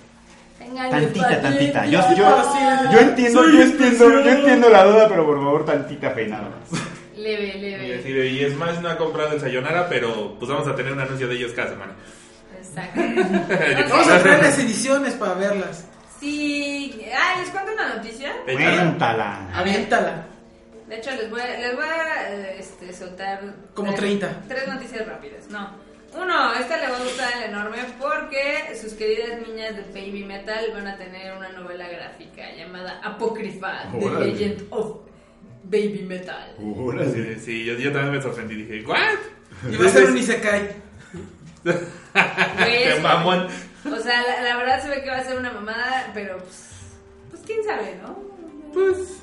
[SPEAKER 2] Tengan
[SPEAKER 4] Tantita, tantita. Yo,
[SPEAKER 1] Yo-
[SPEAKER 4] yo, yo entiendo,
[SPEAKER 1] Soy
[SPEAKER 4] yo entiendo, yo
[SPEAKER 1] especial.
[SPEAKER 4] entiendo la duda, pero por favor, tantita fe nada más.
[SPEAKER 2] Leve,
[SPEAKER 3] Y así
[SPEAKER 2] leve.
[SPEAKER 3] de, y Smash no ha comprado el Sayonara, pero pues vamos a tener un anuncio de ellos cada semana.
[SPEAKER 2] Exacto.
[SPEAKER 1] Vamos a
[SPEAKER 2] Ok.
[SPEAKER 1] traer las ediciones para verlas.
[SPEAKER 2] Sí. Ah, les cuento una noticia.
[SPEAKER 3] Échala.
[SPEAKER 4] Cuéntala.
[SPEAKER 1] Aviéntala.
[SPEAKER 2] De hecho, les voy a, les voy a eh, este, soltar.
[SPEAKER 1] Como
[SPEAKER 2] tres-
[SPEAKER 1] 30.
[SPEAKER 2] Tres noticias rápidas, no. Uno, esta le va a gustar al enorme porque sus queridas niñas de Baby Metal van a tener una novela gráfica llamada Apócrifa: The
[SPEAKER 4] Órale.
[SPEAKER 2] Legend of Baby Metal.
[SPEAKER 3] Sí, sí, yo, yo también me sorprendí. Dije, ¿what?
[SPEAKER 1] Y
[SPEAKER 4] Pues
[SPEAKER 1] va a ser un Isekai.
[SPEAKER 2] Güey,
[SPEAKER 3] ¡Qué
[SPEAKER 2] sí.
[SPEAKER 3] mamón!
[SPEAKER 2] Pues, O sea, la, la verdad se ve que va a ser una mamada, pero pues, pues quién sabe, ¿no?
[SPEAKER 3] Pues.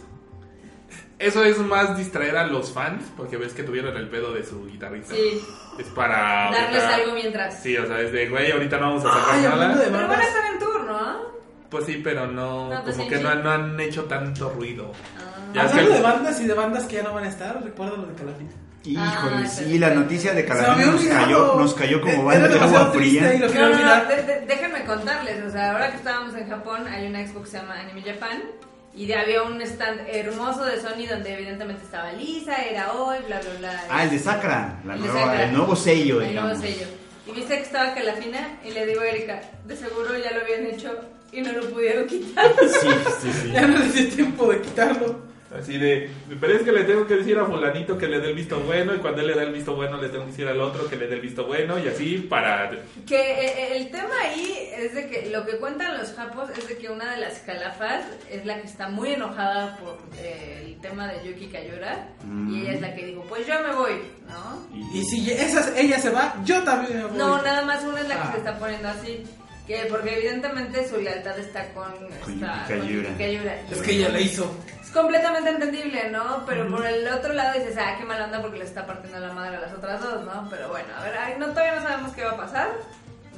[SPEAKER 3] Eso es más distraer a los fans, porque ves que tuvieron el pedo de su guitarrista.
[SPEAKER 2] Sí,
[SPEAKER 3] Es para.
[SPEAKER 2] darles
[SPEAKER 3] ahorita-
[SPEAKER 2] algo mientras.
[SPEAKER 3] Sí, o sea, es de, güey, ahorita no vamos a sacar
[SPEAKER 1] Ay,
[SPEAKER 3] nada.
[SPEAKER 1] hablando de
[SPEAKER 2] Pero van a
[SPEAKER 1] bandas.
[SPEAKER 2] estar en turno,
[SPEAKER 3] Pues sí, pero no.
[SPEAKER 2] No, pues
[SPEAKER 3] como
[SPEAKER 2] sí,
[SPEAKER 3] que
[SPEAKER 2] sí.
[SPEAKER 3] No, no han hecho tanto ruido.
[SPEAKER 2] Ah.
[SPEAKER 3] Ya es que-
[SPEAKER 1] Hablando de bandas y de bandas que ya no van a estar, recuerda lo de Calafita.
[SPEAKER 4] Híjole,
[SPEAKER 2] Ah,
[SPEAKER 4] sí,
[SPEAKER 2] perfecto.
[SPEAKER 4] la noticia
[SPEAKER 1] Se
[SPEAKER 4] de
[SPEAKER 1] me
[SPEAKER 4] Calamina
[SPEAKER 1] había
[SPEAKER 4] nos cayó,
[SPEAKER 1] olvidado.
[SPEAKER 4] nos cayó como
[SPEAKER 1] Era
[SPEAKER 4] balde de
[SPEAKER 1] demasiado
[SPEAKER 4] agua
[SPEAKER 1] triste
[SPEAKER 4] fría.
[SPEAKER 1] y lo
[SPEAKER 2] No,
[SPEAKER 1] quería
[SPEAKER 2] no, no,
[SPEAKER 1] olvidar.
[SPEAKER 2] de- de- déjenme contarles, o sea, ahora que estábamos en Japón hay una expo que se llama Anime Japan y de- había un stand hermoso de Sony donde evidentemente estaba Lisa, era hoy, bla, bla, bla.
[SPEAKER 4] Ah, el de Sacra, la
[SPEAKER 2] El de
[SPEAKER 4] nueva-
[SPEAKER 2] Sakura.
[SPEAKER 4] el nuevo sello,
[SPEAKER 2] El nuevo
[SPEAKER 4] digamos.
[SPEAKER 2] sello. Y viste que estaba Calafina y le digo a Erika, de seguro ya lo habían hecho y no lo pudieron quitar.
[SPEAKER 4] Sí, sí, sí.
[SPEAKER 1] Ya no les dio tiempo de quitarlo.
[SPEAKER 3] Así de, pero es que le tengo que decir a fulanito que le dé el visto bueno y cuando él le da el visto bueno le tengo que decir al otro que le dé el visto bueno y así para...
[SPEAKER 2] Que eh, eh, el tema ahí es de que lo que cuentan los japos es de que una de las calafas es la que está muy enojada por eh, el tema de Yuki Kayura
[SPEAKER 4] Mm.
[SPEAKER 2] y ella es la que dijo, pues yo me voy, ¿no?
[SPEAKER 1] Y si esas, ella se va, yo también me voy.
[SPEAKER 2] No, nada más una es la que
[SPEAKER 1] Ah.
[SPEAKER 2] se está poniendo así. Que porque evidentemente su lealtad está con,
[SPEAKER 4] Con
[SPEAKER 2] esta-
[SPEAKER 4] Yuki Kayura.
[SPEAKER 2] Yuki Kayura. Y
[SPEAKER 1] Es que ella la hizo.
[SPEAKER 2] es completamente entendible, ¿no? Pero por el otro lado dices, ah, qué mala onda porque le está partiendo la madre a las otras dos, ¿no? Pero bueno, a ver, ay, no, todavía no sabemos qué va a pasar.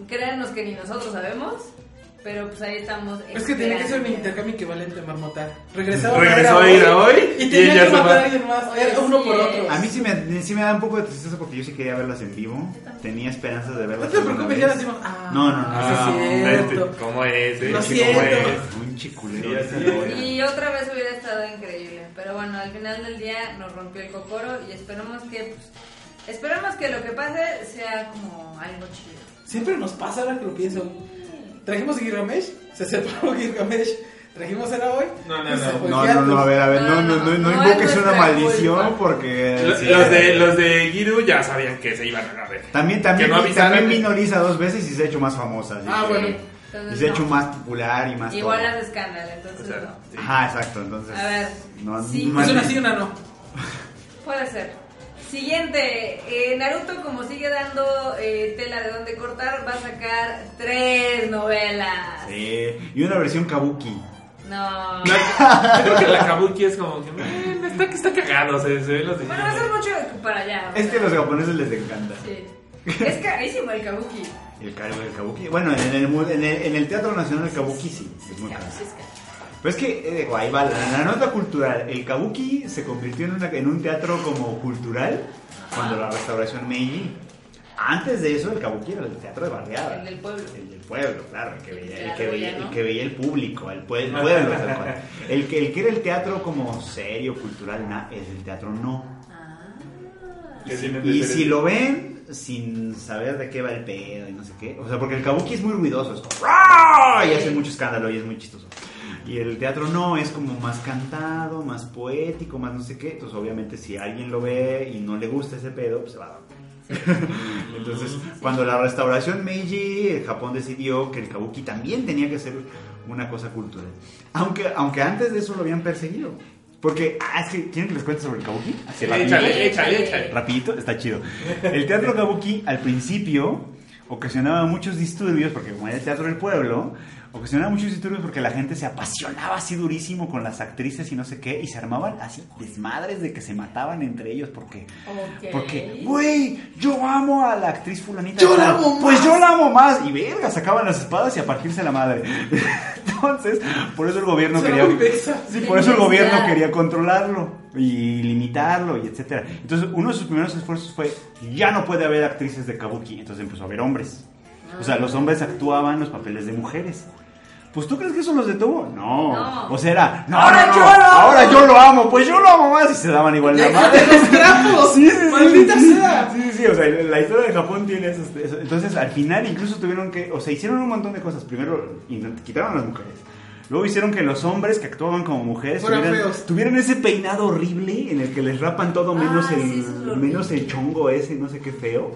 [SPEAKER 2] Créanos que ni nosotros sabemos. Pero pues ahí estamos.
[SPEAKER 1] Es que tenía que ser un
[SPEAKER 2] esperando.
[SPEAKER 1] intercambio equivalente a marmotar. Regresaba
[SPEAKER 3] Regresó
[SPEAKER 1] a
[SPEAKER 3] a ir a hoy
[SPEAKER 1] y tenía que
[SPEAKER 3] se
[SPEAKER 1] matar a
[SPEAKER 3] va.
[SPEAKER 1] alguien más.
[SPEAKER 2] Oye,
[SPEAKER 1] Era uno
[SPEAKER 2] sí,
[SPEAKER 1] por
[SPEAKER 2] eh.
[SPEAKER 1] otro.
[SPEAKER 4] A mí sí me, sí me da un poco de tristeza porque yo sí quería verlas en vivo. Tenía esperanzas de
[SPEAKER 1] No
[SPEAKER 4] verlas.
[SPEAKER 1] te
[SPEAKER 4] alguna
[SPEAKER 1] preocupes, ya
[SPEAKER 4] vez.
[SPEAKER 1] las dimos. Ah,
[SPEAKER 4] No, no, no.
[SPEAKER 1] Ah, sí es
[SPEAKER 3] este,
[SPEAKER 1] cierto.
[SPEAKER 3] ¿Cómo es? eh?
[SPEAKER 1] Lo
[SPEAKER 3] ¿Cómo
[SPEAKER 1] siento.
[SPEAKER 3] es?
[SPEAKER 4] Pues, Un chiculero.
[SPEAKER 3] Sí,
[SPEAKER 4] esa
[SPEAKER 3] así
[SPEAKER 4] novela.
[SPEAKER 3] es.
[SPEAKER 2] Y otra vez hubiera estado increíble. Pero bueno, al final del día nos rompió el cocoro y esperamos que, pues, esperamos que lo que pase sea como algo chido.
[SPEAKER 1] Siempre nos pasa ahora que lo pienso. Trajimos a Gilgamesh, se separó Gilgamesh. Trajimos a Hoy.
[SPEAKER 3] No, no,
[SPEAKER 1] pues,
[SPEAKER 3] no.
[SPEAKER 1] se fue
[SPEAKER 4] No, no, no, a ver, a ver, no, no, no, no
[SPEAKER 2] No,
[SPEAKER 4] invoques
[SPEAKER 2] no es
[SPEAKER 4] una
[SPEAKER 2] nuestra
[SPEAKER 4] maldición
[SPEAKER 2] culpa.
[SPEAKER 4] porque...
[SPEAKER 3] Los,
[SPEAKER 4] sí.
[SPEAKER 3] los de, los de Giru ya sabían que se iban a ganar.
[SPEAKER 4] También, también,
[SPEAKER 3] Que no avisaran.
[SPEAKER 4] también minoriza dos veces y se ha hecho más famosa. así
[SPEAKER 1] Ah,
[SPEAKER 4] que-
[SPEAKER 1] bueno.
[SPEAKER 4] Y
[SPEAKER 2] Entonces,
[SPEAKER 4] se ha hecho
[SPEAKER 2] no.
[SPEAKER 4] más popular y más
[SPEAKER 2] Igual
[SPEAKER 4] todo.
[SPEAKER 2] las de escándalo,
[SPEAKER 3] O
[SPEAKER 2] entonces
[SPEAKER 3] sea,
[SPEAKER 2] no.
[SPEAKER 3] sí.
[SPEAKER 4] Ajá, exacto, entonces...
[SPEAKER 2] A ver,
[SPEAKER 4] no-
[SPEAKER 2] sí.
[SPEAKER 4] no
[SPEAKER 1] Es una
[SPEAKER 4] es-
[SPEAKER 1] sí, una no.
[SPEAKER 2] Puede ser. Siguiente, eh, Naruto como sigue dando eh, tela de donde cortar, va a sacar tres novelas.
[SPEAKER 4] Sí, y una versión kabuki.
[SPEAKER 2] No.
[SPEAKER 3] Yo creo que la Kabuki es como que "Man, está, está cagado, se, se ven los de
[SPEAKER 2] Bueno, eso es mucho de- para allá. o
[SPEAKER 4] Es que
[SPEAKER 2] sea,
[SPEAKER 4] a los japoneses les encanta.
[SPEAKER 2] sí. Es carísimo el kabuki.
[SPEAKER 4] El cargo del kabuki. Bueno, en el, mu- en el, en el Teatro Nacional del Kabuki sí, es muy caro.
[SPEAKER 2] Sí, es caro.
[SPEAKER 4] Pero es que, eh, digo, ahí va la, la nota cultural. El kabuki se convirtió en, una- en un teatro como cultural cuando la restauración Meiji. Antes de eso, el kabuki era el teatro de barriada.
[SPEAKER 2] El del pueblo.
[SPEAKER 4] El del pueblo, claro. El que veía el,
[SPEAKER 2] Claro,
[SPEAKER 4] que veía,
[SPEAKER 2] ya no.
[SPEAKER 4] el, que veía el público, el pue- el pueblo. tal cual. el, que, el que era el teatro como serio, cultural, na- es el teatro no.
[SPEAKER 2] Ah.
[SPEAKER 3] Que tienen
[SPEAKER 4] Y
[SPEAKER 3] diferentes-
[SPEAKER 4] si lo ven sin saber de qué va el pedo y no sé qué. O sea, porque el kabuki es muy ruidoso, es como ¡ah! y hace mucho escándalo y es muy chistoso. Y el teatro no, es como más cantado, más poético, más no sé qué. Entonces, obviamente, si alguien lo ve y no le gusta ese pedo, pues se va a dar. Entonces, cuando la restauración Meiji, el Japón decidió que el kabuki también tenía que ser una cosa cultural. Aunque, aunque antes de eso lo habían perseguido. Porque, ah, es que, ¿quieren que les cuente sobre el kabuki? Así
[SPEAKER 3] Sí,
[SPEAKER 4] rapidito.
[SPEAKER 3] Échale, échale, échale.
[SPEAKER 4] Rapidito, está chido. El teatro kabuki al principio ocasionaba muchos disturbios, porque como era el teatro del pueblo, ocasionaba muchos disturbios porque la gente se apasionaba así durísimo con las actrices y no sé qué, y se armaban así desmadres de que se mataban entre ellos porque...
[SPEAKER 2] Ok.
[SPEAKER 4] Porque, güey, yo amo a la actriz fulanita.
[SPEAKER 1] Yo
[SPEAKER 4] de
[SPEAKER 1] la
[SPEAKER 4] tal.
[SPEAKER 1] amo
[SPEAKER 4] Pues
[SPEAKER 1] más.
[SPEAKER 4] yo la amo más. Y verga, sacaban las espadas y a partirse la madre. Entonces, por eso el gobierno
[SPEAKER 1] Suena
[SPEAKER 4] quería...
[SPEAKER 1] muy mexa.
[SPEAKER 4] Sí, por eso el
[SPEAKER 2] Limitar.
[SPEAKER 4] gobierno quería controlarlo y limitarlo y etcétera. Entonces, uno de sus primeros esfuerzos fue, ya no puede haber actrices de kabuki, entonces empezó a haber hombres. O sea, los hombres actuaban los papeles de mujeres. Pues tú crees que eso los detuvo? No.
[SPEAKER 2] No.
[SPEAKER 4] O sea, era, "No,
[SPEAKER 1] Ahora
[SPEAKER 4] no, no,
[SPEAKER 1] yo lo amo".
[SPEAKER 4] ahora yo lo amo, pues yo lo amo más y se daban igual la madre.
[SPEAKER 1] ¡Déjate los trapos!
[SPEAKER 4] Sí, sí, sí,
[SPEAKER 1] ¡Maldita
[SPEAKER 4] sí,
[SPEAKER 1] sea!
[SPEAKER 4] Sí, sí, sí, o sea, la historia de Japón tiene eso, eso. Entonces, al final incluso tuvieron que, o sea, hicieron un montón de cosas. Primero intent- quitaron a las mujeres. Luego hicieron que los hombres que actuaban como mujeres
[SPEAKER 1] Fueran
[SPEAKER 4] tuvieran,
[SPEAKER 1] feos.
[SPEAKER 4] tuvieran ese peinado horrible en el que les rapan todo menos,
[SPEAKER 1] Ah,
[SPEAKER 2] Ay,
[SPEAKER 4] el,
[SPEAKER 2] sí, eso es horrible.
[SPEAKER 4] menos el chongo ese, no sé qué feo.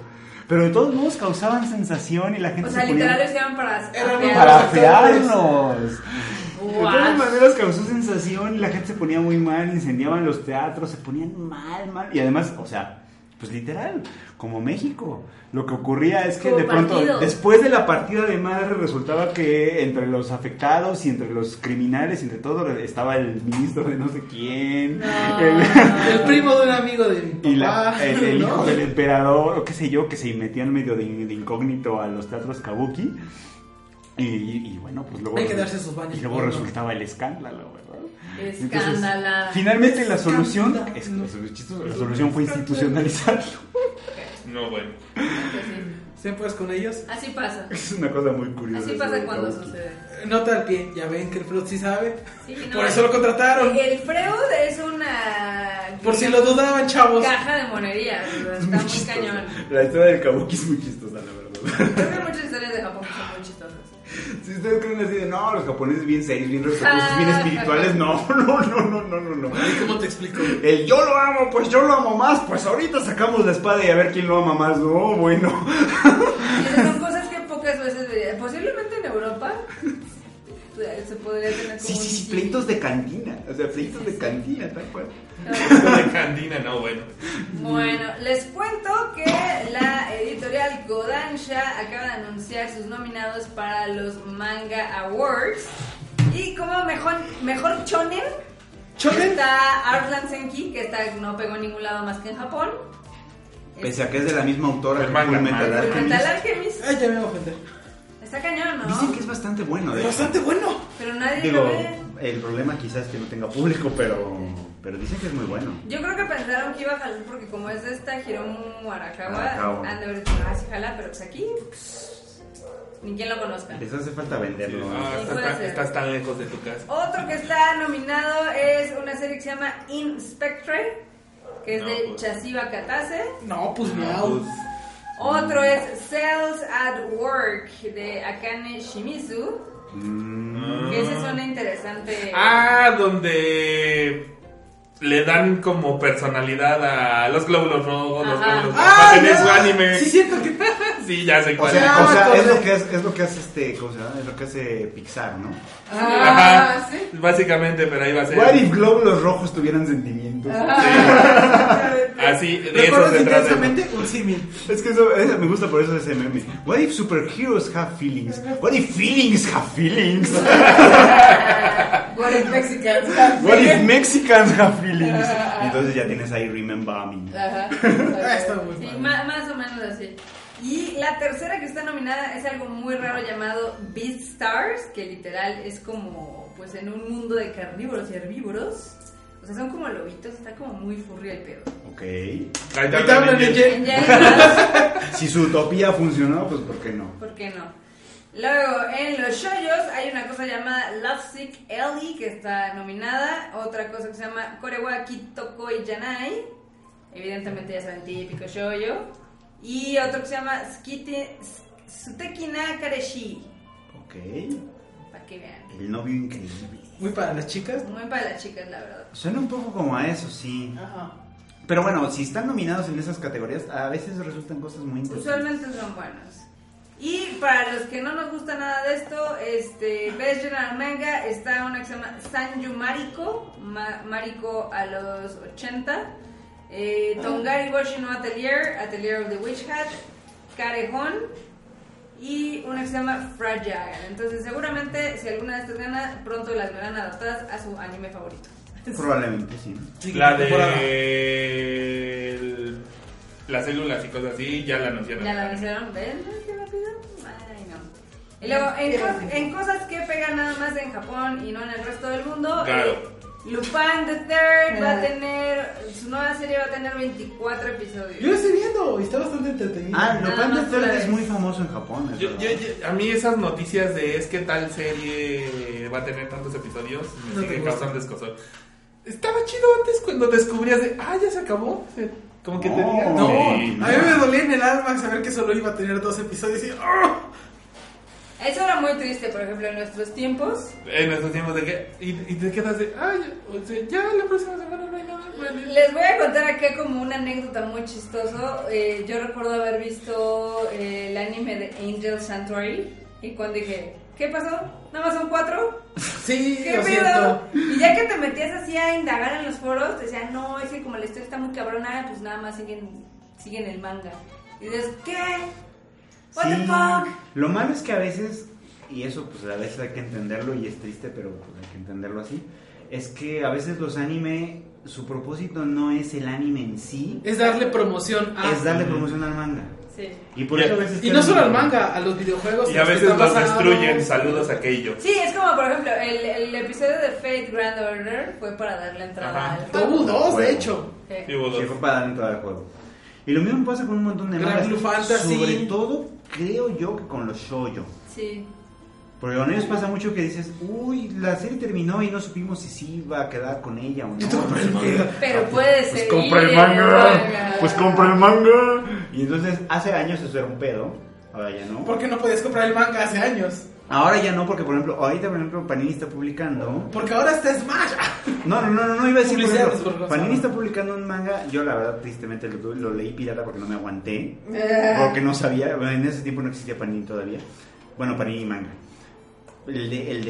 [SPEAKER 4] Pero de todos modos causaban sensación y la gente
[SPEAKER 2] O sea,
[SPEAKER 4] se ponía
[SPEAKER 2] literal lo hicieron para.
[SPEAKER 1] Era
[SPEAKER 2] apear.
[SPEAKER 4] para
[SPEAKER 1] Los actores.
[SPEAKER 4] afearnos. De todas
[SPEAKER 2] Guau.
[SPEAKER 4] maneras causó sensación y la gente se ponía muy mal, incendiaban los teatros, se ponían mal, mal. Y además, o sea, pues literal, como México. Lo que ocurría es que
[SPEAKER 2] Como
[SPEAKER 4] de pronto,
[SPEAKER 2] partido.
[SPEAKER 4] después de la partida de madre, resultaba que entre los afectados y entre los criminales, entre todo, estaba el ministro de no sé quién. el-
[SPEAKER 1] El primo de un amigo de mi papá.
[SPEAKER 4] y la- el, el
[SPEAKER 1] Ah, ¿no?
[SPEAKER 4] hijo del emperador, o qué sé yo, que se metían medio de, de incógnito a los teatros kabuki. Y, y- y bueno, pues luego.
[SPEAKER 1] Hay que darse sus baños.
[SPEAKER 4] Y luego
[SPEAKER 1] ¿no?
[SPEAKER 4] resultaba el escándalo, ¿verdad? Entonces,
[SPEAKER 2] Escándala.
[SPEAKER 4] finalmente la solución,
[SPEAKER 1] Escándalo.
[SPEAKER 4] es- es- es chistoso, la solución fue institucionalizarlo.
[SPEAKER 3] No, bueno.
[SPEAKER 1] Siempre es pues, con ellos.
[SPEAKER 2] Así pasa.
[SPEAKER 4] Es una cosa muy curiosa.
[SPEAKER 2] Así
[SPEAKER 4] eso
[SPEAKER 2] pasa
[SPEAKER 4] del
[SPEAKER 2] cuando
[SPEAKER 4] kabuki.
[SPEAKER 2] sucede.
[SPEAKER 1] Nota al pie. Ya ven que el Freud sí sabe.
[SPEAKER 2] Sí, no.
[SPEAKER 1] Por eso lo contrataron.
[SPEAKER 2] El Freud es una.
[SPEAKER 1] Por si lo dudaban, chavos.
[SPEAKER 2] Caja de monería.
[SPEAKER 4] Es
[SPEAKER 2] Está
[SPEAKER 4] muy
[SPEAKER 2] muy
[SPEAKER 4] chistoso.
[SPEAKER 2] cañón.
[SPEAKER 4] La historia del kabuki es muy chistosa, la verdad.
[SPEAKER 2] Creo que muchas historias de Japón son muy chistosas.
[SPEAKER 4] Si ustedes creen así de, no, los japoneses bien serios, bien respetuosos, bien
[SPEAKER 2] Ah.
[SPEAKER 4] espirituales, no, no, no, no, no, no, no.
[SPEAKER 1] ¿Y cómo te explico?
[SPEAKER 4] El yo lo amo, pues yo lo amo más, pues ahorita sacamos la espada y a ver quién lo ama más. No, bueno.
[SPEAKER 2] Y esas son cosas que pocas veces vería. Posiblemente en Europa eh, se podría tener como.
[SPEAKER 4] Sí, sí,
[SPEAKER 2] un
[SPEAKER 4] sí,
[SPEAKER 2] sí.
[SPEAKER 4] pleitos de cantina. O sea, pleitos de cantina, tal cual.
[SPEAKER 3] De Candina, no, bueno.
[SPEAKER 2] Bueno, les cuento que la editorial Kodansha acaba de anunciar sus nominados para los Manga Awards. Y como mejor, mejor shonen,
[SPEAKER 1] Chonen.
[SPEAKER 2] está Arlan Senki, que está, no pegó en ningún lado más que en Japón.
[SPEAKER 4] Pese a que es de la misma autora
[SPEAKER 3] El
[SPEAKER 4] que
[SPEAKER 3] manga,
[SPEAKER 4] Fullmetal
[SPEAKER 3] manga.
[SPEAKER 2] Fullmetal Alchemist.
[SPEAKER 4] Alchemist.
[SPEAKER 1] Ay, ya me voy a ofender.
[SPEAKER 2] Está cañón, ¿no?
[SPEAKER 4] Dicen que es bastante bueno, de hecho.
[SPEAKER 1] Bastante bueno.
[SPEAKER 2] Pero nadie
[SPEAKER 4] Digo,
[SPEAKER 2] lo ve.
[SPEAKER 4] el problema quizás es que no tenga público, pero, pero dicen que es muy bueno.
[SPEAKER 2] Yo creo que pensaron que iba a jalar porque como es de esta Hiromu Arakawa,
[SPEAKER 4] Arakawa.
[SPEAKER 2] han de haber dicho, ah, sí jala, pero pues aquí pues, ni quien lo conozca.
[SPEAKER 4] Les hace falta venderlo. ¿no?
[SPEAKER 3] Ah,
[SPEAKER 2] Sí,
[SPEAKER 3] estás,
[SPEAKER 2] puede
[SPEAKER 3] tan,
[SPEAKER 2] ser.
[SPEAKER 3] estás tan lejos de tu casa.
[SPEAKER 2] Otro que está nominado es una serie que se llama Inspectre, que es
[SPEAKER 3] No,
[SPEAKER 2] de
[SPEAKER 3] pues.
[SPEAKER 2] Chasiba Katase.
[SPEAKER 1] No, pues
[SPEAKER 3] Pues,
[SPEAKER 1] miau.
[SPEAKER 2] Otro es Sales at Work, de Akane Shimizu,
[SPEAKER 4] Mm,
[SPEAKER 2] que ese suena interesante.
[SPEAKER 3] Ah, donde le dan como personalidad a los glóbulos rojos, los
[SPEAKER 5] Ajá.
[SPEAKER 3] glóbulos
[SPEAKER 1] Ah,
[SPEAKER 3] rojos. en
[SPEAKER 1] ya.
[SPEAKER 3] su anime.
[SPEAKER 1] Sí, siento que.
[SPEAKER 3] Sí, ya sé
[SPEAKER 4] O
[SPEAKER 3] cuál.
[SPEAKER 4] sea,
[SPEAKER 1] Ya,
[SPEAKER 4] o sea,
[SPEAKER 1] Ah, entonces-
[SPEAKER 4] es lo que hace, es lo que hace este, ¿cómo se llama? Es lo que hace Pixar, ¿no?
[SPEAKER 3] Ajá.
[SPEAKER 5] Ah, sí.
[SPEAKER 3] Básicamente, pero ahí va a ser.
[SPEAKER 4] What if glóbulos rojos tuvieran sentimientos?
[SPEAKER 1] Ah,
[SPEAKER 3] Así, de eso
[SPEAKER 1] Recuerdo
[SPEAKER 3] se trata.
[SPEAKER 1] intensamente un símil.
[SPEAKER 4] Es que eso, eso me gusta por eso ese meme. What if superheroes have feelings? What if feelings have feelings?
[SPEAKER 6] What if Mexicans have
[SPEAKER 4] What if Mexicans have feelings? Y Entonces ya tienes ahí Remember Me.
[SPEAKER 6] Ajá.
[SPEAKER 1] Ah, está muy
[SPEAKER 2] Sí,
[SPEAKER 1] padre.
[SPEAKER 2] ma- más o menos así. Y la tercera que está nominada es algo muy raro llamado Beastars, que literal es como pues en un mundo de carnívoros y herbívoros. O sea, son como lobitos, está como muy furry el pedo.
[SPEAKER 4] Ok.
[SPEAKER 3] Ahí te
[SPEAKER 1] Ahí te
[SPEAKER 3] hablan
[SPEAKER 1] hablan
[SPEAKER 3] en
[SPEAKER 1] de
[SPEAKER 3] Jet.
[SPEAKER 1] Jet.
[SPEAKER 2] En Yaiba,
[SPEAKER 4] Si su utopía funcionó, pues ¿por qué no?
[SPEAKER 2] ¿Por qué no? Luego, en los shoyos hay una cosa llamada Lovesick Ellie, que está nominada. Otra cosa que se llama Korewaki Tokoi Yanai. Evidentemente ya saben, típico shoyo. Y otro que se llama Tsukite- Tsuteki na Kareshi.
[SPEAKER 4] Ok.
[SPEAKER 2] Para que vean.
[SPEAKER 4] El novio increíble.
[SPEAKER 1] Muy para las chicas.
[SPEAKER 2] Muy para las chicas, la verdad.
[SPEAKER 4] Suena un poco como a eso, sí.
[SPEAKER 5] Ajá.
[SPEAKER 4] Pero bueno, si están nominados en esas categorías, a veces resultan cosas muy interesantes.
[SPEAKER 2] Usualmente son buenos. Y para los que no nos gusta nada de esto, este, Best General Manga está una que se llama Sanju Mariko, Ma- Mariko a los 80, eh, Tongari Boshi no Atelier, Atelier of the Witch Hat, Carejón y una que se llama Fragile. Entonces seguramente si alguna de estas gana, pronto las verán adaptadas a su anime favorito.
[SPEAKER 4] Probablemente sí.
[SPEAKER 3] La
[SPEAKER 1] temporada.
[SPEAKER 3] de. el- Las células y cosas así, ya la anunciaron.
[SPEAKER 2] Ya la hicieron, ¿ven? ¿Qué rápido? Ay, no. Y luego, en, cos- en cosas que pegan nada más en Japón y no en el resto del mundo,
[SPEAKER 3] Claro.
[SPEAKER 2] eh, Lupin the Third va a
[SPEAKER 6] Ah.
[SPEAKER 2] tener, su nueva serie va a tener 24 episodidos.
[SPEAKER 1] Yo lo estoy viendo y está bastante entretenido.
[SPEAKER 4] Ah,
[SPEAKER 2] Nada
[SPEAKER 4] lo cual
[SPEAKER 2] más una
[SPEAKER 4] Third es
[SPEAKER 2] vez.
[SPEAKER 4] muy famoso en Japón. es
[SPEAKER 3] Yo-
[SPEAKER 4] verdad.
[SPEAKER 3] yo- yo- a mí esas noticias de es que tal serie va a tener tantos episodios me
[SPEAKER 1] No te
[SPEAKER 3] siguen
[SPEAKER 1] gusta.
[SPEAKER 3] causando escosor. Estaba chido antes cuando descubrías de, ah, ya se acabó. Se- Como que te
[SPEAKER 4] No.
[SPEAKER 3] digan, Ah,
[SPEAKER 1] No,
[SPEAKER 4] Sí,
[SPEAKER 1] a mí
[SPEAKER 4] no.
[SPEAKER 1] me dolía en el alma saber que solo iba a tener dos episodios y. ¡ah!
[SPEAKER 2] Eso era muy triste, por ejemplo, en nuestros tiempos.
[SPEAKER 3] En esos tiempos de que. Y, y te quedas de, ah, ya, o sea, ya la próxima semana no hay nada. vale".
[SPEAKER 2] Les voy a contar acá como una anécdota muy chistoso. Eh, yo recuerdo haber visto eh, el anime de Angel Sanctuary y cuando dije, ¿qué pasó? ¿Nada más son cuatro?
[SPEAKER 1] Sí,
[SPEAKER 2] ¿Qué
[SPEAKER 1] lo
[SPEAKER 2] pedo?
[SPEAKER 1] siento.
[SPEAKER 2] Y ya que te metías así a indagar en los foros, te decían, no, es que como la historia está muy cabrona, pues nada más siguen, siguen el manga. Y dices, ¿qué? What the
[SPEAKER 4] Sí.
[SPEAKER 2] fuck?
[SPEAKER 4] Lo malo es que a veces, y eso pues a veces hay que entenderlo y es triste, pero pues, hay que entenderlo así, es que a veces los anime, su propósito no es el anime en sí,
[SPEAKER 1] Es darle promoción a.
[SPEAKER 4] es darle promoción al manga.
[SPEAKER 2] Sí.
[SPEAKER 4] Y por
[SPEAKER 3] Y-
[SPEAKER 4] eso a veces...
[SPEAKER 1] Ah. Y no
[SPEAKER 4] quedan-
[SPEAKER 1] solo al manga, a los videojuegos.
[SPEAKER 3] Y a
[SPEAKER 1] los que
[SPEAKER 3] veces
[SPEAKER 1] están
[SPEAKER 3] los
[SPEAKER 1] basados.
[SPEAKER 3] destruyen. Saludos a Keiyo.
[SPEAKER 2] Sí, es como por ejemplo, el, el episodio de Fate Grand Order fue para darle entrada
[SPEAKER 3] Ajá.
[SPEAKER 2] al
[SPEAKER 4] Uh.
[SPEAKER 1] Hubo dos, de hecho.
[SPEAKER 3] Y
[SPEAKER 2] Sí.
[SPEAKER 3] hubo dos.
[SPEAKER 4] Que fue para dar entrada al juego. Y lo mismo pasa con un montón de
[SPEAKER 1] Gran
[SPEAKER 4] mangas.
[SPEAKER 1] Blue Fantasy.
[SPEAKER 4] Sobre todo, creo yo que con los shoujo.
[SPEAKER 2] Sí.
[SPEAKER 4] Porque con ellos pasa mucho que dices, uy, la serie terminó y no supimos si sí iba a quedar con ella o no.
[SPEAKER 1] Yo te compré el manga.
[SPEAKER 2] Pero puede
[SPEAKER 4] Pues
[SPEAKER 2] ser.
[SPEAKER 4] compra el manga. Pues compra el manga. Y entonces hace años eso era un pedo. Ahora ya no.
[SPEAKER 1] Porque no podías comprar el manga hace años.
[SPEAKER 4] Ahora ya no, porque por ejemplo, ahorita por ejemplo Panini está publicando.
[SPEAKER 1] Porque ahora está Smash. Ah,
[SPEAKER 4] No, no, no, no, no iba a decir por
[SPEAKER 1] Publicidades, por
[SPEAKER 4] ejemplo,
[SPEAKER 1] favor.
[SPEAKER 4] Panini está publicando un manga. Yo la verdad tristemente lo, tuve- lo leí pirata porque no me aguanté.
[SPEAKER 6] Eh,
[SPEAKER 4] Porque no sabía. bueno, En ese tiempo no existía Panini todavía. Bueno, Panini manga. El de, el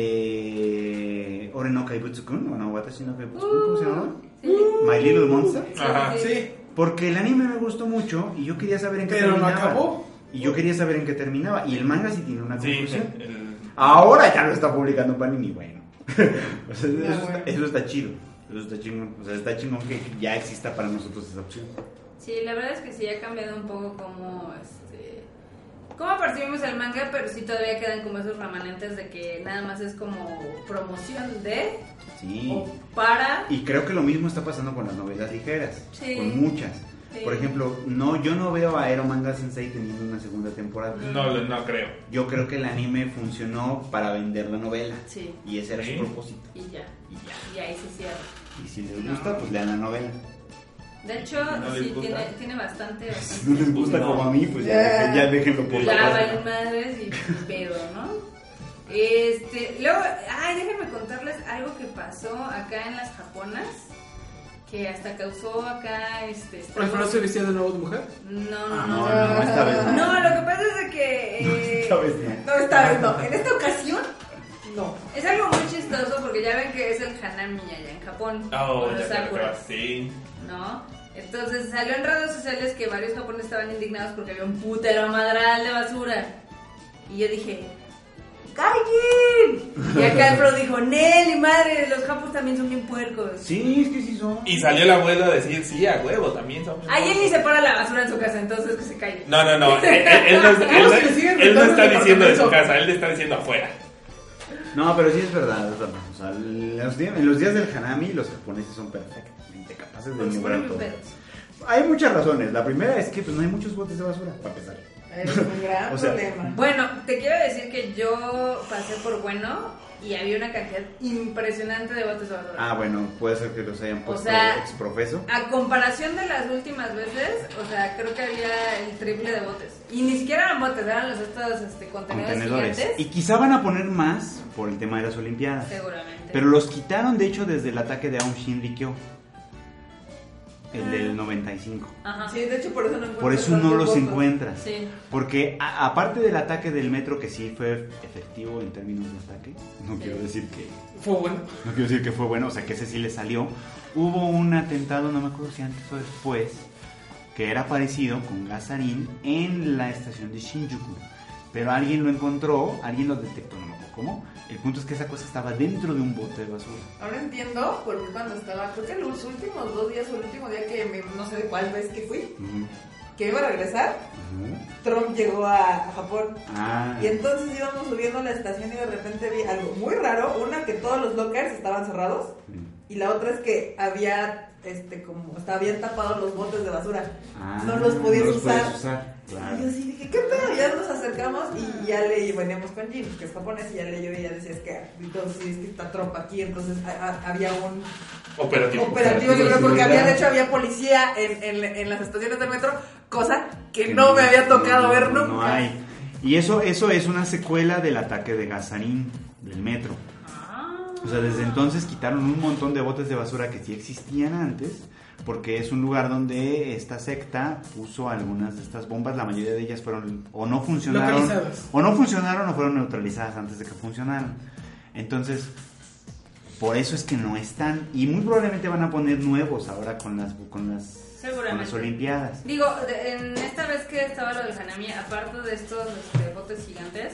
[SPEAKER 4] de Ore no Kaibutsukun, o no Watashi no Kaibutsukun, ¿cómo se llama?
[SPEAKER 2] Uh. Sí.
[SPEAKER 4] My Little Monster.
[SPEAKER 3] Ajá.
[SPEAKER 1] Sí.
[SPEAKER 4] Porque el anime me gustó mucho y yo quería saber en qué
[SPEAKER 1] Pero no
[SPEAKER 4] terminaba.
[SPEAKER 1] acabó.
[SPEAKER 4] Y yo quería saber en qué terminaba. Y el manga sí tiene una
[SPEAKER 3] Sí,
[SPEAKER 4] conclusión.
[SPEAKER 3] el-
[SPEAKER 4] Ahora ya lo está publicando Panini, bueno. O sea,
[SPEAKER 2] Ah,
[SPEAKER 4] eso, está, eso está chido. Eso está chingón. O sea, está chingón que ya exista para nosotros esa opción.
[SPEAKER 2] Sí, la verdad es que sí ha cambiado un poco como este cómo percibimos el manga, pero sí todavía quedan como esos remanentes de que nada más es como promoción de
[SPEAKER 4] Sí.
[SPEAKER 2] o para.
[SPEAKER 4] Y creo que lo mismo está pasando con las novelas ligeras.
[SPEAKER 2] Sí.
[SPEAKER 4] Con muchas.
[SPEAKER 2] Sí.
[SPEAKER 4] Por ejemplo, no, yo no veo a Ero Manga Sensei teniendo una segunda temporada.
[SPEAKER 3] No, lo- no creo.
[SPEAKER 4] Yo creo que el anime funcionó para vender la novela.
[SPEAKER 2] Sí,
[SPEAKER 4] Y ese era
[SPEAKER 3] Sí.
[SPEAKER 4] su propósito.
[SPEAKER 2] y ya.
[SPEAKER 4] Y ya.
[SPEAKER 2] Y ahí se cierra.
[SPEAKER 4] Y si les gusta, pues lean la novela.
[SPEAKER 2] De hecho,
[SPEAKER 3] No les
[SPEAKER 2] sí,
[SPEAKER 3] gusta.
[SPEAKER 2] tiene, tiene bastante.
[SPEAKER 4] Si no les gusta
[SPEAKER 3] No.
[SPEAKER 4] como a mí, pues ya,
[SPEAKER 6] Ya.
[SPEAKER 4] dejen- ya déjenlo por
[SPEAKER 2] Ya
[SPEAKER 4] la
[SPEAKER 2] valen madres y pedo, ¿no? Este, luego, ay, déjenme contarles algo que pasó acá en las Japonas, que hasta causó acá, este...
[SPEAKER 1] ¿El
[SPEAKER 2] estragos.
[SPEAKER 1] Frost se vistió de nuevo de mujer?
[SPEAKER 2] No,
[SPEAKER 4] Ah,
[SPEAKER 2] no,
[SPEAKER 4] no,
[SPEAKER 2] no.
[SPEAKER 4] no, no, esta vez no.
[SPEAKER 2] No, lo que pasa es de que... eh,
[SPEAKER 4] Esta vez no.
[SPEAKER 6] No, esta vez no. En esta ocasión, no.
[SPEAKER 2] Es algo muy chistoso porque ya ven que es el Hanami allá en Japón,
[SPEAKER 3] Oh,
[SPEAKER 2] con los
[SPEAKER 3] ya creo que va.
[SPEAKER 2] sakuras.
[SPEAKER 3] Sí.
[SPEAKER 2] ¿no? Entonces salió en redes sociales que varios japoneses estaban indignados porque había un putero madral de basura. Y yo dije, ¡Kaijin! Y acá el pro dijo, Nelly, madre, los japos también son bien puercos.
[SPEAKER 4] Sí, es que sí son.
[SPEAKER 3] Y salió el abuelo a decir, sí, a huevo, también somos.
[SPEAKER 2] Ahí él ni separa la basura en su casa, entonces que se calle.
[SPEAKER 3] No, no, no. Él, él- él no, él no-
[SPEAKER 1] Se sigue
[SPEAKER 3] él no
[SPEAKER 1] gritando
[SPEAKER 3] está
[SPEAKER 1] en el
[SPEAKER 3] diciendo de su
[SPEAKER 1] apartamento.
[SPEAKER 3] casa, él le está diciendo afuera.
[SPEAKER 4] No, pero sí es verdad. es verdad. O sea, los días- en los días del Hanami, los japoneses son perfectamente capaces de
[SPEAKER 3] pues
[SPEAKER 2] Porque se
[SPEAKER 4] enumerar
[SPEAKER 2] ponen bien
[SPEAKER 4] todo.
[SPEAKER 2] pedos.
[SPEAKER 4] Hay muchas razones. La primera es que pues, no hay muchos botes de basura, para empezar.
[SPEAKER 6] Es un gran
[SPEAKER 4] O sea,
[SPEAKER 6] problema.
[SPEAKER 2] Bueno, te quiero decir que yo pasé por bueno y había una cantidad impresionante de botes de basura.
[SPEAKER 4] Ah, bueno, puede ser que los hayan
[SPEAKER 2] O
[SPEAKER 4] puesto
[SPEAKER 2] sea-
[SPEAKER 4] exprofeso.
[SPEAKER 2] A comparación de las últimas veces, o sea, creo que había el triple de botes. Y ni siquiera eran botes, eran los estos este, contenedores,
[SPEAKER 4] Contenedores. Y
[SPEAKER 2] gigantes.
[SPEAKER 4] quizá van a poner más por el tema de las Olimpiadas.
[SPEAKER 2] Seguramente.
[SPEAKER 4] Pero los quitaron, de hecho, desde el ataque de Aung Shinrikyo. El del 95.
[SPEAKER 2] Ajá.
[SPEAKER 6] Sí, de hecho, por eso no encuentro
[SPEAKER 4] Por eso no
[SPEAKER 6] tantos
[SPEAKER 4] los
[SPEAKER 6] votos.
[SPEAKER 4] encuentras.
[SPEAKER 2] Sí.
[SPEAKER 4] Porque a- aparte del ataque del metro, que sí fue efectivo en términos de ataque, no quiero decir que
[SPEAKER 1] Fue bueno.
[SPEAKER 4] No quiero decir que fue bueno, o sea, que ese sí le salió. Hubo un atentado, no me acuerdo si antes o después, que era parecido con gasarín en la estación de Shinjuku. Pero alguien lo encontró, alguien lo detectó, no me acuerdo cómo. El punto es que esa cosa estaba dentro de un bote de basura.
[SPEAKER 6] Ahora entiendo por qué cuando estaba, creo que los últimos dos días, o el último día que me- no sé de cuál vez que fui,
[SPEAKER 4] Ujú,
[SPEAKER 6] que iba a regresar,
[SPEAKER 4] ujú.
[SPEAKER 6] Trump llegó a, a Japón.
[SPEAKER 4] Ah,
[SPEAKER 6] Y entonces íbamos subiendo a la estación y de repente vi algo muy raro. Una que todos los lockers estaban cerrados y la otra es que había, este, como, o sea, habían tapado los botes de basura.
[SPEAKER 4] ah,
[SPEAKER 6] no los podías usar.
[SPEAKER 4] claro.
[SPEAKER 6] Y yo sí dije, ¿qué pedo? Ya nos acercamos y ya le veníamos con Jim, que es japonés, y ya le yo y ya decía, es que, entonces, es que está trompa aquí, entonces a- a- había un
[SPEAKER 3] Operativo.
[SPEAKER 6] operativo, yo creo, porque había, de hecho, había policía en, en, en las estaciones del metro, cosa que no me había tocado
[SPEAKER 4] no,
[SPEAKER 6] ver
[SPEAKER 4] no
[SPEAKER 6] nunca.
[SPEAKER 4] hay. Y eso, eso es una secuela del ataque de gasarín del metro.
[SPEAKER 2] Ah.
[SPEAKER 4] O sea, desde entonces quitaron un montón de botes de basura que sí existían antes, porque es un lugar donde esta secta puso algunas de estas bombas, la mayoría de ellas fueron o no funcionaron,
[SPEAKER 1] Localizadas.
[SPEAKER 4] o no funcionaron o fueron neutralizadas antes de que funcionaran. Entonces, por eso es que no están y muy probablemente van a poner nuevos ahora con las con las con las
[SPEAKER 2] Seguramente.
[SPEAKER 4] olimpiadas.
[SPEAKER 2] Digo, de- en esta vez que estaba lo del Hanami, aparte de estos este, botes gigantes,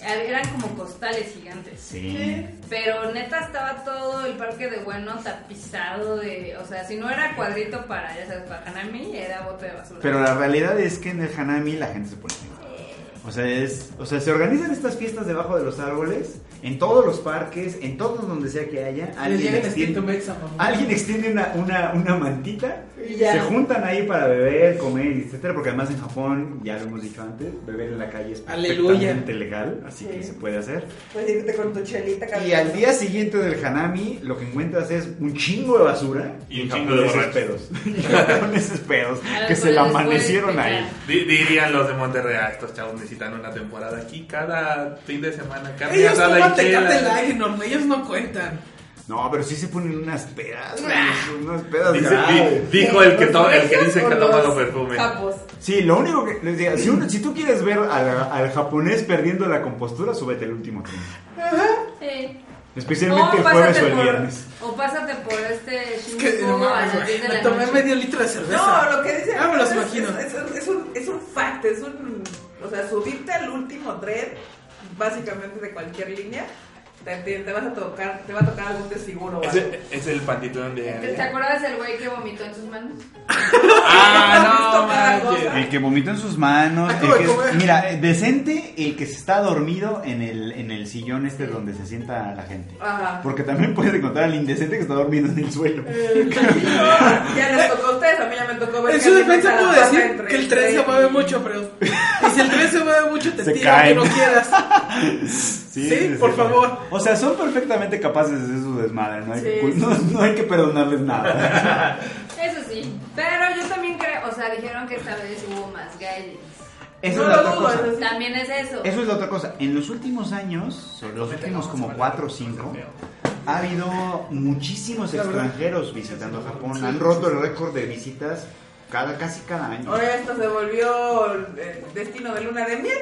[SPEAKER 2] eh, eran como costales gigantes.
[SPEAKER 4] Sí.
[SPEAKER 2] Pero neta estaba todo el parque de bueno tapizado de, o sea, si no era cuadrito para, ya sabes, para Hanami, era bote de basura.
[SPEAKER 4] Pero la realidad es que en el Hanami la gente se pone pedo. o sea, es, o sea, se organizan estas fiestas debajo de los árboles, en todos los parques, en todos donde sea que haya.
[SPEAKER 1] Les
[SPEAKER 4] Alguien
[SPEAKER 1] llega el espíritu
[SPEAKER 4] extiende,
[SPEAKER 1] Mexa, mamá.
[SPEAKER 4] alguien extiende una, una, una mantita,
[SPEAKER 6] Y ya.
[SPEAKER 4] se juntan ahí para beber, comer, etcétera, porque además en Japón, ya lo hemos dicho antes, beber en la calle es
[SPEAKER 1] Aleluya.
[SPEAKER 4] perfectamente legal, así que
[SPEAKER 6] Sí.
[SPEAKER 4] se puede hacer.
[SPEAKER 6] Pues irte con tu chelita,
[SPEAKER 4] Y al día siguiente del Hanami, lo que encuentras es un chingo de basura
[SPEAKER 3] Y un chingo de
[SPEAKER 4] japoneses
[SPEAKER 3] borrachos.
[SPEAKER 4] pedos. Y japoneses pedos
[SPEAKER 2] A ver,
[SPEAKER 4] que se la
[SPEAKER 2] ¿cuáles puedes
[SPEAKER 4] amanecieron ahí.
[SPEAKER 2] pecar?
[SPEAKER 3] Di- Dirían los de Monterrey, "Ah, estos chavos necesitan una temporada aquí cada fin de semana, carne
[SPEAKER 1] Ellos
[SPEAKER 3] asada
[SPEAKER 1] toman
[SPEAKER 3] y
[SPEAKER 1] tecate
[SPEAKER 3] chela.
[SPEAKER 1] light, enorme, ellos no cuentan.
[SPEAKER 4] No, pero sí se ponen unas pedas, güey, unas pedas
[SPEAKER 3] Dice-
[SPEAKER 4] graves.
[SPEAKER 3] di- dijo el que,
[SPEAKER 6] ¿Los
[SPEAKER 3] to- el que
[SPEAKER 6] regios
[SPEAKER 3] dice
[SPEAKER 6] o
[SPEAKER 3] que ha
[SPEAKER 6] los
[SPEAKER 3] tomado perfume.
[SPEAKER 6] Japos.
[SPEAKER 4] Sí, lo único que les digo, si, uno- si tú quieres ver al, al japonés perdiendo la compostura, súbete el último tren.
[SPEAKER 2] Sí.
[SPEAKER 4] Especialmente el
[SPEAKER 2] pásate
[SPEAKER 4] jueves o el
[SPEAKER 2] por-
[SPEAKER 4] viernes.
[SPEAKER 2] O pásate por este
[SPEAKER 1] Que,
[SPEAKER 2] Shinjuku
[SPEAKER 1] no
[SPEAKER 2] a
[SPEAKER 1] mames,
[SPEAKER 2] las 10 de
[SPEAKER 1] me
[SPEAKER 2] la
[SPEAKER 1] tomé
[SPEAKER 2] noche.
[SPEAKER 1] medio litro de cerveza.
[SPEAKER 6] No, lo que dice.
[SPEAKER 1] Ah, me los
[SPEAKER 6] es-
[SPEAKER 1] imagino.
[SPEAKER 6] Es, es- es un, es un fact, es un. O sea, subirte al último tren, básicamente de cualquier línea, Te, te- te vas a tocar, te va a tocar algún desfiguro o
[SPEAKER 3] Es
[SPEAKER 6] algo.
[SPEAKER 3] el, es el pantitlán de.
[SPEAKER 2] ¿Te, te acuerdas del güey que vomitó en sus manos?
[SPEAKER 3] Ah, no,
[SPEAKER 6] ¿Has visto cada
[SPEAKER 3] manches.
[SPEAKER 6] cosa?
[SPEAKER 4] El que vomitó en sus manos.
[SPEAKER 1] Acabo
[SPEAKER 4] el que
[SPEAKER 1] de comer.
[SPEAKER 4] es- mira, eh, decente el que se está dormido en el, en el sillón este donde se sienta la gente.
[SPEAKER 6] Ajá.
[SPEAKER 4] Porque también puedes encontrar al indecente que está dormido en el suelo.
[SPEAKER 6] Eh, Ya les tocó a ustedes, a mí ya me tocó ver.
[SPEAKER 1] Eh, En
[SPEAKER 6] que
[SPEAKER 1] su
[SPEAKER 6] alguien
[SPEAKER 1] defensa
[SPEAKER 6] meta la
[SPEAKER 1] puedo
[SPEAKER 6] pata
[SPEAKER 1] decir
[SPEAKER 6] entre
[SPEAKER 1] que el
[SPEAKER 6] el
[SPEAKER 1] tren se
[SPEAKER 6] tren
[SPEAKER 1] mueve
[SPEAKER 6] y-
[SPEAKER 1] mucho, pero. Y si el tren se mueve mucho, te
[SPEAKER 4] Se
[SPEAKER 1] tira que
[SPEAKER 4] caen.
[SPEAKER 1] no quieras. Sí, por favor.
[SPEAKER 4] O sea, son perfectamente capaces de hacer su desmadre. No hay, que,
[SPEAKER 5] Sí,
[SPEAKER 4] cul-
[SPEAKER 5] sí,
[SPEAKER 4] no- no hay que perdonarles nada.
[SPEAKER 2] Eso sí. Pero yo también creo, o sea, dijeron que esta vez hubo más guidance.
[SPEAKER 4] Eso
[SPEAKER 6] No
[SPEAKER 4] es la
[SPEAKER 6] lo
[SPEAKER 4] otra
[SPEAKER 6] dudo,
[SPEAKER 4] cosa.
[SPEAKER 6] eso sí.
[SPEAKER 2] También es eso.
[SPEAKER 4] Eso es la otra cosa. En los últimos años, sobre los últimos como 4 o 5, ha habido muchísimos
[SPEAKER 1] La verdad.
[SPEAKER 4] extranjeros visitando Japón. Han roto el récord de visitas cada casi cada año.
[SPEAKER 6] Ahora esto se volvió el destino de luna de miel.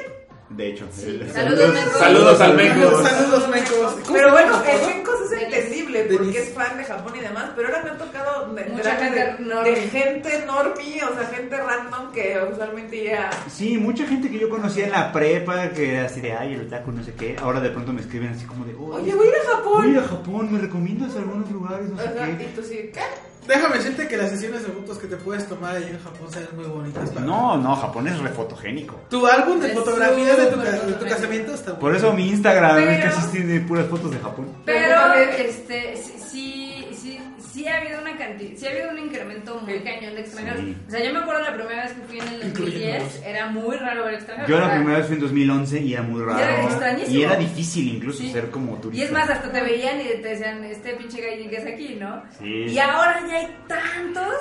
[SPEAKER 4] De hecho,
[SPEAKER 2] Sí.
[SPEAKER 4] el-
[SPEAKER 2] Saludos, Meco.
[SPEAKER 3] Saludos al Meco.
[SPEAKER 1] Saludos, mecos.
[SPEAKER 6] Pero bueno, eh, el Mencos es entendible porque
[SPEAKER 1] Denise.
[SPEAKER 6] es fan de Japón y demás, pero ahora me han tocado de,
[SPEAKER 2] Mucha
[SPEAKER 6] dragas
[SPEAKER 2] gente
[SPEAKER 6] de,
[SPEAKER 2] normie.
[SPEAKER 6] de gente normie, o sea, gente random que usualmente iría
[SPEAKER 4] Sí, mucha gente que yo conocía en la prepa, que así de, ay, el otaku, no sé qué, ahora de pronto me escriben así como de,
[SPEAKER 6] Oye, voy a ir a
[SPEAKER 4] voy a ir
[SPEAKER 6] Japón.
[SPEAKER 4] a Japón, ¿me recomiendas algunos lugares? No sé
[SPEAKER 6] Ajá, y
[SPEAKER 4] qué.
[SPEAKER 6] tú sí, ¿qué?
[SPEAKER 1] Déjame decirte que las sesiones de fotos que te puedes tomar allá en Japón salen muy bonitas. para-
[SPEAKER 4] No, no, Japón es refotogénico.
[SPEAKER 1] Tu álbum de
[SPEAKER 2] Es
[SPEAKER 1] fotografías de tu,
[SPEAKER 2] súper
[SPEAKER 1] ca- de tu
[SPEAKER 2] fotogénico.
[SPEAKER 1] casamiento está
[SPEAKER 4] Por
[SPEAKER 1] bueno.
[SPEAKER 4] eso mi Instagram
[SPEAKER 2] Pero-
[SPEAKER 4] casi tiene puras fotos de Japón.
[SPEAKER 2] Pero este sí, sí, sí, sí ha habido una cantidad, sí ha habido un incremento muy cañón de extranjeros.
[SPEAKER 4] Sí.
[SPEAKER 2] O sea, yo me acuerdo la primera vez que fui en el 2010,
[SPEAKER 1] Incluyéndonos.
[SPEAKER 2] era muy raro ver extranjeros.
[SPEAKER 4] Yo
[SPEAKER 2] o
[SPEAKER 4] la
[SPEAKER 2] sea,
[SPEAKER 4] primera vez fui en 2011 y era muy raro.
[SPEAKER 2] era extrañísimo.
[SPEAKER 4] Y era difícil incluso
[SPEAKER 2] Sí.
[SPEAKER 4] ser como
[SPEAKER 2] Y
[SPEAKER 4] turista.
[SPEAKER 2] es más, hasta te veían y te decían, este pinche gallín que es aquí, ¿no?
[SPEAKER 4] Sí.
[SPEAKER 2] Y ahora ya hay tantos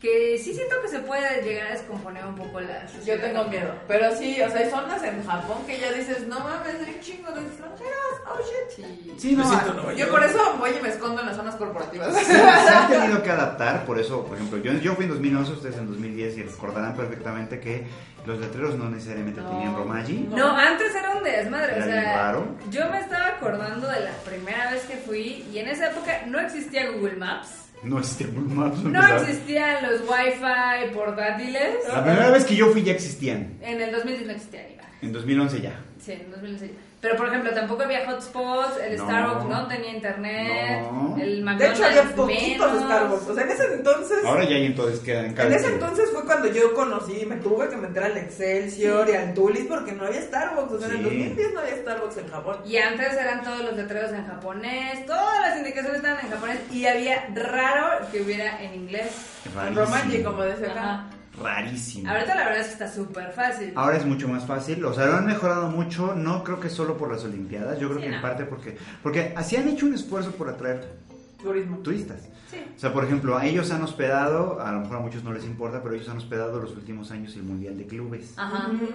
[SPEAKER 2] que sí siento que se puede llegar a descomponer un poco la
[SPEAKER 6] Yo
[SPEAKER 2] sociedad.
[SPEAKER 6] tengo miedo. Pero sí, o sea, hay zonas en Japón que ya dices, no mames, hay un chingo de extranjeros. Oh shit.
[SPEAKER 2] Sí.
[SPEAKER 4] Sí, no,
[SPEAKER 1] Me siento
[SPEAKER 4] ah,
[SPEAKER 1] Nueva
[SPEAKER 6] Yo
[SPEAKER 1] York.
[SPEAKER 6] por eso voy y me escondo en las zonas corporativas.
[SPEAKER 4] se, se han tenido que adaptar, por eso, por ejemplo, yo, yo fui en 2011, ustedes en 2010 y recordarán perfectamente que los letreros no necesariamente
[SPEAKER 2] No.
[SPEAKER 4] tenían romaji.
[SPEAKER 2] No, antes era un desmadre,
[SPEAKER 4] Era
[SPEAKER 2] o sea,
[SPEAKER 4] bien raro.
[SPEAKER 2] yo me estaba acordando de la primera vez que fui y en esa época no existía Google Maps,
[SPEAKER 4] No existía Google Maps.
[SPEAKER 2] no
[SPEAKER 4] empezaba.
[SPEAKER 2] existían los Wi-Fi portátiles,
[SPEAKER 4] La primera vez que yo fui ya existían.
[SPEAKER 2] en el 2010 no existía ni nada.
[SPEAKER 4] En 2011 ya.
[SPEAKER 2] Sí, en 2006. Pero por ejemplo, tampoco había hotspots, el
[SPEAKER 4] No.
[SPEAKER 2] Starbucks no tenía internet,
[SPEAKER 4] No.
[SPEAKER 2] el
[SPEAKER 6] De
[SPEAKER 2] McDonald's
[SPEAKER 6] hecho, había poquitos
[SPEAKER 2] menos.
[SPEAKER 6] Starbucks. O sea, en ese entonces.
[SPEAKER 4] Ahora ya hay entonces quedan en cada
[SPEAKER 6] En ese
[SPEAKER 4] esquina.
[SPEAKER 6] entonces fue cuando yo conocí, me tuve que meter al Excelsior y al Tulis porque no había Starbucks. O sea, en
[SPEAKER 4] Sí.
[SPEAKER 6] el 2010 no había Starbucks en Japón.
[SPEAKER 2] Y antes eran todos los letreros en japonés, todas las indicaciones estaban en japonés y había raro que hubiera en inglés.
[SPEAKER 4] Rarísimo.
[SPEAKER 6] Romanji, como decía acá.
[SPEAKER 2] Ajá.
[SPEAKER 4] Rarísimo.
[SPEAKER 2] Ahorita la verdad es que está súper fácil.
[SPEAKER 4] Ahora es mucho más fácil, o sea, lo han mejorado mucho, no creo que solo por las Olimpiadas, yo creo
[SPEAKER 2] Sí,
[SPEAKER 4] que en
[SPEAKER 2] no.
[SPEAKER 4] parte porque, porque así han hecho un esfuerzo por atraer
[SPEAKER 6] Turismo.
[SPEAKER 4] turistas.
[SPEAKER 2] Sí.
[SPEAKER 4] O sea, por ejemplo, a ellos han hospedado, a lo mejor a muchos no les importa, pero ellos han hospedado los últimos años el Mundial de Clubes.
[SPEAKER 2] Ajá.
[SPEAKER 6] Ujú.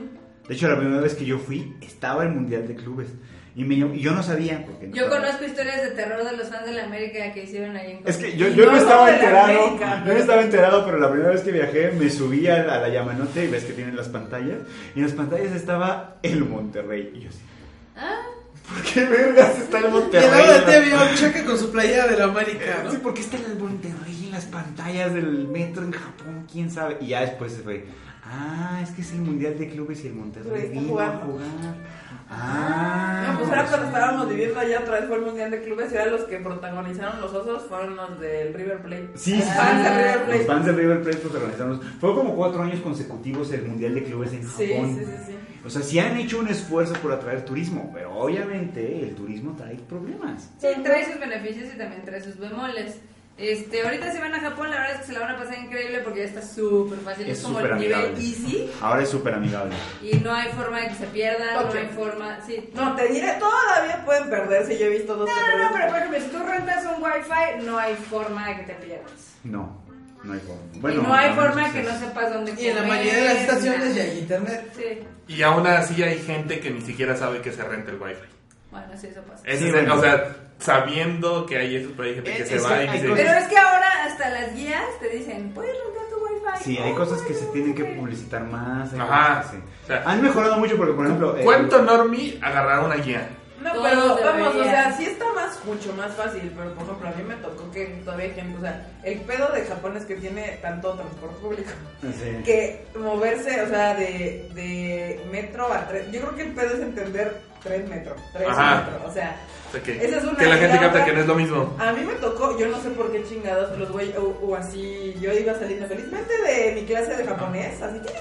[SPEAKER 4] De hecho, la primera vez que yo fui, estaba el Mundial de Clubes. Y, me llamó- y yo no sabía. Porque no
[SPEAKER 2] Yo
[SPEAKER 4] estaba-
[SPEAKER 2] conozco historias de terror de los fans de la América que hicieron ahí en
[SPEAKER 4] Es que
[SPEAKER 2] Costa-
[SPEAKER 4] yo,
[SPEAKER 6] Y
[SPEAKER 4] yo no,
[SPEAKER 6] no
[SPEAKER 4] estaba
[SPEAKER 6] son de la
[SPEAKER 4] enterado,
[SPEAKER 6] América.
[SPEAKER 4] yo no estaba enterado, pero la primera vez que viajé me subí a la, a la llamanote y ves que tienen las pantallas. Y en las pantallas estaba el Monterrey. Y yo así,
[SPEAKER 2] Ah,
[SPEAKER 4] ¿por qué vergas está el
[SPEAKER 1] Y al
[SPEAKER 4] Monterrey?
[SPEAKER 1] lado de ti
[SPEAKER 4] en las-
[SPEAKER 1] había un cheque con su playera de la América, ¿no?
[SPEAKER 4] Sí, este ¿por qué está el Monterrey en las pantallas del metro en Japón? ¿Quién sabe? Y ya después se fue, ah, es que es el Mundial de Clubes y el Monterrey
[SPEAKER 6] Está
[SPEAKER 4] vino a
[SPEAKER 6] Pues, jugando.
[SPEAKER 4] jugar. Ah,
[SPEAKER 6] No, pues ahora
[SPEAKER 4] pues
[SPEAKER 6] cuando
[SPEAKER 4] sí.
[SPEAKER 6] estábamos viviendo allá otra vez fue el Mundial de Clubes y ahora los que protagonizaron los osos fueron los del River Plate.
[SPEAKER 4] Sí, sí, sí.
[SPEAKER 6] Los fans de River Plate.
[SPEAKER 4] Los fans del River Plate protagonizamos. Fue como cuatro años consecutivos el Mundial de Clubes en
[SPEAKER 6] Sí,
[SPEAKER 4] Japón.
[SPEAKER 6] sí, sí, sí.
[SPEAKER 4] O sea, sí han hecho un esfuerzo por atraer turismo, pero obviamente el turismo trae problemas.
[SPEAKER 2] sí, trae sus beneficios y también trae sus bemoles. Este, ahorita si van a Japón, la verdad es que se la van a pasar increíble porque ya está súper fácil.
[SPEAKER 4] Es
[SPEAKER 2] Es, como
[SPEAKER 4] súper
[SPEAKER 2] el nivel
[SPEAKER 4] amigable.
[SPEAKER 2] easy
[SPEAKER 4] Ahora es súper amigable.
[SPEAKER 2] y no hay forma de que se pierda,
[SPEAKER 6] Ok.
[SPEAKER 2] no hay forma. Sí.
[SPEAKER 6] No, te diré, todavía pueden perderse. Yo he visto dos. que
[SPEAKER 2] No, no,
[SPEAKER 6] perdieron.
[SPEAKER 2] pero por ejemplo, si tú rentas un wifi, no hay forma de que te pierdas.
[SPEAKER 4] No, no hay forma.
[SPEAKER 2] y no hay
[SPEAKER 4] a menos
[SPEAKER 2] forma que
[SPEAKER 4] seas-
[SPEAKER 2] no sepas dónde
[SPEAKER 1] Y en la
[SPEAKER 2] comer,
[SPEAKER 1] mayoría de las
[SPEAKER 2] ni
[SPEAKER 1] estaciones
[SPEAKER 2] nada.
[SPEAKER 1] ya hay internet.
[SPEAKER 2] Sí.
[SPEAKER 3] Y aún así hay gente que ni siquiera sabe que se renta el wifi.
[SPEAKER 2] Bueno, sí, eso pasa.
[SPEAKER 3] Ese
[SPEAKER 4] Sí,
[SPEAKER 3] es-
[SPEAKER 4] bueno.
[SPEAKER 3] O sea, sabiendo que hay eso, pero hay gente que
[SPEAKER 4] Es-
[SPEAKER 3] se
[SPEAKER 4] es que
[SPEAKER 3] va y
[SPEAKER 4] hay
[SPEAKER 3] dice.
[SPEAKER 4] cosas-
[SPEAKER 2] Pero es que ahora hasta las guías te dicen, puedes rentar tu wifi.
[SPEAKER 4] Sí, hay
[SPEAKER 2] Oh,
[SPEAKER 4] cosas que se
[SPEAKER 2] bueno,
[SPEAKER 4] tienen que
[SPEAKER 2] ok.
[SPEAKER 4] publicitar más. hay
[SPEAKER 3] Ajá.
[SPEAKER 4] cosas que se-
[SPEAKER 3] O sea,
[SPEAKER 4] Han mejorado mucho porque, por ejemplo... el-
[SPEAKER 3] ¿Cuánto normie agarrar una guía?
[SPEAKER 6] No,
[SPEAKER 2] Todos
[SPEAKER 6] pero vamos, o
[SPEAKER 2] deberían.
[SPEAKER 6] sea, sí está más, mucho más fácil, pero por ejemplo, a mí me tocó que todavía hay gente, o sea, el pedo de Japón es que tiene tanto transporte público
[SPEAKER 4] Sí.
[SPEAKER 6] que moverse, o sea, de, de metro a tren, yo creo que el pedo es entender tren metro, tren
[SPEAKER 3] Ajá.
[SPEAKER 6] metro. O sea,
[SPEAKER 3] O sea, que,
[SPEAKER 6] Esa es una
[SPEAKER 3] que la gente
[SPEAKER 6] idea.
[SPEAKER 3] capta que no es lo mismo.
[SPEAKER 6] a mí me tocó, yo no sé por qué chingados los güey, o, o así, yo iba saliendo felizmente de mi clase de japonés, así que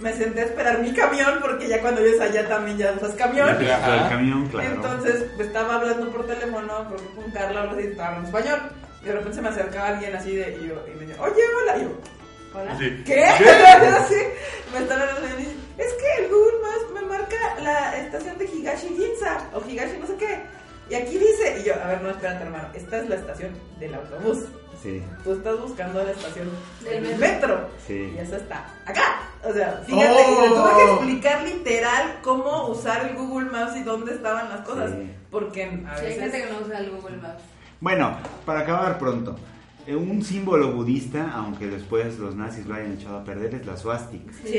[SPEAKER 6] me senté a esperar mi camión, porque ya cuando vives allá también ya usas camión.
[SPEAKER 4] El
[SPEAKER 3] Ajá.
[SPEAKER 4] camión, claro.
[SPEAKER 6] Entonces pues, estaba hablando por teléfono, creo que con Carla o algo así, estaba hablando español. Y de repente se me acercaba alguien así de, y, yo, y me decía, oye, hola. Y yo, ¿hola?
[SPEAKER 3] Sí.
[SPEAKER 6] ¿Qué? Así, me estaba hablando y me dice, es que el Google Maps me marca la estación de Higashi Ginza o Higashi no sé qué. Y aquí dice, y yo, a ver, no, espérate, hermano, esta es la estación del autobús.
[SPEAKER 4] Sí,
[SPEAKER 6] Tú estás buscando la estación
[SPEAKER 2] Del
[SPEAKER 6] del
[SPEAKER 2] metro.
[SPEAKER 6] metro.
[SPEAKER 4] sí.
[SPEAKER 6] Y eso está acá. O sea, fíjate,
[SPEAKER 1] Oh.
[SPEAKER 6] le tuve que explicar literal cómo usar el Google Maps y dónde estaban las cosas.
[SPEAKER 4] Sí.
[SPEAKER 6] Porque a
[SPEAKER 2] Sí, hay gente
[SPEAKER 6] veces.
[SPEAKER 2] que no usa el Google Maps.
[SPEAKER 4] Bueno, para acabar pronto. eh, Un símbolo budista, aunque después los nazis lo hayan echado a perder, es la swastika.
[SPEAKER 6] Sí,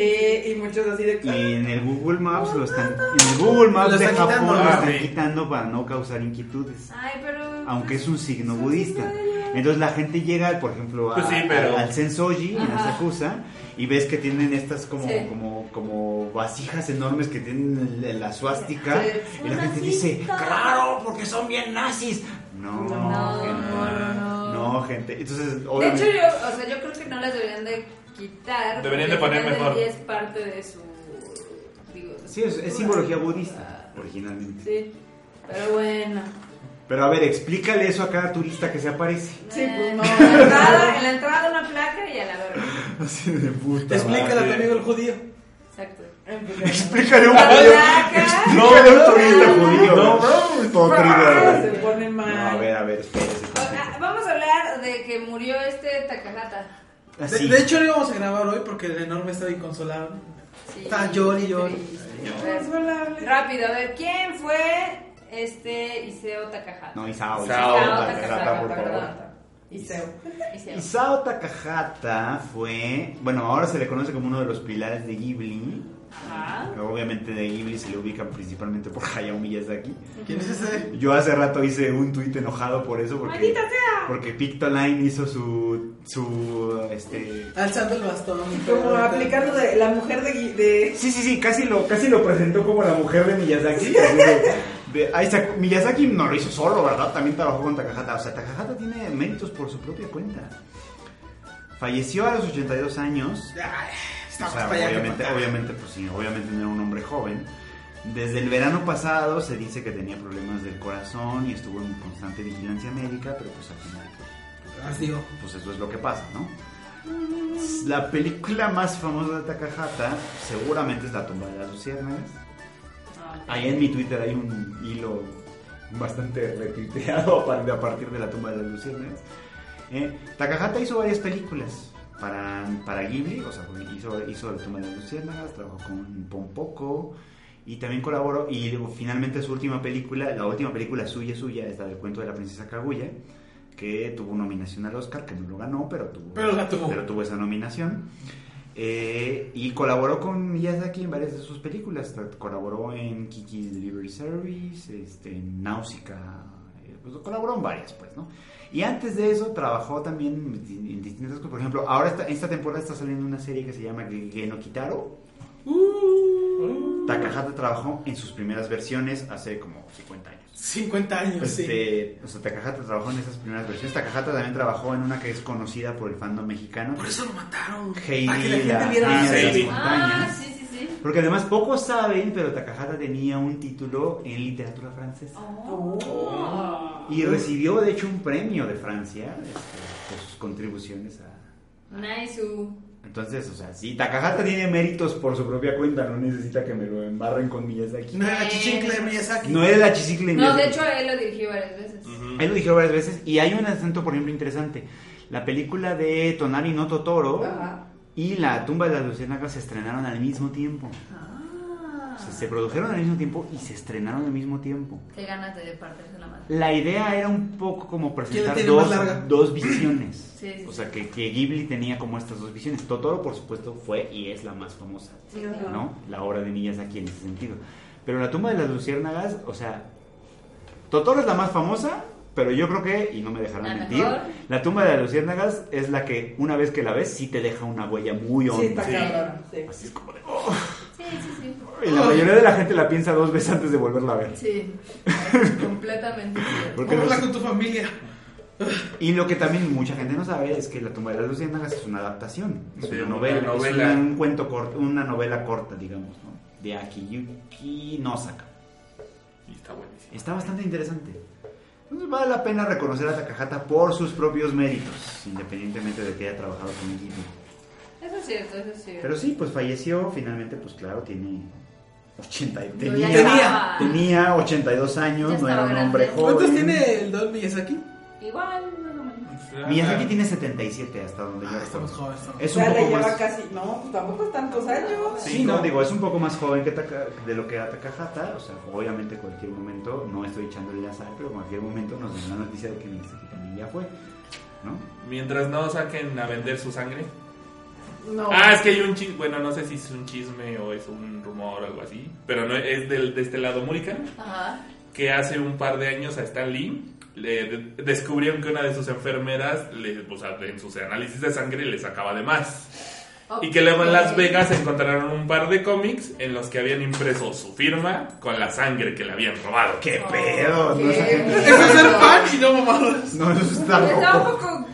[SPEAKER 6] y muchos así de.
[SPEAKER 4] Y en el Google Maps lo están, en el Google Maps
[SPEAKER 1] Lo
[SPEAKER 4] de
[SPEAKER 1] están
[SPEAKER 4] Japón
[SPEAKER 1] quitando,
[SPEAKER 4] lo
[SPEAKER 3] ¿no?
[SPEAKER 4] están
[SPEAKER 3] Sí.
[SPEAKER 4] quitando para no causar inquietudes.
[SPEAKER 2] Ay, pero.
[SPEAKER 4] Aunque
[SPEAKER 2] pues,
[SPEAKER 4] es un signo
[SPEAKER 2] son
[SPEAKER 4] budista.
[SPEAKER 2] signos.
[SPEAKER 4] Entonces la gente llega, por ejemplo, a-
[SPEAKER 3] Pues sí, pero-
[SPEAKER 4] al Sensoji en
[SPEAKER 2] Ajá.
[SPEAKER 4] Asakusa y ves que tienen estas como,
[SPEAKER 2] Sí.
[SPEAKER 4] como, como vasijas enormes que tienen el- la suástica
[SPEAKER 2] Sí.
[SPEAKER 4] y la
[SPEAKER 2] Un
[SPEAKER 4] gente dice,
[SPEAKER 2] nazista.
[SPEAKER 4] claro, porque son bien nazis. No,
[SPEAKER 2] No,
[SPEAKER 4] gente.
[SPEAKER 2] no, no.
[SPEAKER 4] No, gente. Entonces,
[SPEAKER 2] De hecho,
[SPEAKER 4] obviamente...
[SPEAKER 2] yo, o sea, yo creo que no las deberían de quitar.
[SPEAKER 3] Deberían
[SPEAKER 2] porque
[SPEAKER 3] de poner
[SPEAKER 2] al final del
[SPEAKER 3] mejor.
[SPEAKER 2] día es parte de su. Digo, de
[SPEAKER 4] Sí,
[SPEAKER 2] su
[SPEAKER 4] es, es
[SPEAKER 2] cultura.
[SPEAKER 4] simbología budista, originalmente.
[SPEAKER 2] Sí. Pero bueno.
[SPEAKER 4] Pero a ver, explícale eso a cada turista que se aparece.
[SPEAKER 6] Sí, pues no.
[SPEAKER 2] Eh, En la entrada, en la entrada una placa y a la verga.
[SPEAKER 4] Así de puta.
[SPEAKER 1] Explícala a tu
[SPEAKER 3] madre.
[SPEAKER 1] amigo el judío.
[SPEAKER 2] Exacto.
[SPEAKER 4] Explícale un
[SPEAKER 2] La
[SPEAKER 4] judío.
[SPEAKER 2] placa.
[SPEAKER 4] Explícale un turista judío.
[SPEAKER 3] No,
[SPEAKER 4] Todo
[SPEAKER 6] Ah, Se
[SPEAKER 4] trigger.
[SPEAKER 6] ponen
[SPEAKER 4] No,
[SPEAKER 6] mal.
[SPEAKER 4] a ver, a ver, espérese.
[SPEAKER 2] Ah, Vamos a hablar de que murió este Takahata.
[SPEAKER 1] De,
[SPEAKER 4] Así.
[SPEAKER 1] de hecho, lo íbamos a grabar hoy porque el enorme estaba inconsolable.
[SPEAKER 2] Sí,
[SPEAKER 1] Está llori,
[SPEAKER 2] qué
[SPEAKER 1] llori.
[SPEAKER 2] triste.
[SPEAKER 6] No,
[SPEAKER 2] A ver,
[SPEAKER 6] es volable.
[SPEAKER 2] Rápido, a ver, ¿quién fue este Iseo Takahata?
[SPEAKER 4] No, Isao.
[SPEAKER 3] Isao
[SPEAKER 4] Takahata, por
[SPEAKER 2] Takahata,
[SPEAKER 4] favor.
[SPEAKER 2] perdón.
[SPEAKER 6] Y Seo.
[SPEAKER 2] Iseo.
[SPEAKER 4] Isao Takahata fue, bueno, ahora se le conoce como uno de los pilares de Ghibli. Ah.
[SPEAKER 2] Ajá.
[SPEAKER 4] Obviamente de Ghibli se le ubican principalmente por Hayao Miyazaki.
[SPEAKER 1] ¿Quién es ese?
[SPEAKER 4] Yo hace rato hice un tuit enojado por eso porque, porque Pictoline hizo su su este
[SPEAKER 1] Alzando el bastón.
[SPEAKER 6] Como aplicando de la mujer de. Gui- de...
[SPEAKER 4] Sí, sí, sí, casi lo casi lo presentó como la mujer de Miyazaki. así de- de- ahí sacó- Miyazaki no lo hizo solo, ¿verdad? También trabajó con Takahata, o sea, Takahata tiene méritos por su propia cuenta. Falleció a los 82 años.
[SPEAKER 1] Ay,
[SPEAKER 4] O
[SPEAKER 1] Estamos
[SPEAKER 4] sea,
[SPEAKER 1] para allá.
[SPEAKER 4] obviamente,
[SPEAKER 1] que para acá.
[SPEAKER 4] obviamente, pues sí, obviamente no era un hombre joven. Desde el verano pasado se dice que tenía problemas del corazón y estuvo en constante vigilancia médica, pero pues al final,
[SPEAKER 1] Así digo.
[SPEAKER 4] pues eso es lo que pasa, ¿no? La película más famosa de Takahata seguramente es La tumba de las luciérnagas. Ahí en mi Twitter hay un hilo bastante retuiteado a par- a partir de la tumba de las luciérnagas. Eh, Takahata hizo varias películas para, para Ghibli, o sea, porque hizo, hizo la tumba de las luciérnagas, trabajó con Pompoco y también colaboró. Y luego, finalmente su última película, la última película suya, suya, es la del cuento de la princesa Kaguya, que tuvo nominación al Oscar, que no lo ganó, pero tuvo,
[SPEAKER 1] Pero la tuvo.
[SPEAKER 4] pero tuvo esa nominación. Eh, y colaboró con Miyazaki en varias de sus películas. Colaboró en Kiki's Delivery Service, este, en Náusica. eh, pues, colaboró en varias, pues, ¿no? Y antes de eso trabajó también en en distintas cosas. Por ejemplo, ahora esta, esta temporada está saliendo una serie que se llama Geno Kitaro. Takahata trabajó en sus primeras versiones hace como 50 años.
[SPEAKER 1] 50 años, sí.
[SPEAKER 4] Este, o sea, Takahata trabajó en esas primeras versiones. Takahata también trabajó en una que es conocida por el fandom mexicano.
[SPEAKER 1] Por eso lo mataron. para que la
[SPEAKER 4] Heidi,
[SPEAKER 1] gente
[SPEAKER 4] la
[SPEAKER 1] viera
[SPEAKER 3] Ah,
[SPEAKER 1] la
[SPEAKER 4] niña de las
[SPEAKER 3] Heidi.
[SPEAKER 1] serie.
[SPEAKER 2] Ah,
[SPEAKER 4] montañas.
[SPEAKER 2] sí, sí, sí.
[SPEAKER 4] Porque además pocos saben, pero Takahata tenía un título en literatura francesa.
[SPEAKER 2] Oh.
[SPEAKER 1] Ah.
[SPEAKER 4] Y recibió, de hecho, un premio de Francia este, por sus contribuciones a...
[SPEAKER 2] Nice. uh.
[SPEAKER 4] Entonces, o sea, sí, Takahata tiene méritos por su propia cuenta, no necesita que me lo embarren con millas de aquí.
[SPEAKER 1] No era la chichincle de Miyazaki.
[SPEAKER 4] No es la chisicle
[SPEAKER 2] No, de hecho él lo dirigió varias veces.
[SPEAKER 3] Ujú.
[SPEAKER 4] Él lo dijeron varias veces y hay un acento, por ejemplo, interesante. La película de Tonari no Totoro
[SPEAKER 6] Ajá.
[SPEAKER 4] y La tumba de las luciérnagas se estrenaron al mismo tiempo.
[SPEAKER 2] Ah.
[SPEAKER 4] O sea, se produjeron al mismo tiempo y se estrenaron al mismo tiempo.
[SPEAKER 2] Qué ganas de partirse la madre.
[SPEAKER 4] La idea era un poco como presentar
[SPEAKER 1] tiene
[SPEAKER 4] dos,
[SPEAKER 1] más larga?
[SPEAKER 4] dos visiones.
[SPEAKER 2] Sí, sí,
[SPEAKER 4] O
[SPEAKER 2] sí.
[SPEAKER 4] sea, que, que Ghibli tenía como estas dos visiones. Totoro, por supuesto, fue y es la más famosa,
[SPEAKER 2] Sí, claro.
[SPEAKER 4] ¿no? La obra de Miyazaki en ese sentido. Pero la tumba de las luciérnagas, o sea, Totoro es la más famosa, pero yo creo que, y no me dejarán
[SPEAKER 2] La
[SPEAKER 4] mentir,
[SPEAKER 2] mejor.
[SPEAKER 4] la tumba de las luciérnagas es la que una vez que la ves sí te deja una huella muy
[SPEAKER 6] Sí, está
[SPEAKER 4] honda.
[SPEAKER 6] cabrón. Sí.
[SPEAKER 4] Así es como de,
[SPEAKER 2] Sí, sí, sí.
[SPEAKER 4] Y la mayoría de la gente la piensa dos veces antes de volverla a ver.
[SPEAKER 2] Sí, completamente cierto.
[SPEAKER 4] Porque
[SPEAKER 1] Habla
[SPEAKER 4] los-
[SPEAKER 1] con tu familia.
[SPEAKER 4] Y lo que también mucha gente no sabe es que La tumba de las luciérnagas es una adaptación, es
[SPEAKER 3] Sí,
[SPEAKER 4] una
[SPEAKER 3] una
[SPEAKER 4] novela,
[SPEAKER 3] novela.
[SPEAKER 4] es una- un cuento corto, una novela corta, digamos, ¿no? de Akiyuki Nosaka.
[SPEAKER 3] Y está buenísimo.
[SPEAKER 4] Está bastante interesante. Entonces vale la pena reconocer a Takahata por sus propios méritos, independientemente de que haya trabajado con equipo.
[SPEAKER 2] Eso es cierto, eso es cierto.
[SPEAKER 4] Pero sí, pues falleció finalmente, pues claro, tiene 80 y-
[SPEAKER 2] Yo
[SPEAKER 4] tenía,
[SPEAKER 2] ya estaba-
[SPEAKER 4] tenía 82
[SPEAKER 2] Ya
[SPEAKER 4] años, no
[SPEAKER 2] estaba
[SPEAKER 4] era un hombre
[SPEAKER 2] grande.
[SPEAKER 4] joven.
[SPEAKER 1] ¿Cuántos tiene el Don Miyazaki?
[SPEAKER 2] Igual, más o menos.
[SPEAKER 4] Miyazaki tiene 77 hasta donde yo
[SPEAKER 1] Ah, estamos
[SPEAKER 4] recuerdo.
[SPEAKER 1] jóvenes. estamos
[SPEAKER 4] Es un
[SPEAKER 6] Ya le
[SPEAKER 4] poco
[SPEAKER 6] lleva
[SPEAKER 4] más
[SPEAKER 6] casi. No, pues tampoco es tantos años.
[SPEAKER 4] Sí, no, digo, es un poco más joven que Taka- de lo que era Takahata. O sea, obviamente, cualquier momento, no estoy echándole azar, pero cualquier momento nos dan la noticia de que Miyazaki también ya fue. ¿No?
[SPEAKER 3] Mientras no saquen a vender su sangre.
[SPEAKER 5] No.
[SPEAKER 3] Ah, es que hay un chisme. Bueno, no sé si es un chisme o es un rumor o algo así. Pero no es del, de este lado Murica.
[SPEAKER 2] Ajá.
[SPEAKER 3] Que hace un par de años a Stan Lee le de- descubrieron que una de sus enfermeras, le, o sea, en sus análisis de sangre, le sacaba de más. Y que luego en Las Vegas encontraron un par de cómics en los que habían impreso su firma con la sangre que le habían robado.
[SPEAKER 4] ¡Qué
[SPEAKER 2] Oh,
[SPEAKER 4] pedo! No, esa
[SPEAKER 2] qué
[SPEAKER 4] gente-
[SPEAKER 1] jóvenes. Eso es ser fan y no mamadas.
[SPEAKER 4] no, eso
[SPEAKER 2] Está
[SPEAKER 4] está
[SPEAKER 2] un
[SPEAKER 4] un poco.
[SPEAKER 2] poco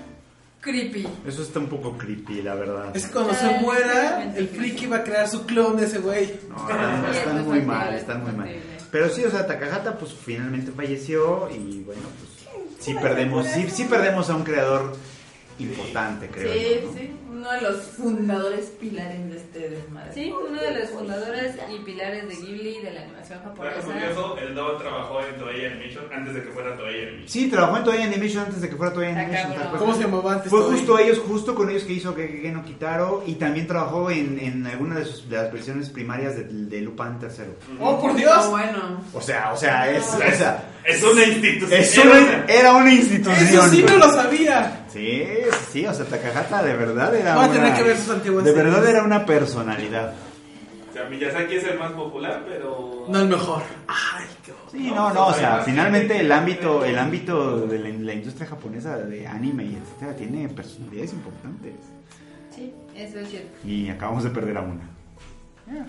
[SPEAKER 2] creepy.
[SPEAKER 4] Eso está un poco creepy, la verdad.
[SPEAKER 1] Es que cuando se muera, el friki va a crear su clon de ese güey.
[SPEAKER 4] No, no,
[SPEAKER 2] Sí,
[SPEAKER 4] están
[SPEAKER 2] es
[SPEAKER 4] muy
[SPEAKER 2] factible,
[SPEAKER 4] mal,
[SPEAKER 2] es
[SPEAKER 4] están muy mal.
[SPEAKER 2] factible.
[SPEAKER 4] Pero sí, o sea, Takahata, pues finalmente falleció y bueno, pues sí perdemos, sí, sí perdemos a un creador importante, creo.
[SPEAKER 5] Sí,
[SPEAKER 4] yo, ¿no?
[SPEAKER 5] sí. Uno de los fundadores pilares de este desmadre.
[SPEAKER 2] Sí, uno de los fundadores y pilares de Ghibli de la animación japonesa.
[SPEAKER 3] el Don trabajó en Toei Animation antes de que fuera Toei Animation.
[SPEAKER 4] Sí, trabajó en Toei Animation antes de que fuera Toei
[SPEAKER 5] Está
[SPEAKER 4] Animation.
[SPEAKER 5] cabrón.
[SPEAKER 4] tal cual.
[SPEAKER 1] ¿Cómo se llamaba antes?
[SPEAKER 4] pues, Fue
[SPEAKER 1] Toy?
[SPEAKER 4] justo ellos, justo con ellos que hizo que no Kitaro y también trabajó en, en alguna de, sus, de las versiones primarias de, de Lupin III.
[SPEAKER 1] ¡Oh, por
[SPEAKER 5] No,
[SPEAKER 1] Dios!
[SPEAKER 5] bueno.
[SPEAKER 4] O sea, o sea, es, o sea,
[SPEAKER 3] Es una institución.
[SPEAKER 4] es una- era una institución.
[SPEAKER 1] Eso sí no lo sabía.
[SPEAKER 4] Sí, sí, o sea, Takahata de verdad era
[SPEAKER 1] Voy a
[SPEAKER 4] una,
[SPEAKER 1] tener que ver sus antiguas
[SPEAKER 4] De
[SPEAKER 1] series.
[SPEAKER 4] verdad era una personalidad.
[SPEAKER 3] O sea, Miyazaki es el más popular, pero.
[SPEAKER 1] No el mejor. Ay, qué bo-
[SPEAKER 4] Sí, no, no, o sea, finalmente el ámbito, el ámbito de la, la industria japonesa de anime y etcétera tiene personalidades importantes.
[SPEAKER 2] Sí, eso es cierto.
[SPEAKER 4] Y acabamos de perder a una. Ya.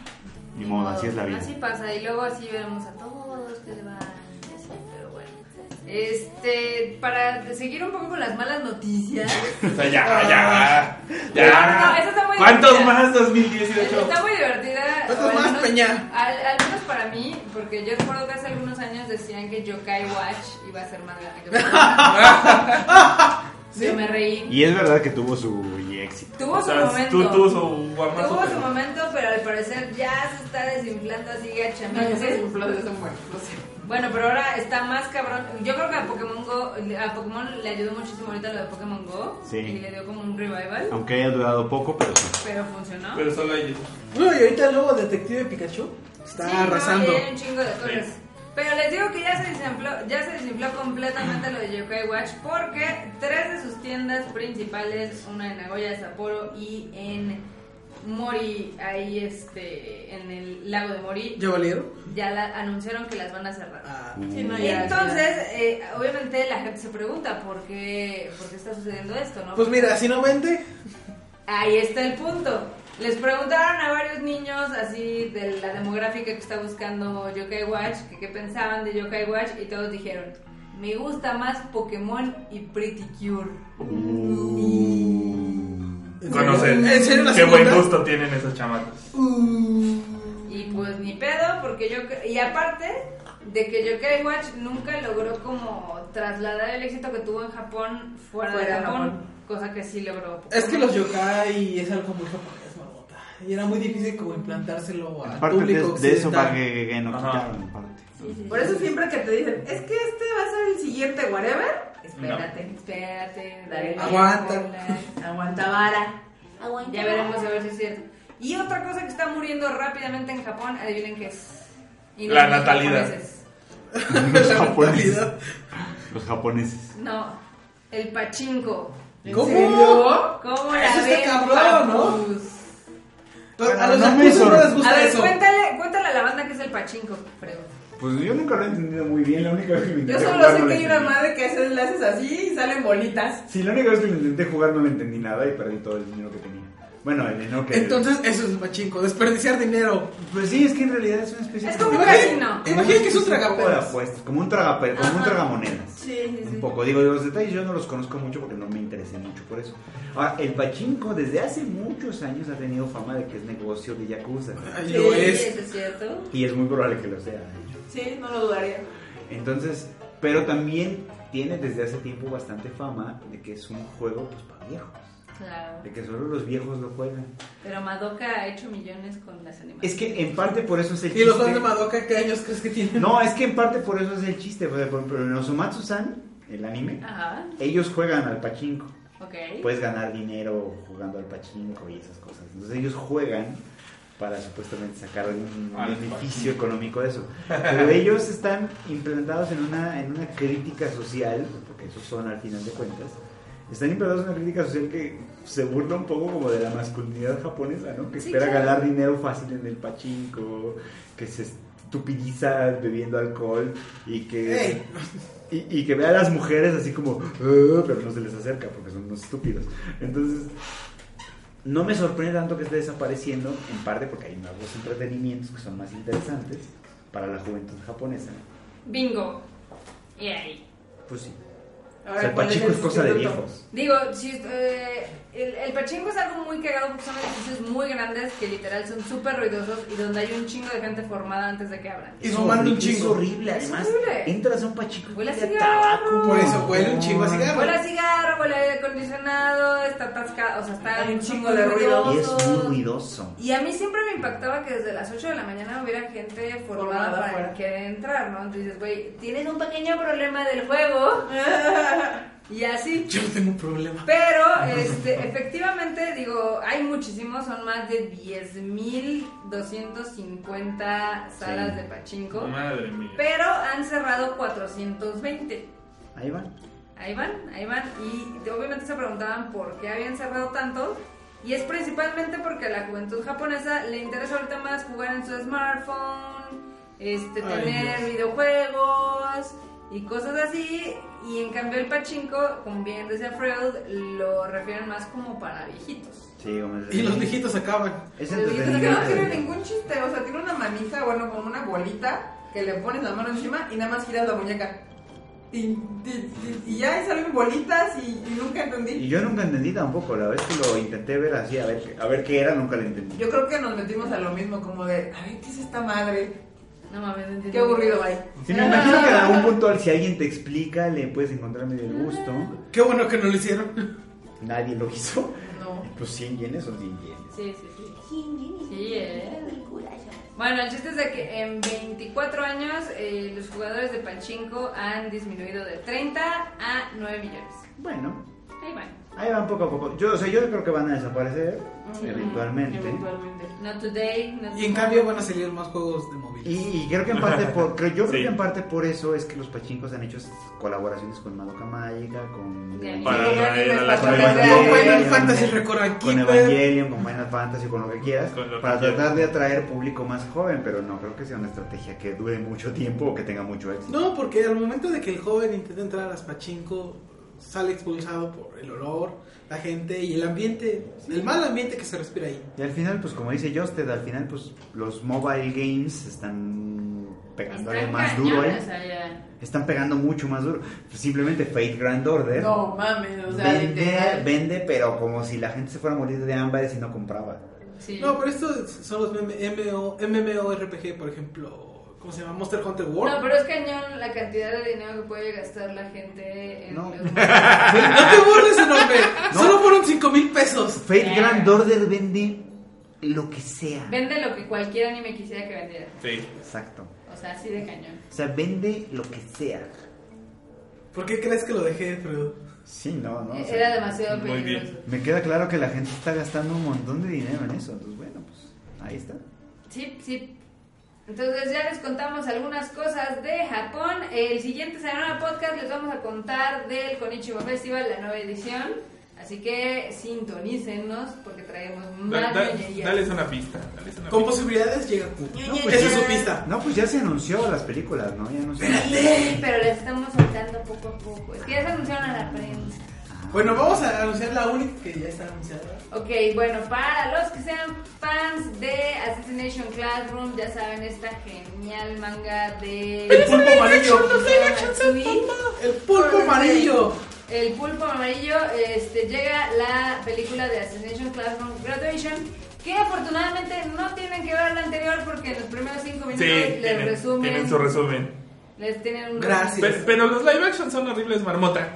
[SPEAKER 4] Ni modo, así es la vida.
[SPEAKER 2] Así pasa, y luego así veremos a todos que se van, y así, pero bueno. Este, para seguir un poco con las malas noticias.
[SPEAKER 3] O sea, ya, ya.
[SPEAKER 2] No, no,
[SPEAKER 3] Ya.
[SPEAKER 2] eso está muy
[SPEAKER 3] ¿Cuántos
[SPEAKER 2] divertida.
[SPEAKER 3] más
[SPEAKER 2] Está
[SPEAKER 3] 2018?
[SPEAKER 2] muy divertida.
[SPEAKER 1] ¿Cuántos
[SPEAKER 2] o al
[SPEAKER 1] más,
[SPEAKER 2] menos-
[SPEAKER 1] Peña?
[SPEAKER 2] Al, al menos para mí, porque yo recuerdo que hace algunos años decían que Yokai Watch iba a ser más grande que Pokémon.
[SPEAKER 1] ¿Sí?
[SPEAKER 2] Yo me reí.
[SPEAKER 4] Y es verdad que tuvo su éxito.
[SPEAKER 2] Tuvo
[SPEAKER 3] O
[SPEAKER 2] su
[SPEAKER 3] sea,
[SPEAKER 2] momento.
[SPEAKER 3] tú, tú, su
[SPEAKER 2] Tuvo su
[SPEAKER 3] guamazo.
[SPEAKER 2] momento, pero al parecer ya se está desinflando así
[SPEAKER 5] No, yo soy
[SPEAKER 2] gachamente.
[SPEAKER 5] un flor de ese muerto, lo sé.
[SPEAKER 2] Bueno, pero ahora está más cabrón. Yo creo que a Pokémon Go, a Pokémon le ayudó muchísimo ahorita lo de Pokémon Go.
[SPEAKER 4] Sí.
[SPEAKER 2] Y le dio como un revival,
[SPEAKER 4] Aunque haya durado poco, pero sí.
[SPEAKER 2] pero funcionó.
[SPEAKER 3] Pero solo ellos.
[SPEAKER 1] No, y ahorita el nuevo detective Pikachu está
[SPEAKER 2] Sí, no,
[SPEAKER 1] arrasando.
[SPEAKER 2] y hay un chingo de cosas. Pero les digo que ya se desinfló, ya se desinfló completamente lo de Yokai Watch porque tres de sus tiendas principales, una en Nagoya, Sapporo y en Mori, ahí este, en el lago de Mori,
[SPEAKER 1] ¿Ya valieron?
[SPEAKER 2] ya la, anunciaron que las van a cerrar.
[SPEAKER 1] Ah,
[SPEAKER 5] Sí, no,
[SPEAKER 2] Y
[SPEAKER 5] ya,
[SPEAKER 2] entonces, eh, obviamente la gente se pregunta por qué, por qué está sucediendo esto, ¿no?
[SPEAKER 1] pues mira, si no vende,
[SPEAKER 2] Ahí está el punto. Les preguntaron a varios niños así de la demográfica que está buscando Yokai Watch, que qué pensaban de Yokai Watch y todos dijeron, me gusta más Pokémon y Pretty Cure.
[SPEAKER 3] Conocer.
[SPEAKER 1] ¿En serio la
[SPEAKER 3] Qué buen
[SPEAKER 1] segunda? Uh,
[SPEAKER 3] gusto tienen esos chamacos.
[SPEAKER 2] Y pues ni pedo, porque yo... cre- Y aparte de que Yokai Watch nunca logró como trasladar el éxito que tuvo en Japón fuera,
[SPEAKER 5] Fuera
[SPEAKER 2] de
[SPEAKER 5] de
[SPEAKER 2] Japón,
[SPEAKER 5] Japón.
[SPEAKER 2] cosa que sí logró.
[SPEAKER 1] es que los yokai es algo muy japonés, mamota. Y era muy difícil como implantárselo al
[SPEAKER 4] Aparte de,
[SPEAKER 1] público
[SPEAKER 4] de eso va
[SPEAKER 1] occidental.
[SPEAKER 4] que, que no
[SPEAKER 3] Ajá.
[SPEAKER 4] quitaron, aparte.
[SPEAKER 6] Por eso siempre que te dicen, es que este va a ser el siguiente, whatever.
[SPEAKER 2] Espérate, espérate, dale.
[SPEAKER 1] Aguanta.
[SPEAKER 2] dale.
[SPEAKER 5] Aguanta vara.
[SPEAKER 2] Ya veremos a ver si es cierto. Y otra cosa que está muriendo rápidamente en Japón, adivinen qué es. Y
[SPEAKER 3] La
[SPEAKER 2] no son
[SPEAKER 3] natalidad.
[SPEAKER 2] japoneses.
[SPEAKER 4] Los
[SPEAKER 1] La
[SPEAKER 4] japoneses.
[SPEAKER 1] mentalidad.
[SPEAKER 4] Los japoneses.
[SPEAKER 2] No, el pachinko.
[SPEAKER 1] ¿Cómo?
[SPEAKER 2] ¿Cómo la
[SPEAKER 1] Eso está
[SPEAKER 2] ven,
[SPEAKER 1] cabrón, ¿no?
[SPEAKER 2] papus?
[SPEAKER 1] Pero a
[SPEAKER 4] Bueno,
[SPEAKER 1] los
[SPEAKER 4] no me
[SPEAKER 1] japoneses no
[SPEAKER 4] sor-
[SPEAKER 1] les gusta
[SPEAKER 2] A ver,
[SPEAKER 1] eso.
[SPEAKER 2] cuéntale, cuéntale a la banda qué es el pachinko, creo.
[SPEAKER 4] Pues yo nunca lo he entendido muy bien, la única vez que me
[SPEAKER 6] Yo
[SPEAKER 4] intenté
[SPEAKER 6] solo
[SPEAKER 4] jugar no
[SPEAKER 6] sé que
[SPEAKER 4] la
[SPEAKER 6] hay una
[SPEAKER 4] entendí.
[SPEAKER 6] madre que haces le haces así y salen bolitas.
[SPEAKER 4] Sí, la única vez que lo intenté jugar no le entendí nada y perdí todo el dinero que tenía. Bueno, el enoque.
[SPEAKER 1] Entonces, eso es pachinko, desperdiciar dinero.
[SPEAKER 4] Pues sí, es que en realidad es una especie
[SPEAKER 2] Es
[SPEAKER 4] de.
[SPEAKER 2] como un
[SPEAKER 1] Imagina-
[SPEAKER 2] casino.
[SPEAKER 1] Imagina que es un
[SPEAKER 4] Como de
[SPEAKER 1] tragaperas.
[SPEAKER 4] apuestas, como un tragape- como un
[SPEAKER 2] Ajá.
[SPEAKER 4] tragamonedas.
[SPEAKER 2] Sí, sí, sí.
[SPEAKER 4] Un poco, digo, los detalles yo no los conozco mucho porque no me interesé mucho por eso. Ahora, el pachinko desde hace muchos años ha tenido fama de que es negocio de yakuza.
[SPEAKER 1] Ay,
[SPEAKER 2] Sí,
[SPEAKER 1] lo es.
[SPEAKER 2] eso es cierto.
[SPEAKER 4] Y es muy probable que lo sea, de hecho.
[SPEAKER 6] Sí, no lo dudaría.
[SPEAKER 4] Entonces, pero también tiene desde hace tiempo bastante fama de que es un juego pues para viejos.
[SPEAKER 2] Claro.
[SPEAKER 4] De que solo los viejos lo juegan.
[SPEAKER 2] Pero Madoka ha hecho millones con las animaciones.
[SPEAKER 4] Es que en parte por eso es el
[SPEAKER 1] Y los
[SPEAKER 4] chiste.
[SPEAKER 1] fans de Madoka, ¿qué años crees que tienen?
[SPEAKER 4] No, es que en parte por eso es el chiste. Por ejemplo, en Osomatsu-san, el anime,
[SPEAKER 2] Ajá,
[SPEAKER 4] ellos juegan al pachinko.
[SPEAKER 2] ok.
[SPEAKER 1] Pues
[SPEAKER 4] Puedes ganar dinero jugando al pachinko y esas cosas. Entonces ellos juegan para supuestamente sacar un
[SPEAKER 3] Al
[SPEAKER 4] beneficio económico de eso. Pero ellos están implantados en una, en una crítica social, porque esos son al final de cuentas, están implantados en una crítica social que se burla un poco como de la masculinidad japonesa, ¿no? Que
[SPEAKER 2] Sí,
[SPEAKER 4] espera
[SPEAKER 2] claro.
[SPEAKER 4] ganar dinero fácil en el pachinko, que se estupidiza bebiendo alcohol y que...
[SPEAKER 1] Ey.
[SPEAKER 4] Y, y que ve a las mujeres así como, "Ah", pero no se les acerca porque son unos estúpidos. Entonces, no me sorprende tanto que esté desapareciendo, en parte porque hay nuevos entretenimientos que son más interesantes para la juventud japonesa.
[SPEAKER 2] Bingo. Y ahí.
[SPEAKER 4] Pues sí. O
[SPEAKER 6] Ahora,
[SPEAKER 4] sea, el
[SPEAKER 6] ¿cuál
[SPEAKER 4] pachico
[SPEAKER 6] el
[SPEAKER 4] es cosa de
[SPEAKER 6] sustituto?
[SPEAKER 4] viejos.
[SPEAKER 2] Digo, si, eh, el, el pachinko es algo muy cagado porque son edificios muy grandes que literal son súper ruidosos y donde hay un chingo de gente formada antes de que abran.
[SPEAKER 1] Y fumando un
[SPEAKER 4] Es
[SPEAKER 1] chingo.
[SPEAKER 4] horrible,
[SPEAKER 2] Es
[SPEAKER 4] además.
[SPEAKER 2] horrible.
[SPEAKER 4] Entras a un pachico y
[SPEAKER 2] Huele a
[SPEAKER 4] huele a
[SPEAKER 2] cigarro.
[SPEAKER 4] tabaco.
[SPEAKER 1] Por eso huele un chingo a cigarro.
[SPEAKER 2] Huele a cigarro, huele a aire acondicionado, está atascado, o sea, está
[SPEAKER 6] Hay un
[SPEAKER 2] son
[SPEAKER 6] chingo
[SPEAKER 2] muy
[SPEAKER 6] de
[SPEAKER 4] Y
[SPEAKER 6] ruido.
[SPEAKER 4] es muy
[SPEAKER 2] ruidosos.
[SPEAKER 4] ruidoso.
[SPEAKER 2] Y a mí siempre me impactaba que desde las 8 de la mañana hubiera gente formada
[SPEAKER 6] Formada
[SPEAKER 2] para
[SPEAKER 6] afuera.
[SPEAKER 2] que entrar, ¿no? Entonces dices, güey, tienes un pequeño problema del juego y así.
[SPEAKER 1] Yo no tengo un problema.
[SPEAKER 2] Pero este, efectivamente, digo, hay muchísimos, son más de 10.250 salas
[SPEAKER 4] Sí.
[SPEAKER 2] de
[SPEAKER 3] No,
[SPEAKER 2] pachinko,
[SPEAKER 3] madre mía.
[SPEAKER 2] pero han cerrado 420.
[SPEAKER 4] Ahí van.
[SPEAKER 2] Ahí van, ahí van. Y obviamente se preguntaban por qué habían cerrado tantos. Y es principalmente porque a la juventud japonesa le interesa ahorita más jugar en su smartphone, este,
[SPEAKER 1] Ay,
[SPEAKER 2] tener
[SPEAKER 1] Dios.
[SPEAKER 2] videojuegos y cosas así. Y en cambio el pachinko, como bien decía Freud, lo refieren más como para viejitos.
[SPEAKER 4] Sí, como es-
[SPEAKER 1] Y los viejitos acaban.
[SPEAKER 4] Es
[SPEAKER 2] Los viejitos
[SPEAKER 6] Es que no tiene
[SPEAKER 4] entretenimiento.
[SPEAKER 6] ningún chiste, o sea, tiene una manija, bueno, como una bolita que le pones la mano encima y nada más giras la muñeca. Y, y- y- y ya y salen bolitas y, y nunca
[SPEAKER 4] Y
[SPEAKER 6] entendí.
[SPEAKER 4] yo nunca entendí tampoco, la vez que lo intenté ver así, a ver, a ver qué era, nunca lo entendí.
[SPEAKER 6] Yo creo que nos metimos a lo mismo, como de, ay, ¿qué es esta madre?
[SPEAKER 2] No mames, no entiendo.
[SPEAKER 6] Qué aburrido, bye.
[SPEAKER 4] Sí, me imagino que en algún punto, al- si alguien te explica, le puedes encontrar medio el gusto.
[SPEAKER 1] Qué bueno que no lo hicieron.
[SPEAKER 4] Nadie lo hizo.
[SPEAKER 6] No.
[SPEAKER 4] Pues 100 yenes son 100 yenes.
[SPEAKER 2] Sí, sí, sí. Sí, ¿eh? Bueno, el chiste es de que en 24 años eh, los jugadores de Pachinko han disminuido de 30 a 9 millones.
[SPEAKER 4] Bueno,
[SPEAKER 2] Ahí van.
[SPEAKER 4] ahí van poco a poco. Yo, o sea, yo creo que van a desaparecer eventualmente.
[SPEAKER 6] Eventualmente.
[SPEAKER 2] No today,
[SPEAKER 1] Y
[SPEAKER 2] no
[SPEAKER 1] en
[SPEAKER 2] tomorrow.
[SPEAKER 1] cambio van a salir más juegos de móvil.
[SPEAKER 4] Y, y creo que en parte por, creo, yo creo
[SPEAKER 3] Sí.
[SPEAKER 4] que en parte por eso es que los pachincos han hecho estas colaboraciones con Madoka Mágica, con,
[SPEAKER 2] Ya, ya,
[SPEAKER 3] Para
[SPEAKER 2] ya,
[SPEAKER 3] la-
[SPEAKER 2] ya,
[SPEAKER 3] la-
[SPEAKER 2] ya,
[SPEAKER 4] con
[SPEAKER 2] ya,
[SPEAKER 1] Con
[SPEAKER 2] ya,
[SPEAKER 4] Evangelion.
[SPEAKER 2] ya,
[SPEAKER 1] Final
[SPEAKER 2] ya.
[SPEAKER 1] Fantasy Record
[SPEAKER 4] con
[SPEAKER 1] Keeper.
[SPEAKER 4] Evangelion, con Final Fantasy, con lo que quieras,
[SPEAKER 3] Con lo que
[SPEAKER 4] para
[SPEAKER 3] quieras.
[SPEAKER 4] tratar de atraer público más joven, pero no creo que sea una estrategia que dure mucho tiempo o que tenga mucho éxito.
[SPEAKER 1] No, porque al momento de que el joven intenta entrar a las pachinko, sale expulsado por el olor, la gente y el ambiente, el mal ambiente que se respira ahí.
[SPEAKER 4] Y al final, pues como dice Justed, al final pues los mobile games están pegándole
[SPEAKER 2] Están
[SPEAKER 4] más duro ahí.
[SPEAKER 2] cañones allá.
[SPEAKER 4] Están pegando mucho más duro. Pues, simplemente Fate Grand Order
[SPEAKER 5] No mames, o sea,
[SPEAKER 4] vende,
[SPEAKER 5] literal.
[SPEAKER 4] vende, pero como si la gente se fuera a morir de hambre si no compraba.
[SPEAKER 2] Sí.
[SPEAKER 1] No, pero estos son los MMO MMORPG, por ejemplo, ¿cómo se llama? Monster Hunter World.
[SPEAKER 2] No, pero es cañón la cantidad de dinero que puede gastar la gente en
[SPEAKER 4] No.
[SPEAKER 1] Sí,
[SPEAKER 2] los-
[SPEAKER 1] No te burles, enorme.
[SPEAKER 4] No.
[SPEAKER 1] Solo fueron 5 mil pesos.
[SPEAKER 4] Fate
[SPEAKER 2] Eh.
[SPEAKER 4] Grand Order vende lo que sea.
[SPEAKER 2] Vende lo que cualquier anime quisiera que vendiera.
[SPEAKER 3] Sí.
[SPEAKER 4] Exacto.
[SPEAKER 2] O sea, así de cañón.
[SPEAKER 4] O sea, vende lo que sea.
[SPEAKER 1] ¿Por qué crees que lo dejé, Freud?
[SPEAKER 4] Sí, no, no. o sea,
[SPEAKER 2] E- Era demasiado
[SPEAKER 3] muy bien.
[SPEAKER 2] peligroso.
[SPEAKER 4] Me queda claro que la gente está gastando un montón de dinero en eso. Entonces, bueno, pues ahí está.
[SPEAKER 2] Sí, sí. Entonces ya les contamos algunas cosas de Japón. El siguiente Sayonara Podcast les vamos a contar del Konichiwa Festival, la nueva edición. Así que sintonícennos porque traemos
[SPEAKER 3] Da-
[SPEAKER 2] más
[SPEAKER 3] da-
[SPEAKER 2] ñoñerías.
[SPEAKER 3] dales una pista. Dales una
[SPEAKER 1] Con
[SPEAKER 3] pista.
[SPEAKER 1] posibilidades llega Q.
[SPEAKER 6] No, pues
[SPEAKER 1] Esa es
[SPEAKER 6] ya.
[SPEAKER 1] su pista.
[SPEAKER 4] No, pues ya se anunció las películas, ¿no? Ya no sé.
[SPEAKER 2] Sí, pero las estamos soltando poco a poco. Es que ya se anunciaron a la prensa.
[SPEAKER 4] Ah,
[SPEAKER 1] Bueno, vamos a anunciar la única que ya está anunciada.
[SPEAKER 2] Ok, bueno, para los que sean fans de Assassination Classroom, ya saben, esta genial manga de...
[SPEAKER 1] El pulpo amarillo.
[SPEAKER 2] Matsui.
[SPEAKER 1] El pulpo amarillo.
[SPEAKER 2] El pulpo amarillo, este, llega la película de Assassination Classroom Graduation, que afortunadamente no tienen que ver la anterior porque en los primeros cinco
[SPEAKER 3] Sí,
[SPEAKER 2] minutos les
[SPEAKER 3] tienen,
[SPEAKER 2] resumen,
[SPEAKER 3] tienen su resumen.
[SPEAKER 2] les tienen un
[SPEAKER 1] Gracias.
[SPEAKER 3] Pe- Pero, los live action son horribles, marmota.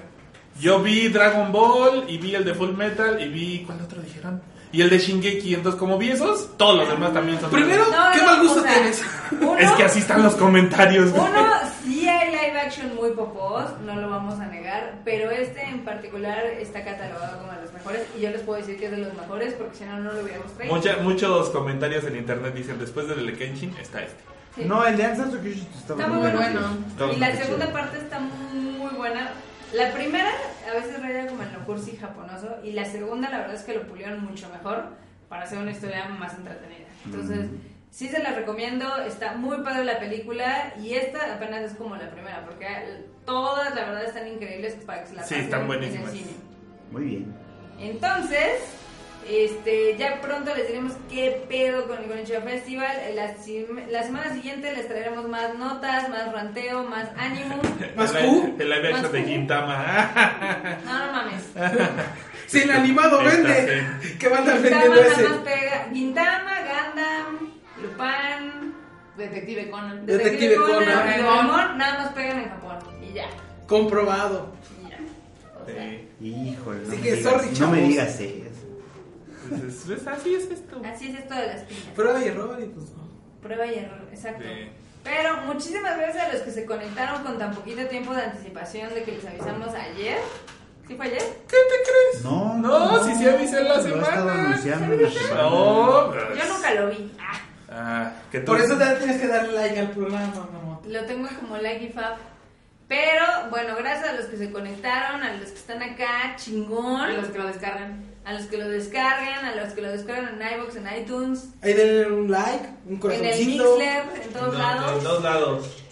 [SPEAKER 3] Yo vi Dragon Ball y vi el de Full Metal y vi. ¿Cuál otro dijeron? Y el de Shingeki. Entonces, como vi esos, todos los demás también son.
[SPEAKER 1] Primero,
[SPEAKER 3] horribles.
[SPEAKER 1] ¿qué mal gusto
[SPEAKER 2] o sea,
[SPEAKER 1] tienes?
[SPEAKER 2] uno-
[SPEAKER 3] Es que así están los comentarios. güey.
[SPEAKER 2] Uno, sí hay live action muy popos, no lo vamos a negar, pero este en particular está catalogado como de los mejores y yo les puedo decir que es de los mejores porque si no, no lo hubiéramos traído.
[SPEAKER 3] Mucha- muchos comentarios en internet dicen: después del de Kenshin está este.
[SPEAKER 2] Sí.
[SPEAKER 4] No, el de Ansatsu Kyushi estaba
[SPEAKER 2] Está muy
[SPEAKER 5] Muy
[SPEAKER 2] bueno.
[SPEAKER 5] bueno.
[SPEAKER 3] Está
[SPEAKER 2] Y la
[SPEAKER 3] muy
[SPEAKER 2] segunda
[SPEAKER 3] chido.
[SPEAKER 2] parte está muy buena. La primera a veces raya como en lo cursi japonoso y la segunda la verdad es que lo pulieron mucho mejor para hacer una historia más entretenida.
[SPEAKER 3] Mm.
[SPEAKER 2] Entonces, sí se la recomiendo, está muy padre la película y esta apenas es como la primera porque todas la verdad están increíbles para que se la
[SPEAKER 3] Sí,
[SPEAKER 2] pasen
[SPEAKER 3] están
[SPEAKER 2] en el
[SPEAKER 3] buenísimas.
[SPEAKER 2] cine.
[SPEAKER 4] Muy bien.
[SPEAKER 2] Entonces, este, ya pronto les diremos qué pedo con el Konichiwa Festival. Eh, La, sim- la semana siguiente les traeremos más notas, más ranteo, más ánimo.
[SPEAKER 1] ¿Más
[SPEAKER 3] el,
[SPEAKER 1] Q?
[SPEAKER 3] el live action
[SPEAKER 2] ¿Más
[SPEAKER 3] de
[SPEAKER 2] Q?
[SPEAKER 3] Gintama.
[SPEAKER 2] No, no mames.
[SPEAKER 1] Ah, Si el animado
[SPEAKER 3] Está
[SPEAKER 1] vende, ¿qué van a
[SPEAKER 2] Gintama
[SPEAKER 1] vendiendo
[SPEAKER 2] nada
[SPEAKER 1] ese?
[SPEAKER 2] más pega. Gintama, Gundam, Lupin,
[SPEAKER 5] Detective Conan.
[SPEAKER 1] Detective Conan.
[SPEAKER 2] y Doraemon, nada más pegan en Japón. Y ya.
[SPEAKER 1] Comprobado.
[SPEAKER 2] Y ya. O sea,
[SPEAKER 3] Sí.
[SPEAKER 4] Híjole, no,
[SPEAKER 1] Así
[SPEAKER 4] me,
[SPEAKER 1] que,
[SPEAKER 4] digas,
[SPEAKER 1] sorry,
[SPEAKER 4] no me
[SPEAKER 1] chavos.
[SPEAKER 4] digas eso.
[SPEAKER 3] Pues es- es- así es esto.
[SPEAKER 2] Así es esto de las piñas.
[SPEAKER 1] Prueba y error y pues no.
[SPEAKER 2] Prueba y error, exacto.
[SPEAKER 3] Sí.
[SPEAKER 2] Pero muchísimas gracias a los que se conectaron con tan poquito tiempo de anticipación de que les avisamos ayer. ¿Sí fue ayer?
[SPEAKER 4] No,
[SPEAKER 3] No, si se avisó en la
[SPEAKER 4] lo he estado
[SPEAKER 3] semana.
[SPEAKER 4] anunciando en la semana.
[SPEAKER 3] No,
[SPEAKER 2] Yo nunca lo vi. Ah,
[SPEAKER 3] Ah, que tú-
[SPEAKER 1] Por eso te tienes que darle like al programa, mamá.
[SPEAKER 2] lo tengo como like y fab. Pero bueno, gracias a los que se conectaron, a los que están acá,
[SPEAKER 5] Y
[SPEAKER 2] chingón.
[SPEAKER 5] los que lo descargan.
[SPEAKER 2] A los que lo descargan, a los que lo descargan en iVoox, en iTunes,
[SPEAKER 1] Ahí denle un like, un
[SPEAKER 2] en el
[SPEAKER 1] corazoncito.
[SPEAKER 2] Mixler, en todos
[SPEAKER 3] No,
[SPEAKER 2] lados.
[SPEAKER 3] En todos lados.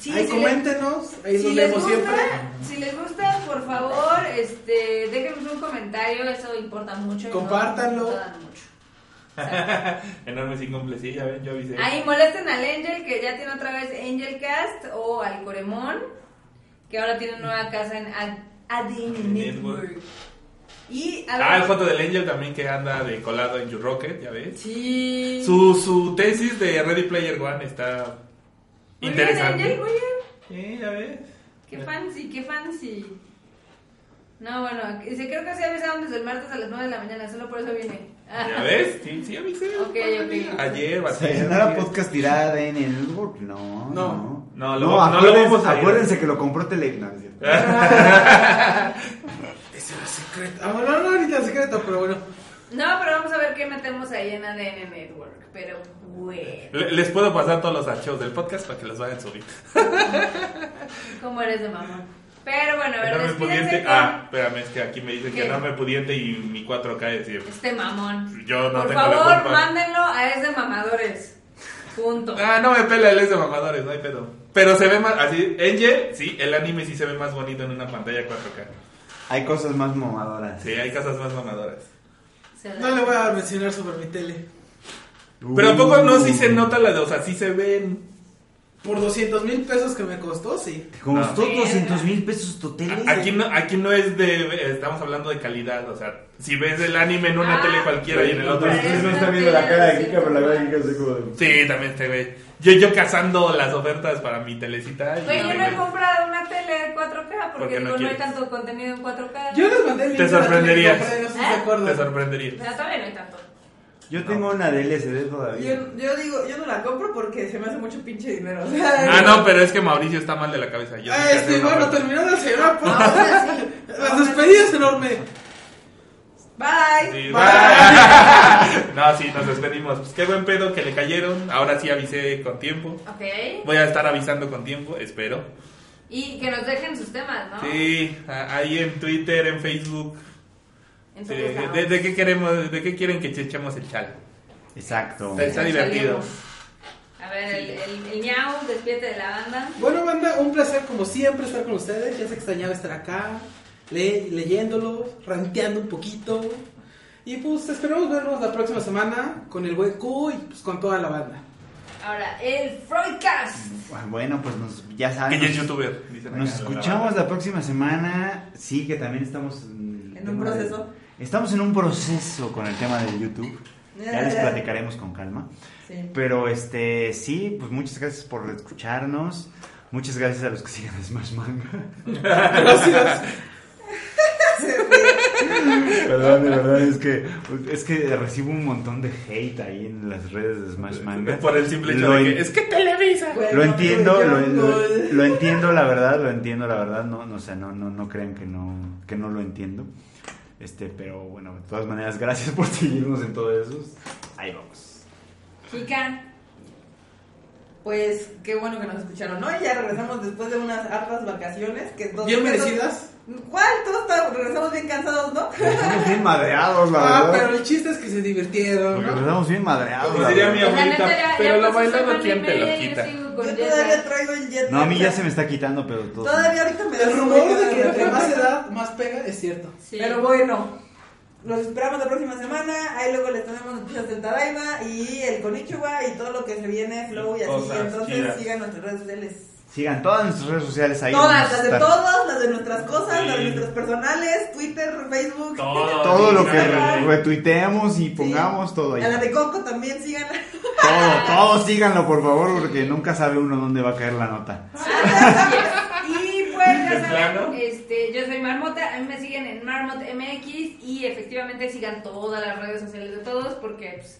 [SPEAKER 2] Sí,
[SPEAKER 1] ahí
[SPEAKER 2] sí,
[SPEAKER 1] coméntenos, ahí
[SPEAKER 2] si
[SPEAKER 1] nos
[SPEAKER 2] les
[SPEAKER 1] vemos
[SPEAKER 2] gusta,
[SPEAKER 1] siempre.
[SPEAKER 2] si les gusta, por favor, este, déjenos un comentario, eso importa mucho. y no-
[SPEAKER 1] Compártanlo.
[SPEAKER 2] no dan mucho.
[SPEAKER 3] Enormes incumples, sí, ya ven, yo avisé.
[SPEAKER 2] Ahí molesten al Angel, que ya tiene otra vez Angelcast, o al Coremón, que ahora tiene nueva casa en Ad- ADN
[SPEAKER 3] Network.
[SPEAKER 2] Network. Y
[SPEAKER 3] Ah, el
[SPEAKER 2] algo-
[SPEAKER 3] foto del Angel también que anda de colado en You Rocket, ya ves.
[SPEAKER 2] Sí.
[SPEAKER 3] Su, su tesis de Ready Player One está
[SPEAKER 2] Muy bien, Angel,
[SPEAKER 3] interesante.
[SPEAKER 2] muy bien.
[SPEAKER 3] Sí, ya ves.
[SPEAKER 2] Qué fancy, qué fancy. No, bueno, dice, creo que se avisaron desde el martes a las 9 de la mañana, solo por eso vine.
[SPEAKER 3] Ya ves, sí, sí avisé.
[SPEAKER 2] Ok, ok.
[SPEAKER 3] Ayer,
[SPEAKER 4] Sayonara
[SPEAKER 3] bastante.
[SPEAKER 4] Podcast tirada en el network. No, no.
[SPEAKER 3] No, lo- no lo
[SPEAKER 4] acuérdense-
[SPEAKER 3] vamos a ir.
[SPEAKER 4] Acuérdense que lo compró Telecna.
[SPEAKER 1] Ese era secreto. Ah, bueno, no, ahorita es secreto, pero bueno.
[SPEAKER 2] No, pero vamos a ver qué metemos ahí en ADN Network. Pero bueno,
[SPEAKER 3] Le- Les puedo pasar todos los archivos del podcast para que los vayan subiendo.
[SPEAKER 2] ¿cómo eres de mamá? Pero bueno, a ver,
[SPEAKER 3] Enorme
[SPEAKER 2] despídense
[SPEAKER 3] pudiente.
[SPEAKER 2] con
[SPEAKER 3] Ah, espérame, es que aquí me dicen que
[SPEAKER 2] ¿Qué?
[SPEAKER 3] enorme pudiente y mi 4K es decir.
[SPEAKER 2] este mamón.
[SPEAKER 3] Yo no
[SPEAKER 2] Por
[SPEAKER 3] tengo
[SPEAKER 2] favor,
[SPEAKER 3] la culpa.
[SPEAKER 2] mándenlo a ese mamadores. Punto.
[SPEAKER 3] Ah, no me pela, él es de mamadores, no hay pedo. Pero se ve más, así, Angel, sí, el anime sí se ve más bonito en una pantalla 4K.
[SPEAKER 4] Hay cosas más mamadoras.
[SPEAKER 3] Sí, hay casas más mamadoras.
[SPEAKER 2] Se la-
[SPEAKER 1] No le voy a mencionar sobre mi tele.
[SPEAKER 3] Pero ¿a poco no sí
[SPEAKER 4] si
[SPEAKER 3] se nota la de, o sea, sí se ven.
[SPEAKER 1] Por 200 mil pesos que me costó, sí.
[SPEAKER 4] Costó
[SPEAKER 2] No.
[SPEAKER 4] 200 mil pesos tu tele.
[SPEAKER 3] A- Aquí no, aquí no es de, estamos hablando de calidad, o sea, si ves el anime en una
[SPEAKER 2] Ah,
[SPEAKER 3] tele cualquiera y en el otro...
[SPEAKER 2] pero
[SPEAKER 4] Ustedes no
[SPEAKER 2] es
[SPEAKER 4] están
[SPEAKER 2] una
[SPEAKER 4] viendo la cara de
[SPEAKER 2] tele
[SPEAKER 4] Kika, pero la cara de Kika
[SPEAKER 2] de
[SPEAKER 4] es así como de-
[SPEAKER 3] Sí, también te ve. Yo, yo cazando las ofertas para mi telecita. y-
[SPEAKER 2] Güey, yo no he comprado una tele de 4K porque,
[SPEAKER 3] Porque no
[SPEAKER 2] digo, no, hay
[SPEAKER 3] quieres.
[SPEAKER 2] tanto contenido en 4K.
[SPEAKER 1] Yo les mandé el link.
[SPEAKER 3] Te
[SPEAKER 1] de la tele que
[SPEAKER 3] sorprenderías.
[SPEAKER 1] compré, No sé si
[SPEAKER 2] ¿Eh?
[SPEAKER 1] se acuerdan.
[SPEAKER 3] Te sorprendería.
[SPEAKER 2] Pero todavía no hay tanto.
[SPEAKER 4] Yo tengo una de LCD todavía.
[SPEAKER 6] Yo, yo digo, yo no la compro porque se me hace mucho pinche dinero. o sea,
[SPEAKER 3] Ah, no, pero es que Mauricio está mal de la cabeza. Yo
[SPEAKER 1] Ah,
[SPEAKER 3] sí cazé
[SPEAKER 1] este,
[SPEAKER 3] una
[SPEAKER 1] bueno,
[SPEAKER 3] oferta.
[SPEAKER 1] terminando el señor. pues, Las despedidas enorme.
[SPEAKER 6] Bye.
[SPEAKER 3] Sí,
[SPEAKER 1] Bye.
[SPEAKER 3] no, sí, nos despedimos. Pues qué buen pedo que le cayeron. Ahora sí avisé con tiempo.
[SPEAKER 2] Ok.
[SPEAKER 3] Voy a estar avisando con tiempo, espero.
[SPEAKER 2] Y que nos dejen sus temas, ¿no?
[SPEAKER 3] Sí, a- ahí en Twitter, en Facebook.
[SPEAKER 2] En
[SPEAKER 3] Sí,
[SPEAKER 2] todos
[SPEAKER 3] de,
[SPEAKER 2] lados.
[SPEAKER 3] de- de qué queremos, de qué quieren que echemos el chal?
[SPEAKER 4] Exacto.
[SPEAKER 3] Está, está
[SPEAKER 2] Nos
[SPEAKER 3] divertido.
[SPEAKER 2] salimos. pues, A ver, el, el, el ñau, despídete de la banda.
[SPEAKER 1] Bueno, banda, un placer como siempre estar con ustedes. Ya se extrañaba estar acá. le- leyéndolo, ranteando un poquito. Y pues esperamos vernos la próxima semana con el buen Q y pues con toda la banda.
[SPEAKER 2] Ahora, el Freudcast.
[SPEAKER 4] Bueno, pues nos, ya
[SPEAKER 3] Que
[SPEAKER 4] saben.
[SPEAKER 3] ya es
[SPEAKER 4] nos-
[SPEAKER 3] youtuber. dicen acá
[SPEAKER 4] Nos
[SPEAKER 3] en la
[SPEAKER 4] escuchamos
[SPEAKER 3] banda.
[SPEAKER 4] la próxima semana. Sí, que también estamos en, el
[SPEAKER 6] En un
[SPEAKER 4] tema de-
[SPEAKER 6] proceso.
[SPEAKER 4] estamos en un proceso con el tema de YouTube. Ya les platicaremos con calma.
[SPEAKER 6] Sí.
[SPEAKER 4] Pero este, sí, pues muchas gracias por escucharnos. Muchas gracias a los que sigan Smash Manga.
[SPEAKER 1] Gracias.
[SPEAKER 4] Perdón, de verdad, es que, es que recibo un montón de hate ahí en las redes de Smash Manga.
[SPEAKER 3] Por el simple hecho
[SPEAKER 4] Lo
[SPEAKER 3] de
[SPEAKER 4] in-
[SPEAKER 3] que. Es que Televisa.
[SPEAKER 6] Bueno,
[SPEAKER 4] Lo entiendo,
[SPEAKER 6] pues,
[SPEAKER 4] lo,
[SPEAKER 6] yo,
[SPEAKER 4] lo-
[SPEAKER 6] pues,
[SPEAKER 4] lo entiendo la verdad, lo entiendo la verdad, no, no, o sea, no, no, no crean que no, que no lo entiendo. Este, pero bueno, de todas maneras, gracias por seguirnos en todo eso. Ahí vamos.
[SPEAKER 2] Chica.
[SPEAKER 6] Pues qué bueno que nos escucharon, ¿no? Y ya regresamos después de unas hartas vacaciones. Que todos-
[SPEAKER 1] Bien
[SPEAKER 6] que todos-
[SPEAKER 1] merecidas.
[SPEAKER 6] ¿Cuál? Todos está- regresamos bien cansados, ¿no?
[SPEAKER 4] Estamos bien madreados, la
[SPEAKER 1] Ah, pero
[SPEAKER 4] verdad.
[SPEAKER 1] el chiste es que se divirtieron,
[SPEAKER 4] Porque
[SPEAKER 1] ¿no?
[SPEAKER 4] estamos bien madreados.
[SPEAKER 3] Como
[SPEAKER 4] la
[SPEAKER 3] diría mi
[SPEAKER 4] verdad.
[SPEAKER 2] pues, La
[SPEAKER 3] abuelita,
[SPEAKER 2] neta, pues, ya-
[SPEAKER 3] pero
[SPEAKER 2] ya
[SPEAKER 3] la
[SPEAKER 2] pasó
[SPEAKER 3] bailando
[SPEAKER 2] semana y
[SPEAKER 3] siempre
[SPEAKER 2] media,
[SPEAKER 3] lo
[SPEAKER 2] yo
[SPEAKER 3] quita.
[SPEAKER 2] sigo con
[SPEAKER 6] Yo
[SPEAKER 2] Jet
[SPEAKER 6] todavía
[SPEAKER 2] Lag.
[SPEAKER 6] traigo el jet.
[SPEAKER 4] No, a mí ya
[SPEAKER 6] lag.
[SPEAKER 4] se me está quitando, pero todo.
[SPEAKER 6] Todavía ahorita me da
[SPEAKER 1] El rumor de que
[SPEAKER 6] sueño.
[SPEAKER 1] entre más edad, más pega, es cierto.
[SPEAKER 2] Sí.
[SPEAKER 6] Pero bueno, los esperamos la próxima semana. Ahí luego les tenemos noticias del Tadaima y el Konichiwa y todo lo que se viene, Flow y así.
[SPEAKER 3] Cosas
[SPEAKER 6] Entonces
[SPEAKER 3] chidas.
[SPEAKER 6] sigan nuestras redes sociales.
[SPEAKER 4] Sigan todas nuestras redes sociales ahí.
[SPEAKER 6] Todas,
[SPEAKER 4] vamos a
[SPEAKER 6] las de
[SPEAKER 4] estar.
[SPEAKER 6] todos, las de nuestras cosas,
[SPEAKER 3] Sí.
[SPEAKER 6] las de nuestros personales, Twitter, Facebook.
[SPEAKER 3] Todo.
[SPEAKER 4] Todo lo que
[SPEAKER 3] Ay.
[SPEAKER 4] retuiteamos y pongamos todo ahí.
[SPEAKER 6] A la de Coco también síganla.
[SPEAKER 4] Todo, todo síganlo, por favor, porque nunca sabe uno dónde va a caer la nota.
[SPEAKER 6] y pues
[SPEAKER 3] ¿De
[SPEAKER 6] ya saben.
[SPEAKER 3] plano?
[SPEAKER 2] Este, yo soy Marmota, a mí me siguen en Marmot MX y efectivamente sigan todas las redes sociales de todos porque pues,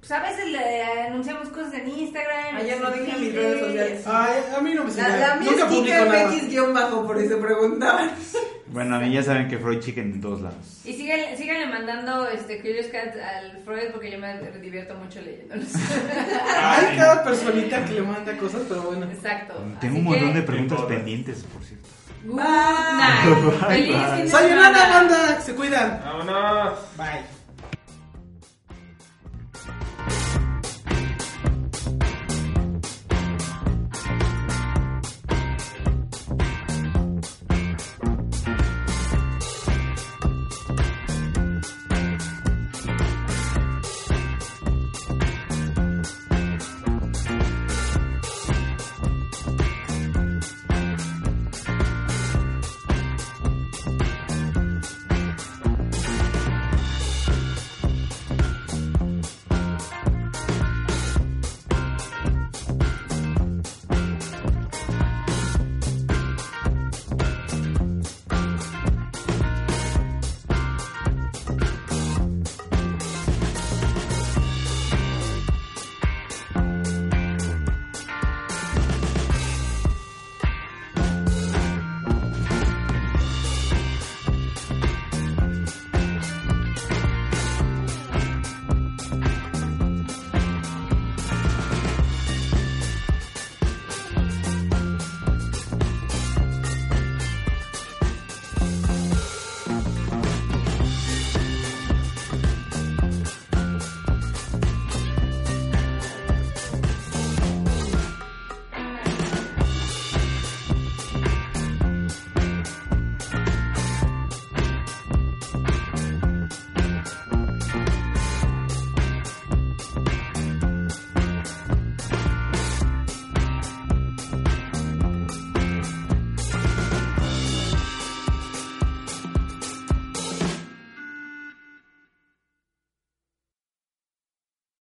[SPEAKER 2] pues, a veces le anunciamos cosas en Instagram.
[SPEAKER 6] Ayer no
[SPEAKER 2] en
[SPEAKER 6] dije mis
[SPEAKER 2] Twitter.
[SPEAKER 6] redes sociales.
[SPEAKER 1] Ay, a mí no me
[SPEAKER 6] La,
[SPEAKER 1] sirve.
[SPEAKER 6] la mía es
[SPEAKER 1] Nunca publico
[SPEAKER 6] Kika
[SPEAKER 1] nada.
[SPEAKER 6] MX guión bajo, por si se preguntaban.
[SPEAKER 4] Bueno, a mí ya saben que Freud Chicken en todos lados.
[SPEAKER 2] Y síganle, síganle mandando este Curious Cat al Freud porque yo me divierto mucho leyéndolos.
[SPEAKER 1] Hay cada personita que le manda cosas, pero bueno.
[SPEAKER 2] Exacto.
[SPEAKER 4] Tengo
[SPEAKER 2] Así
[SPEAKER 4] un montón
[SPEAKER 2] que,
[SPEAKER 4] de preguntas
[SPEAKER 3] Todas.
[SPEAKER 4] pendientes, por cierto.
[SPEAKER 2] Good night.
[SPEAKER 4] Bye,
[SPEAKER 2] Feliz
[SPEAKER 4] bye.
[SPEAKER 2] fin de
[SPEAKER 1] Sayonara,
[SPEAKER 2] semana.
[SPEAKER 1] banda. Se cuidan.
[SPEAKER 3] Vámonos.
[SPEAKER 1] Bye.